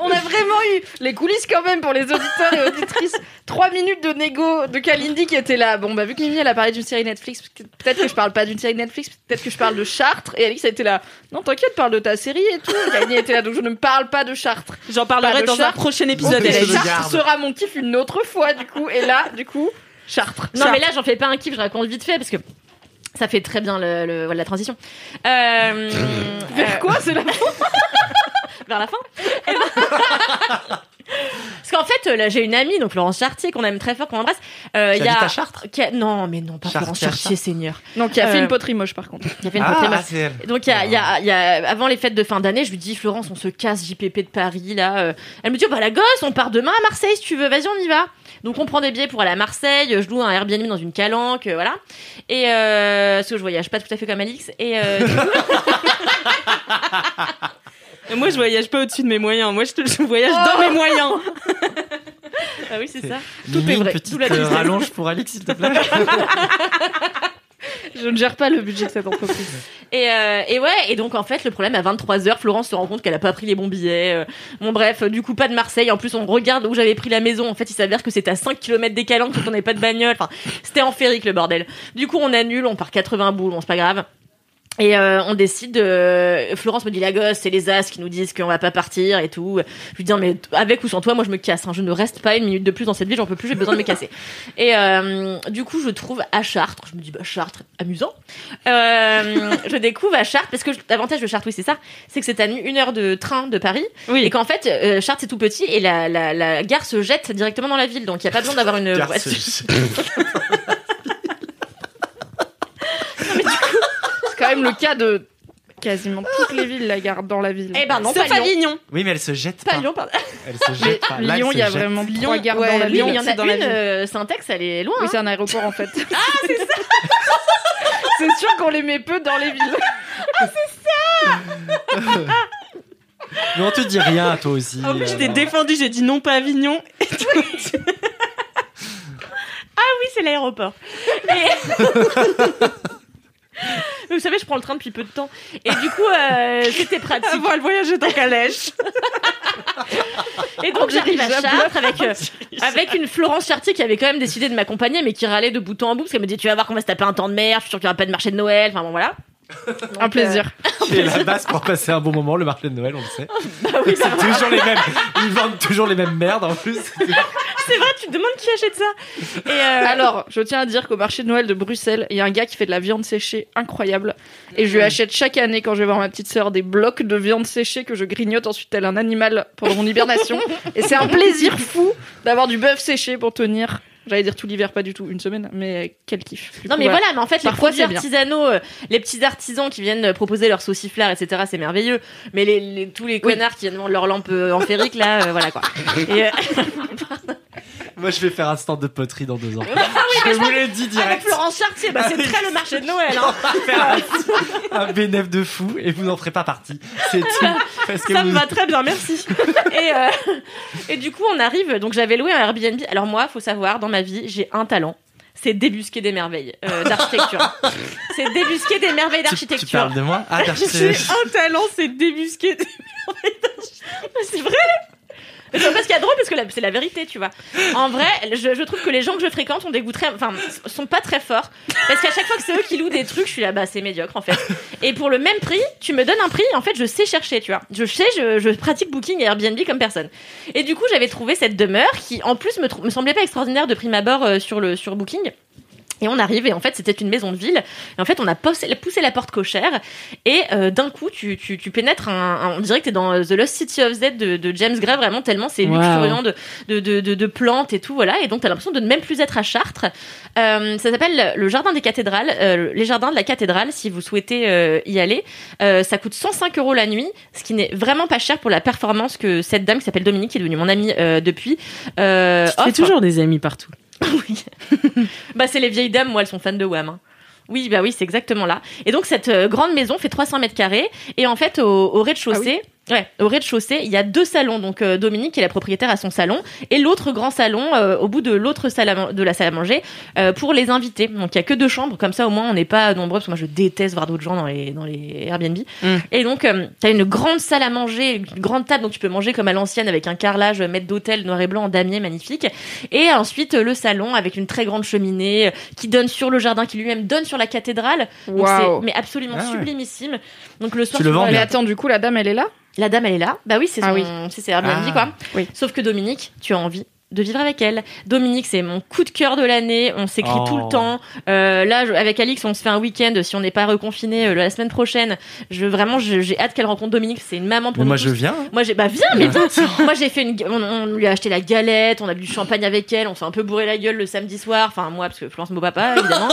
C: On a vraiment eu les coulisses quand même pour les auditeurs et
D: [LAUGHS]
C: auditrices. Trois minutes de négo de Kalindi qui était là. Bon, bah vu que Mimi elle a parlé d'une série Netflix, peut-être que je parle pas d'une série Netflix, peut-être que je parle de Chartres. Et Alix a été là. Non, t'inquiète, parle de ta série et tout. Kalindi était là, donc je ne me parle pas de Chartres.
D: J'en
C: Pas
D: parlerai
C: de
D: dans un
C: Chartres.
D: prochain
F: On
D: épisode.
F: fait
D: Hélène.
F: ce Chartres.
C: Chartres sera mon kiff une autre fois du coup. Et là, du coup, Chartres.
B: non mais là j'en fais pas un kiff je raconte vite fait parce que ça fait très bien le, le- voilà, la transition
F: [LAUGHS]
B: Euh,
C: Vers quoi c'est la
B: vers la fin. Eh ben- [LAUGHS] Parce qu'en fait, euh, là, j'ai une amie, donc Florence Chartier, qu'on aime très fort, qu'on embrasse. Euh,
F: Qui
B: il y a...
F: habite à Chartres
B: qui a- Non, mais non, pas
F: Chartier,
B: Florence Chartier,
F: Chartres.
B: Seigneur.
C: Non, qui a fait
B: Euh,
C: une poterie moche par contre.
B: Il y avait une
F: Ah,
B: poterie moche.
F: c'est elle.
B: Donc, il y a, il y a- il y a- avant les fêtes de fin d'année, je lui dis, Florence, on se casse, JPP de Paris, là. euh. Elle me dit, oh, bah, la gosse, on part demain à Marseille, si tu veux, vas-y, on y va. Donc, on prend des billets pour aller à Marseille, je loue un Airbnb dans une calanque, euh, voilà. Et, euh, parce que je voyage pas tout à fait comme Alix. Et, euh,
D: Et Moi, je voyage pas au-dessus de mes moyens. Moi, je, te- je voyage dans mes moyens.
B: ah oui, c'est ça.
F: Mimi,
B: est vrai,
F: Une petite
B: tout l'a dit.
F: euh, rallonge pour Alix, s'il te plaît.
C: Je ne gère pas le budget de cette entreprise.
B: Et, euh, et ouais, et donc en fait, le problème, à 23h, Florence se rend compte qu'elle a pas pris les bons billets. euh. bon, bref, euh, du coup, pas de Marseille. En plus, on regarde où j'avais pris la maison. En fait, il s'avère que c'est à 5 km des Calanques, donc on n'avait pas de bagnole. Enfin, c'était en férique le bordel. Du coup, on annule, on part 80 boules, bon, c'est pas grave. Et euh, on décide. euh, Florence me dit la gosse, c'est les as qui nous disent qu'on va pas partir et tout. Je lui dis non, mais t- avec ou sans toi, moi je me casse. hein. je ne reste pas une minute de plus dans cette ville. J'en peux plus. J'ai besoin de me casser. Et euh, du coup, je trouve à Chartres. Je me dis bah Chartres, amusant. Euh, [LAUGHS] je découvre à Chartres parce que je- l'avantage de Chartres, oui, c'est ça, c'est que c'est à une heure de train de Paris
D: Oui.
B: et qu'en fait euh, Chartres c'est tout petit et la, la, la gare se jette directement dans la ville. Donc il y a pas besoin d'avoir une
F: Car
B: voiture.
F: c'est-
C: C'est quand même le cas de quasiment toutes les villes la gare dans la ville.
B: Eh ben non,
D: Sauf
B: pas
D: à
B: Lyon.
D: Avignon.
F: [LAUGHS] Oui, mais elle se jette
B: Pas
F: pas.
B: Lyon, pardon.
F: Elle se
C: [LAUGHS]
F: jette pas. Ah, Là, elle
C: Lyon,
F: se
C: il y a
F: jette.
C: vraiment trois gares
D: ouais,
C: dans la
B: Oui,
C: ville.
B: mais il y en a
C: C'est dans la
B: une,
C: ville.
B: euh, Syntex, elle est loin.
C: Oui,
B: hein.
C: c'est un aéroport en fait. Ah, c'est ça C'est sûr qu'on les met peu dans les villes.
F: Mais on te dit rien, toi aussi.
D: En plus,
F: euh,
D: je t'ai défendu. J'ai dit non, pas Avignon.
B: Oui, c'est l'aéroport. Et- Mais [LAUGHS] vous savez, je prends le train depuis peu de temps. Et du coup, euh, c'était pratique.
D: Avant le voyage, j'étais en calèche.
B: Et donc, j'arrive à
C: Dirigeable.
B: Chartres avec, euh, avec une Florence Chartier qui avait quand même décidé de m'accompagner, mais qui râlait de bout en bout parce qu'elle me dit Tu vas voir qu'on va se taper un temps de mer, je suis sûre qu'il n'y aura pas de marché de Noël. Enfin bon, voilà.
C: Un plaisir.
F: C'est la base pour passer un bon moment, le marché de Noël, on le sait. c'est toujours les mêmes. Ils vendent toujours les mêmes merdes en plus.
B: c'est vrai, tu te demandes qui achète ça. Et euh,
C: Alors, je tiens à dire qu'au marché de Noël de Bruxelles, il y a un gars qui fait de la viande séchée incroyable. Et je lui achète chaque année, quand je vais voir ma petite sœur, des blocs de viande séchée que je grignote ensuite tel un animal pendant mon
B: [LAUGHS]
C: hibernation. Et c'est un plaisir fou d'avoir du bœuf séché pour tenir. J'allais dire tout l'hiver, pas du tout, une semaine, mais quel kiff. Du
B: Non
C: coup,
B: mais voilà, mais en fait les
C: Parfois,
B: produits
C: c'est bien.
B: artisanaux, euh, les petits artisans qui viennent euh, proposer leurs sauciflards, etc. C'est merveilleux. Mais les, les- tous les connards qui viennent vendre leurs lampes euh, en ferrique là, euh, voilà quoi. Et, euh,
F: Moi, je vais faire un stand de poterie dans deux ans. je vous l'ai dit
B: avec
F: direct.
B: Ah,
F: Ah,
B: Florence Chartier, bah, c'est très le marché de Noël. hein.
F: un bénéf de fou et vous n'en ferez pas partie. C'est tout. Parce que
B: Ça me
F: vous-
B: va très
F: [LAUGHS]
B: bien, merci. et, euh, et du coup, on arrive. Donc, j'avais loué un Airbnb. Alors, moi, faut savoir, dans ma vie, j'ai un talent. C'est débusquer des merveilles
F: [LAUGHS]
B: euh, d'architecture. c'est débusquer des merveilles
F: tu, tu
B: [LAUGHS] d'architecture.
F: parles de moi Ah,
B: J'ai
F: d'architecture.
B: un talent, c'est débusquer des merveilles d'architecture. Mais C'est vrai Mais C'est pas ce qu'il y a de drôle parce que la- c'est la vérité, tu vois. En vrai, je, je trouve que les gens que je fréquente ont des goûts très, enfin, sont pas très forts. Parce qu'à chaque fois que c'est eux qui louent des trucs, je suis là, bah c'est médiocre en fait. Et pour le même prix, tu me donnes un prix, en fait, je sais chercher, tu vois. Je sais, je, je pratique Booking et Airbnb comme personne. Et du coup, j'avais trouvé cette demeure qui, en plus, me, trou- me semblait pas extraordinaire de prime abord euh, sur, le, sur Booking. Et on arrive, et en fait, c'était une maison de ville. Et en fait, on a poussé, poussé la porte cochère, et euh, d'un coup, tu, tu, tu pénètres un, un- On dirait que t'es dans euh, The Lost City of Z de, de James Gray, vraiment, tellement c'est
A: Wow.
B: luxuriant de, de, de, de, de plantes et tout, voilà. Et donc, t'as l'impression de ne même plus être à Chartres. Euh, ça s'appelle le Jardin des Cathédrales, euh, les Jardins de la Cathédrale, si vous souhaitez euh, y aller. Euh, ça coûte 105 euros la nuit, ce qui n'est vraiment pas cher pour la performance que cette dame qui s'appelle Dominique, qui est devenue mon amie euh, depuis, euh,
H: Tu te fais
B: offre.
H: toujours des amis partout.
B: Bah, c'est les vieilles dames, moi, elles sont fans de Wham. hein. Oui, bah oui, c'est exactement là. Et donc, cette euh, grande maison fait 300 mètres carrés. Et en fait, au, au rez-de-chaussée, ouais, au rez-de-chaussée, il y a deux salons. Donc, euh, Dominique, qui est la propriétaire, a son salon. Et l'autre grand salon, euh, au bout de l'autre salle à man- de la salle à manger, euh, pour les invités. Donc, il y a que deux chambres. Comme ça, au moins, on n'est pas nombreux. Parce que moi, je déteste voir d'autres gens dans les, dans les Airbnb.
H: Mm.
B: Et donc, tu t'as une grande salle à manger, une grande table. Donc, tu peux manger comme à l'ancienne avec un carrelage, euh, maître d'hôtel, noir et blanc, en damier, magnifique. Et ensuite, euh, le salon avec une très grande cheminée euh, qui donne sur le jardin, qui lui-même donne sur la cathédrale. Donc
C: Waouh.
B: c'est mais absolument
F: Ah ouais.
B: sublimissime. Donc le soir,
F: Tu le
B: tu
F: vends
B: vois,
C: Mais
F: bien.
C: attends, du coup, la dame, elle est là
B: la dame, elle est là. Bah oui, c'est
C: Ah
B: son-
C: oui.
B: c'est ses Airbnb,
F: Ah.
B: quoi.
C: Oui.
B: Sauf que Dominique, tu as envie de vivre avec elle. Dominique, c'est mon coup de cœur de l'année. On s'écrit
F: Oh.
B: tout le temps. Euh, là, je- avec Alix, on se fait un week-end. Si on n'est pas reconfiné euh, la semaine prochaine, je vraiment, je- j'ai hâte qu'elle rencontre Dominique. C'est une maman
F: Mais
B: pour nous
F: moi,
B: tous.
F: je viens. hein.
B: Moi j'ai bah viens mais attends. moi j'ai fait une on, on lui a acheté la galette, on a bu du champagne avec elle, on s'est un peu bourré la gueule le samedi soir, enfin moi parce que Florence mon papa évidemment.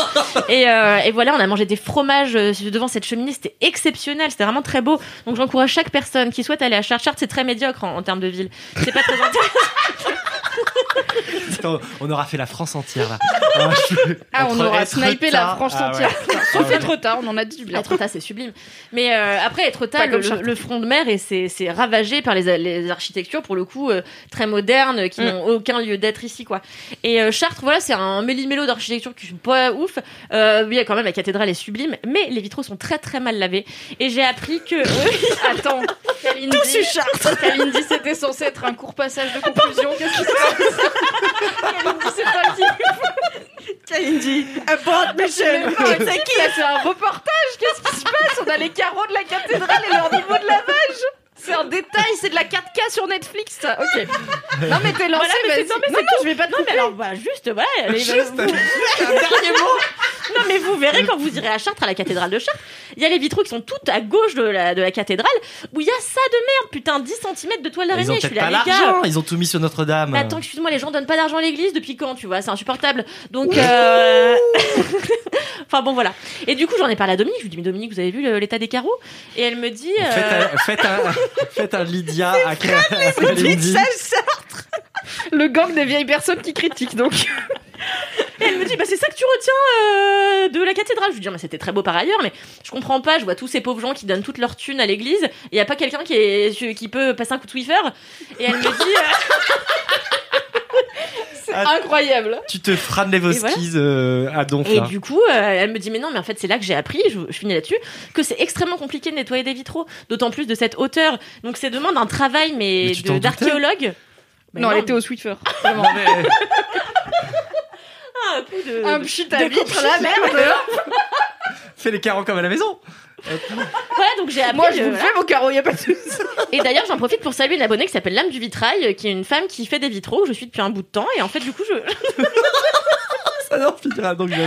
B: et, euh, et voilà, on a mangé des fromages euh, devant cette cheminée, c'était exceptionnel, c'était vraiment très beau. Donc j'encourage chaque personne qui souhaite aller à Chartres, Chartres c'est très médiocre en, en termes de ville. C'est pas très intéressant.
F: Putain, on aura fait la France entière là. Ah, je-
C: Ah, on
F: entre
C: aura
F: être
C: snipé la
F: tard-
C: France
F: Ah,
C: entière.
F: ouais.
C: Putain,
F: Ah
C: Sauf
F: ouais.
C: être tard, on en a dit du [LAUGHS] bien.
B: Etretat c'est sublime. Mais euh, après Etretat
C: Pas
B: le,
C: comme
B: le-
C: Chartres.
B: le front de mer et c'est c'est ravagé par les, les architectures pour le coup euh, très modernes qui
C: Mm.
B: n'ont aucun lieu d'être ici quoi. Et euh, Chartres, voilà, c'est un méli-mélo d'architecture qui est pas ouf. Euh, oui, quand même, la cathédrale est sublime, mais les vitraux sont très très mal lavés. Et j'ai appris que.
C: Attends, Kalindi, Kalindi, c'était censé être un court passage de conclusion. Qu'est-ce qui se passe [LAUGHS] Kalindi, c'est pas le titre.
H: Kalindi,
C: Mais non, mais C'est qui C'est un reportage. Qu'est-ce qui se passe On a les carreaux de la cathédrale et leur niveau de lavage. C'est un détail, c'est de la 4K sur Netflix, ça. Ok. Non, mais t'es lancé,
B: Voilà, mais c'est-
C: vas-y.
B: non,
C: Non,
B: mais c'est
C: non,
B: tout.
C: je vais pas te
B: Non, mais alors, bah, juste, voilà. les-
F: Juste.
B: vous- dernier mot. [LAUGHS] Non, mais vous verrez quand vous irez à Chartres, à la cathédrale de Chartres, il y a les vitraux qui sont toutes à gauche de la, de la cathédrale, où il y a ça de merde, putain, 10 cm de toile
F: Ils ont
B: d'araignée. Je
F: peut-être
B: suis Bah,
F: pas
B: là, les gars.
F: l'argent. Ils ont tout mis sur Notre-Dame.
B: Mais attends, excuse-moi, les gens donnent pas d'argent à l'église depuis quand, tu vois, c'est insupportable. Donc, euh... [LAUGHS] enfin bon, voilà. Et du coup, j'en ai parlé à Dominique, je lui dis, mais Dominique, vous avez vu le- l'état des carreaux Et elle me dit, euh,
F: Faites un, faites
B: [LAUGHS]
F: un, faites un Lydia à Kalindi.
C: Le gang des vieilles personnes qui critiquent, donc.
B: et elle me dit, bah c'est ça que tu retiens euh, de la cathédrale. Je lui dis, mais c'était très beau par ailleurs, mais je comprends pas, je vois tous ces pauvres gens qui donnent toute leur thune à l'église, il y a pas quelqu'un qui, est... qui peut passer un coup de Swiffer. Et elle me dit, euh,
C: Incroyable.
F: Tu te frappes les voskis euh, à donf.
B: et
F: là.
B: du coup, euh, elle me dit, mais non, mais en fait, c'est là que j'ai appris, je, je finis là-dessus, que c'est extrêmement compliqué de nettoyer des vitraux, d'autant plus de cette hauteur. Donc, ça demande un travail, mais,
F: Mais tu
B: de-
F: t'en doutais
B: d'archéologue. Bah
C: non, elle était
B: mais-
C: au Swiffer.
F: Non, mais- euh,
B: Ah, un coup de-
C: Un
B: de-
C: pchit
B: de
C: à vitre, Euh, la [LAUGHS]
B: compris.
C: merde.
F: Fais les carreaux comme à la maison.
B: Voilà, donc j'ai appris.
C: Moi, je
B: euh,
C: vous
B: voilà.
C: fais vos carreaux, y a pas de soucis.
B: Et d'ailleurs, j'en profite pour saluer une abonnée qui s'appelle L'âme du vitrail, euh, qui est une femme qui fait des vitraux. que Je suis depuis un bout de temps. Et en fait, du coup, je. [LAUGHS]
F: Ça n'en finira donc jamais.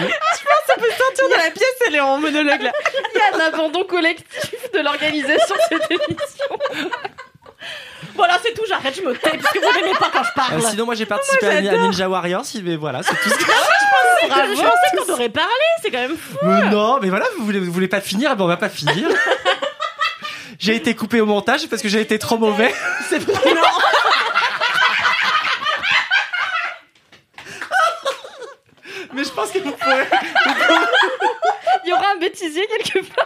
D: Sortir de la pièce, elle est en monologue là.
C: Il y a un abandon collectif de
B: [LAUGHS]
C: l'organisation de cette émission.
B: Voilà, c'est tout. J'arrête, je me tais parce que vous n'aimez pas quand je
F: Euh,
B: parle.
F: sinon, moi j'ai participé à, à Ninja Warrior, si, mais voilà, c'est tout ce que
B: [LAUGHS] Bravo, je pensais qu'on aurait parlé. C'est quand même fou.
F: Mais non, mais voilà, vous voulez, vous voulez pas finir, eh ben on va
C: [LAUGHS]
F: pas finir. j'ai été coupé au montage parce que j'ai été
C: [LAUGHS]
F: trop mauvais. [LAUGHS] C'est vrai. Mais je pense que vous pourrez,
C: Il y aura un bêtisier quelque part.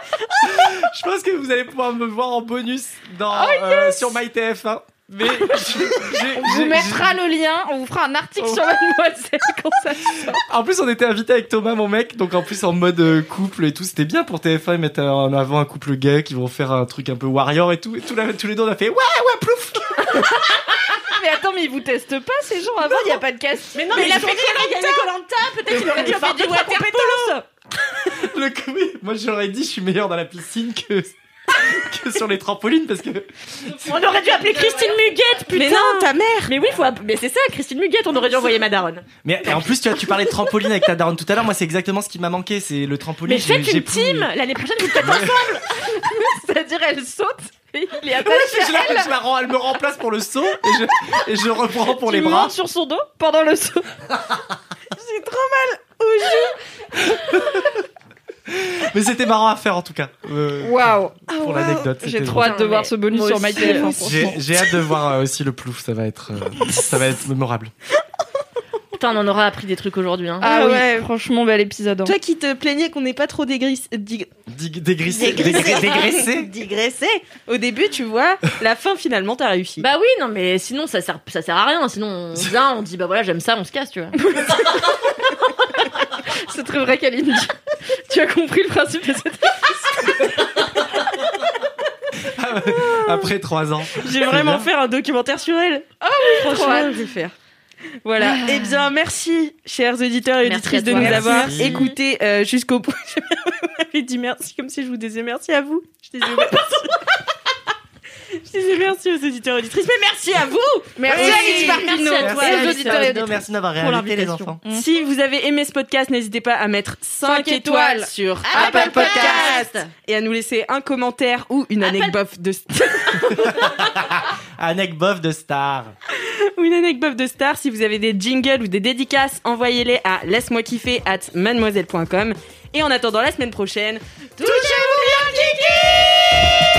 F: [LAUGHS] je pense que vous allez pouvoir me voir en bonus dans euh, sur
C: [LAUGHS]
F: MyTF1. Mais j'ai- j'ai-
C: Oh, On vous
F: j'ai-
C: mettra le lien, on vous fera un article
F: Oh.
C: sur Mademoiselle [LAUGHS] quand ça
F: En plus, on était invité avec Thomas, mon mec, donc en plus en mode euh, couple et tout, c'était bien pour TF1, ils mettent euh, en avant un couple gay qui vont faire un truc un peu warrior et tout, et tout la- tous les deux on a fait ouais, ouais, plouf
C: Mais attends, mais ils vous testent pas ces gens avant, il n'y a pas de casting.
B: Mais non, mais il a fait qu'il a gagné Colanta. Peut-être qu'il aurait dû faire du water polo.
F: Le coup, oui, Moi j'aurais dit, je suis meilleur dans la piscine que, [LAUGHS] que sur les trampolines parce que.
B: On aurait dû appeler Christine Muguette, putain.
D: Mais non, ta mère.
B: Mais oui, faut app- mais c'est ça, Christine Muguette, on aurait dû envoyer ma daronne.
F: Mais et en plus, tu, vois, tu parlais de trampoline avec ta daronne tout à l'heure, moi c'est exactement ce qui m'a manqué, c'est le trampoline.
B: Mais faites
F: j'ai- j'ai
B: une
F: plus-
B: team l'année prochaine, vous faites ensemble.
C: [LAUGHS] C'est-à-dire, elle saute et il est
F: Ouais,
C: attaché.
F: je la- je la rends- elle me remplace pour le saut et je, et je reprends pour les
C: Tu
F: bras.
C: montes sur son dos pendant le
F: [LAUGHS]
C: saut.
D: J'ai trop
F: Mais c'était marrant à faire en tout cas. Euh,
C: Waouh.
F: pour l'anecdote.
C: Ah, J'ai
F: c'était
C: trop hâte de
B: Non,
C: voir
B: mais
C: ce bonus
D: moi
C: sur hein.
D: aussi.
C: MyTF1. franchement.
F: J'ai j'ai hâte de voir euh, aussi le plouf, ça va être, euh, ça va être mémorable.
B: Putain, on en aura appris des trucs aujourd'hui. Hein.
C: Ah
D: Ah
C: oui,
D: ouais.
C: franchement, bel épisode. hein.
D: Toi qui te plaignais qu'on n'est pas trop dégris... dig-
F: Dig- Dégraissé,
D: [LAUGHS]
F: dégra- dégraissé.
D: digressé. Au début, tu vois, la fin finalement, t'as réussi.
B: Bah oui, non, mais sinon ça sert, ça sert à rien. Sinon, on vient, on dit bah voilà, j'aime ça, on se casse, tu vois.
C: [LAUGHS] C'est très vrai, Kaline. tu as compris le principe de cette.
F: Après trois ans.
D: J'ai vraiment
F: Bah, bien.
D: faire un documentaire sur elle. Ah oui,
C: trop
D: franchement,
C: hâte.
D: je vais le faire. Voilà. Eh bien, merci, chers auditeurs et
B: Merci
D: auditrices,
B: à
D: de
B: toi.
D: nous
B: Merci.
D: avoir
F: Merci.
D: écoutés euh, jusqu'au bout. [LAUGHS] J'avais dit merci comme si je vous disais merci à vous. Je disais merci. [LAUGHS] Je disais merci aux auditeurs et auditrices, mais merci à vous
C: Merci, Alice Martineau.
B: Merci à toi,
C: Et aux
B: Alice
C: auditeurs et
B: Martineau.
C: auditrices.
F: Merci d'avoir
B: Pour
F: réinvité les
B: l'invitation.
F: enfants.
D: Mhm. Si vous avez aimé ce podcast, n'hésitez pas à mettre 5,
C: Cinq étoiles
D: étoiles sur
B: Apple
D: Apple
B: Podcast.
D: Podcast et à nous laisser un commentaire ou une
B: Apple-
D: anecdote de
F: Anec bof de star.
D: [LAUGHS] ou une anecdote de star. Si vous avez des jingles ou des dédicaces, envoyez-les à laisse-moi kiffer at mademoiselle.com. Et en attendant la semaine prochaine, touchez-vous bien kiki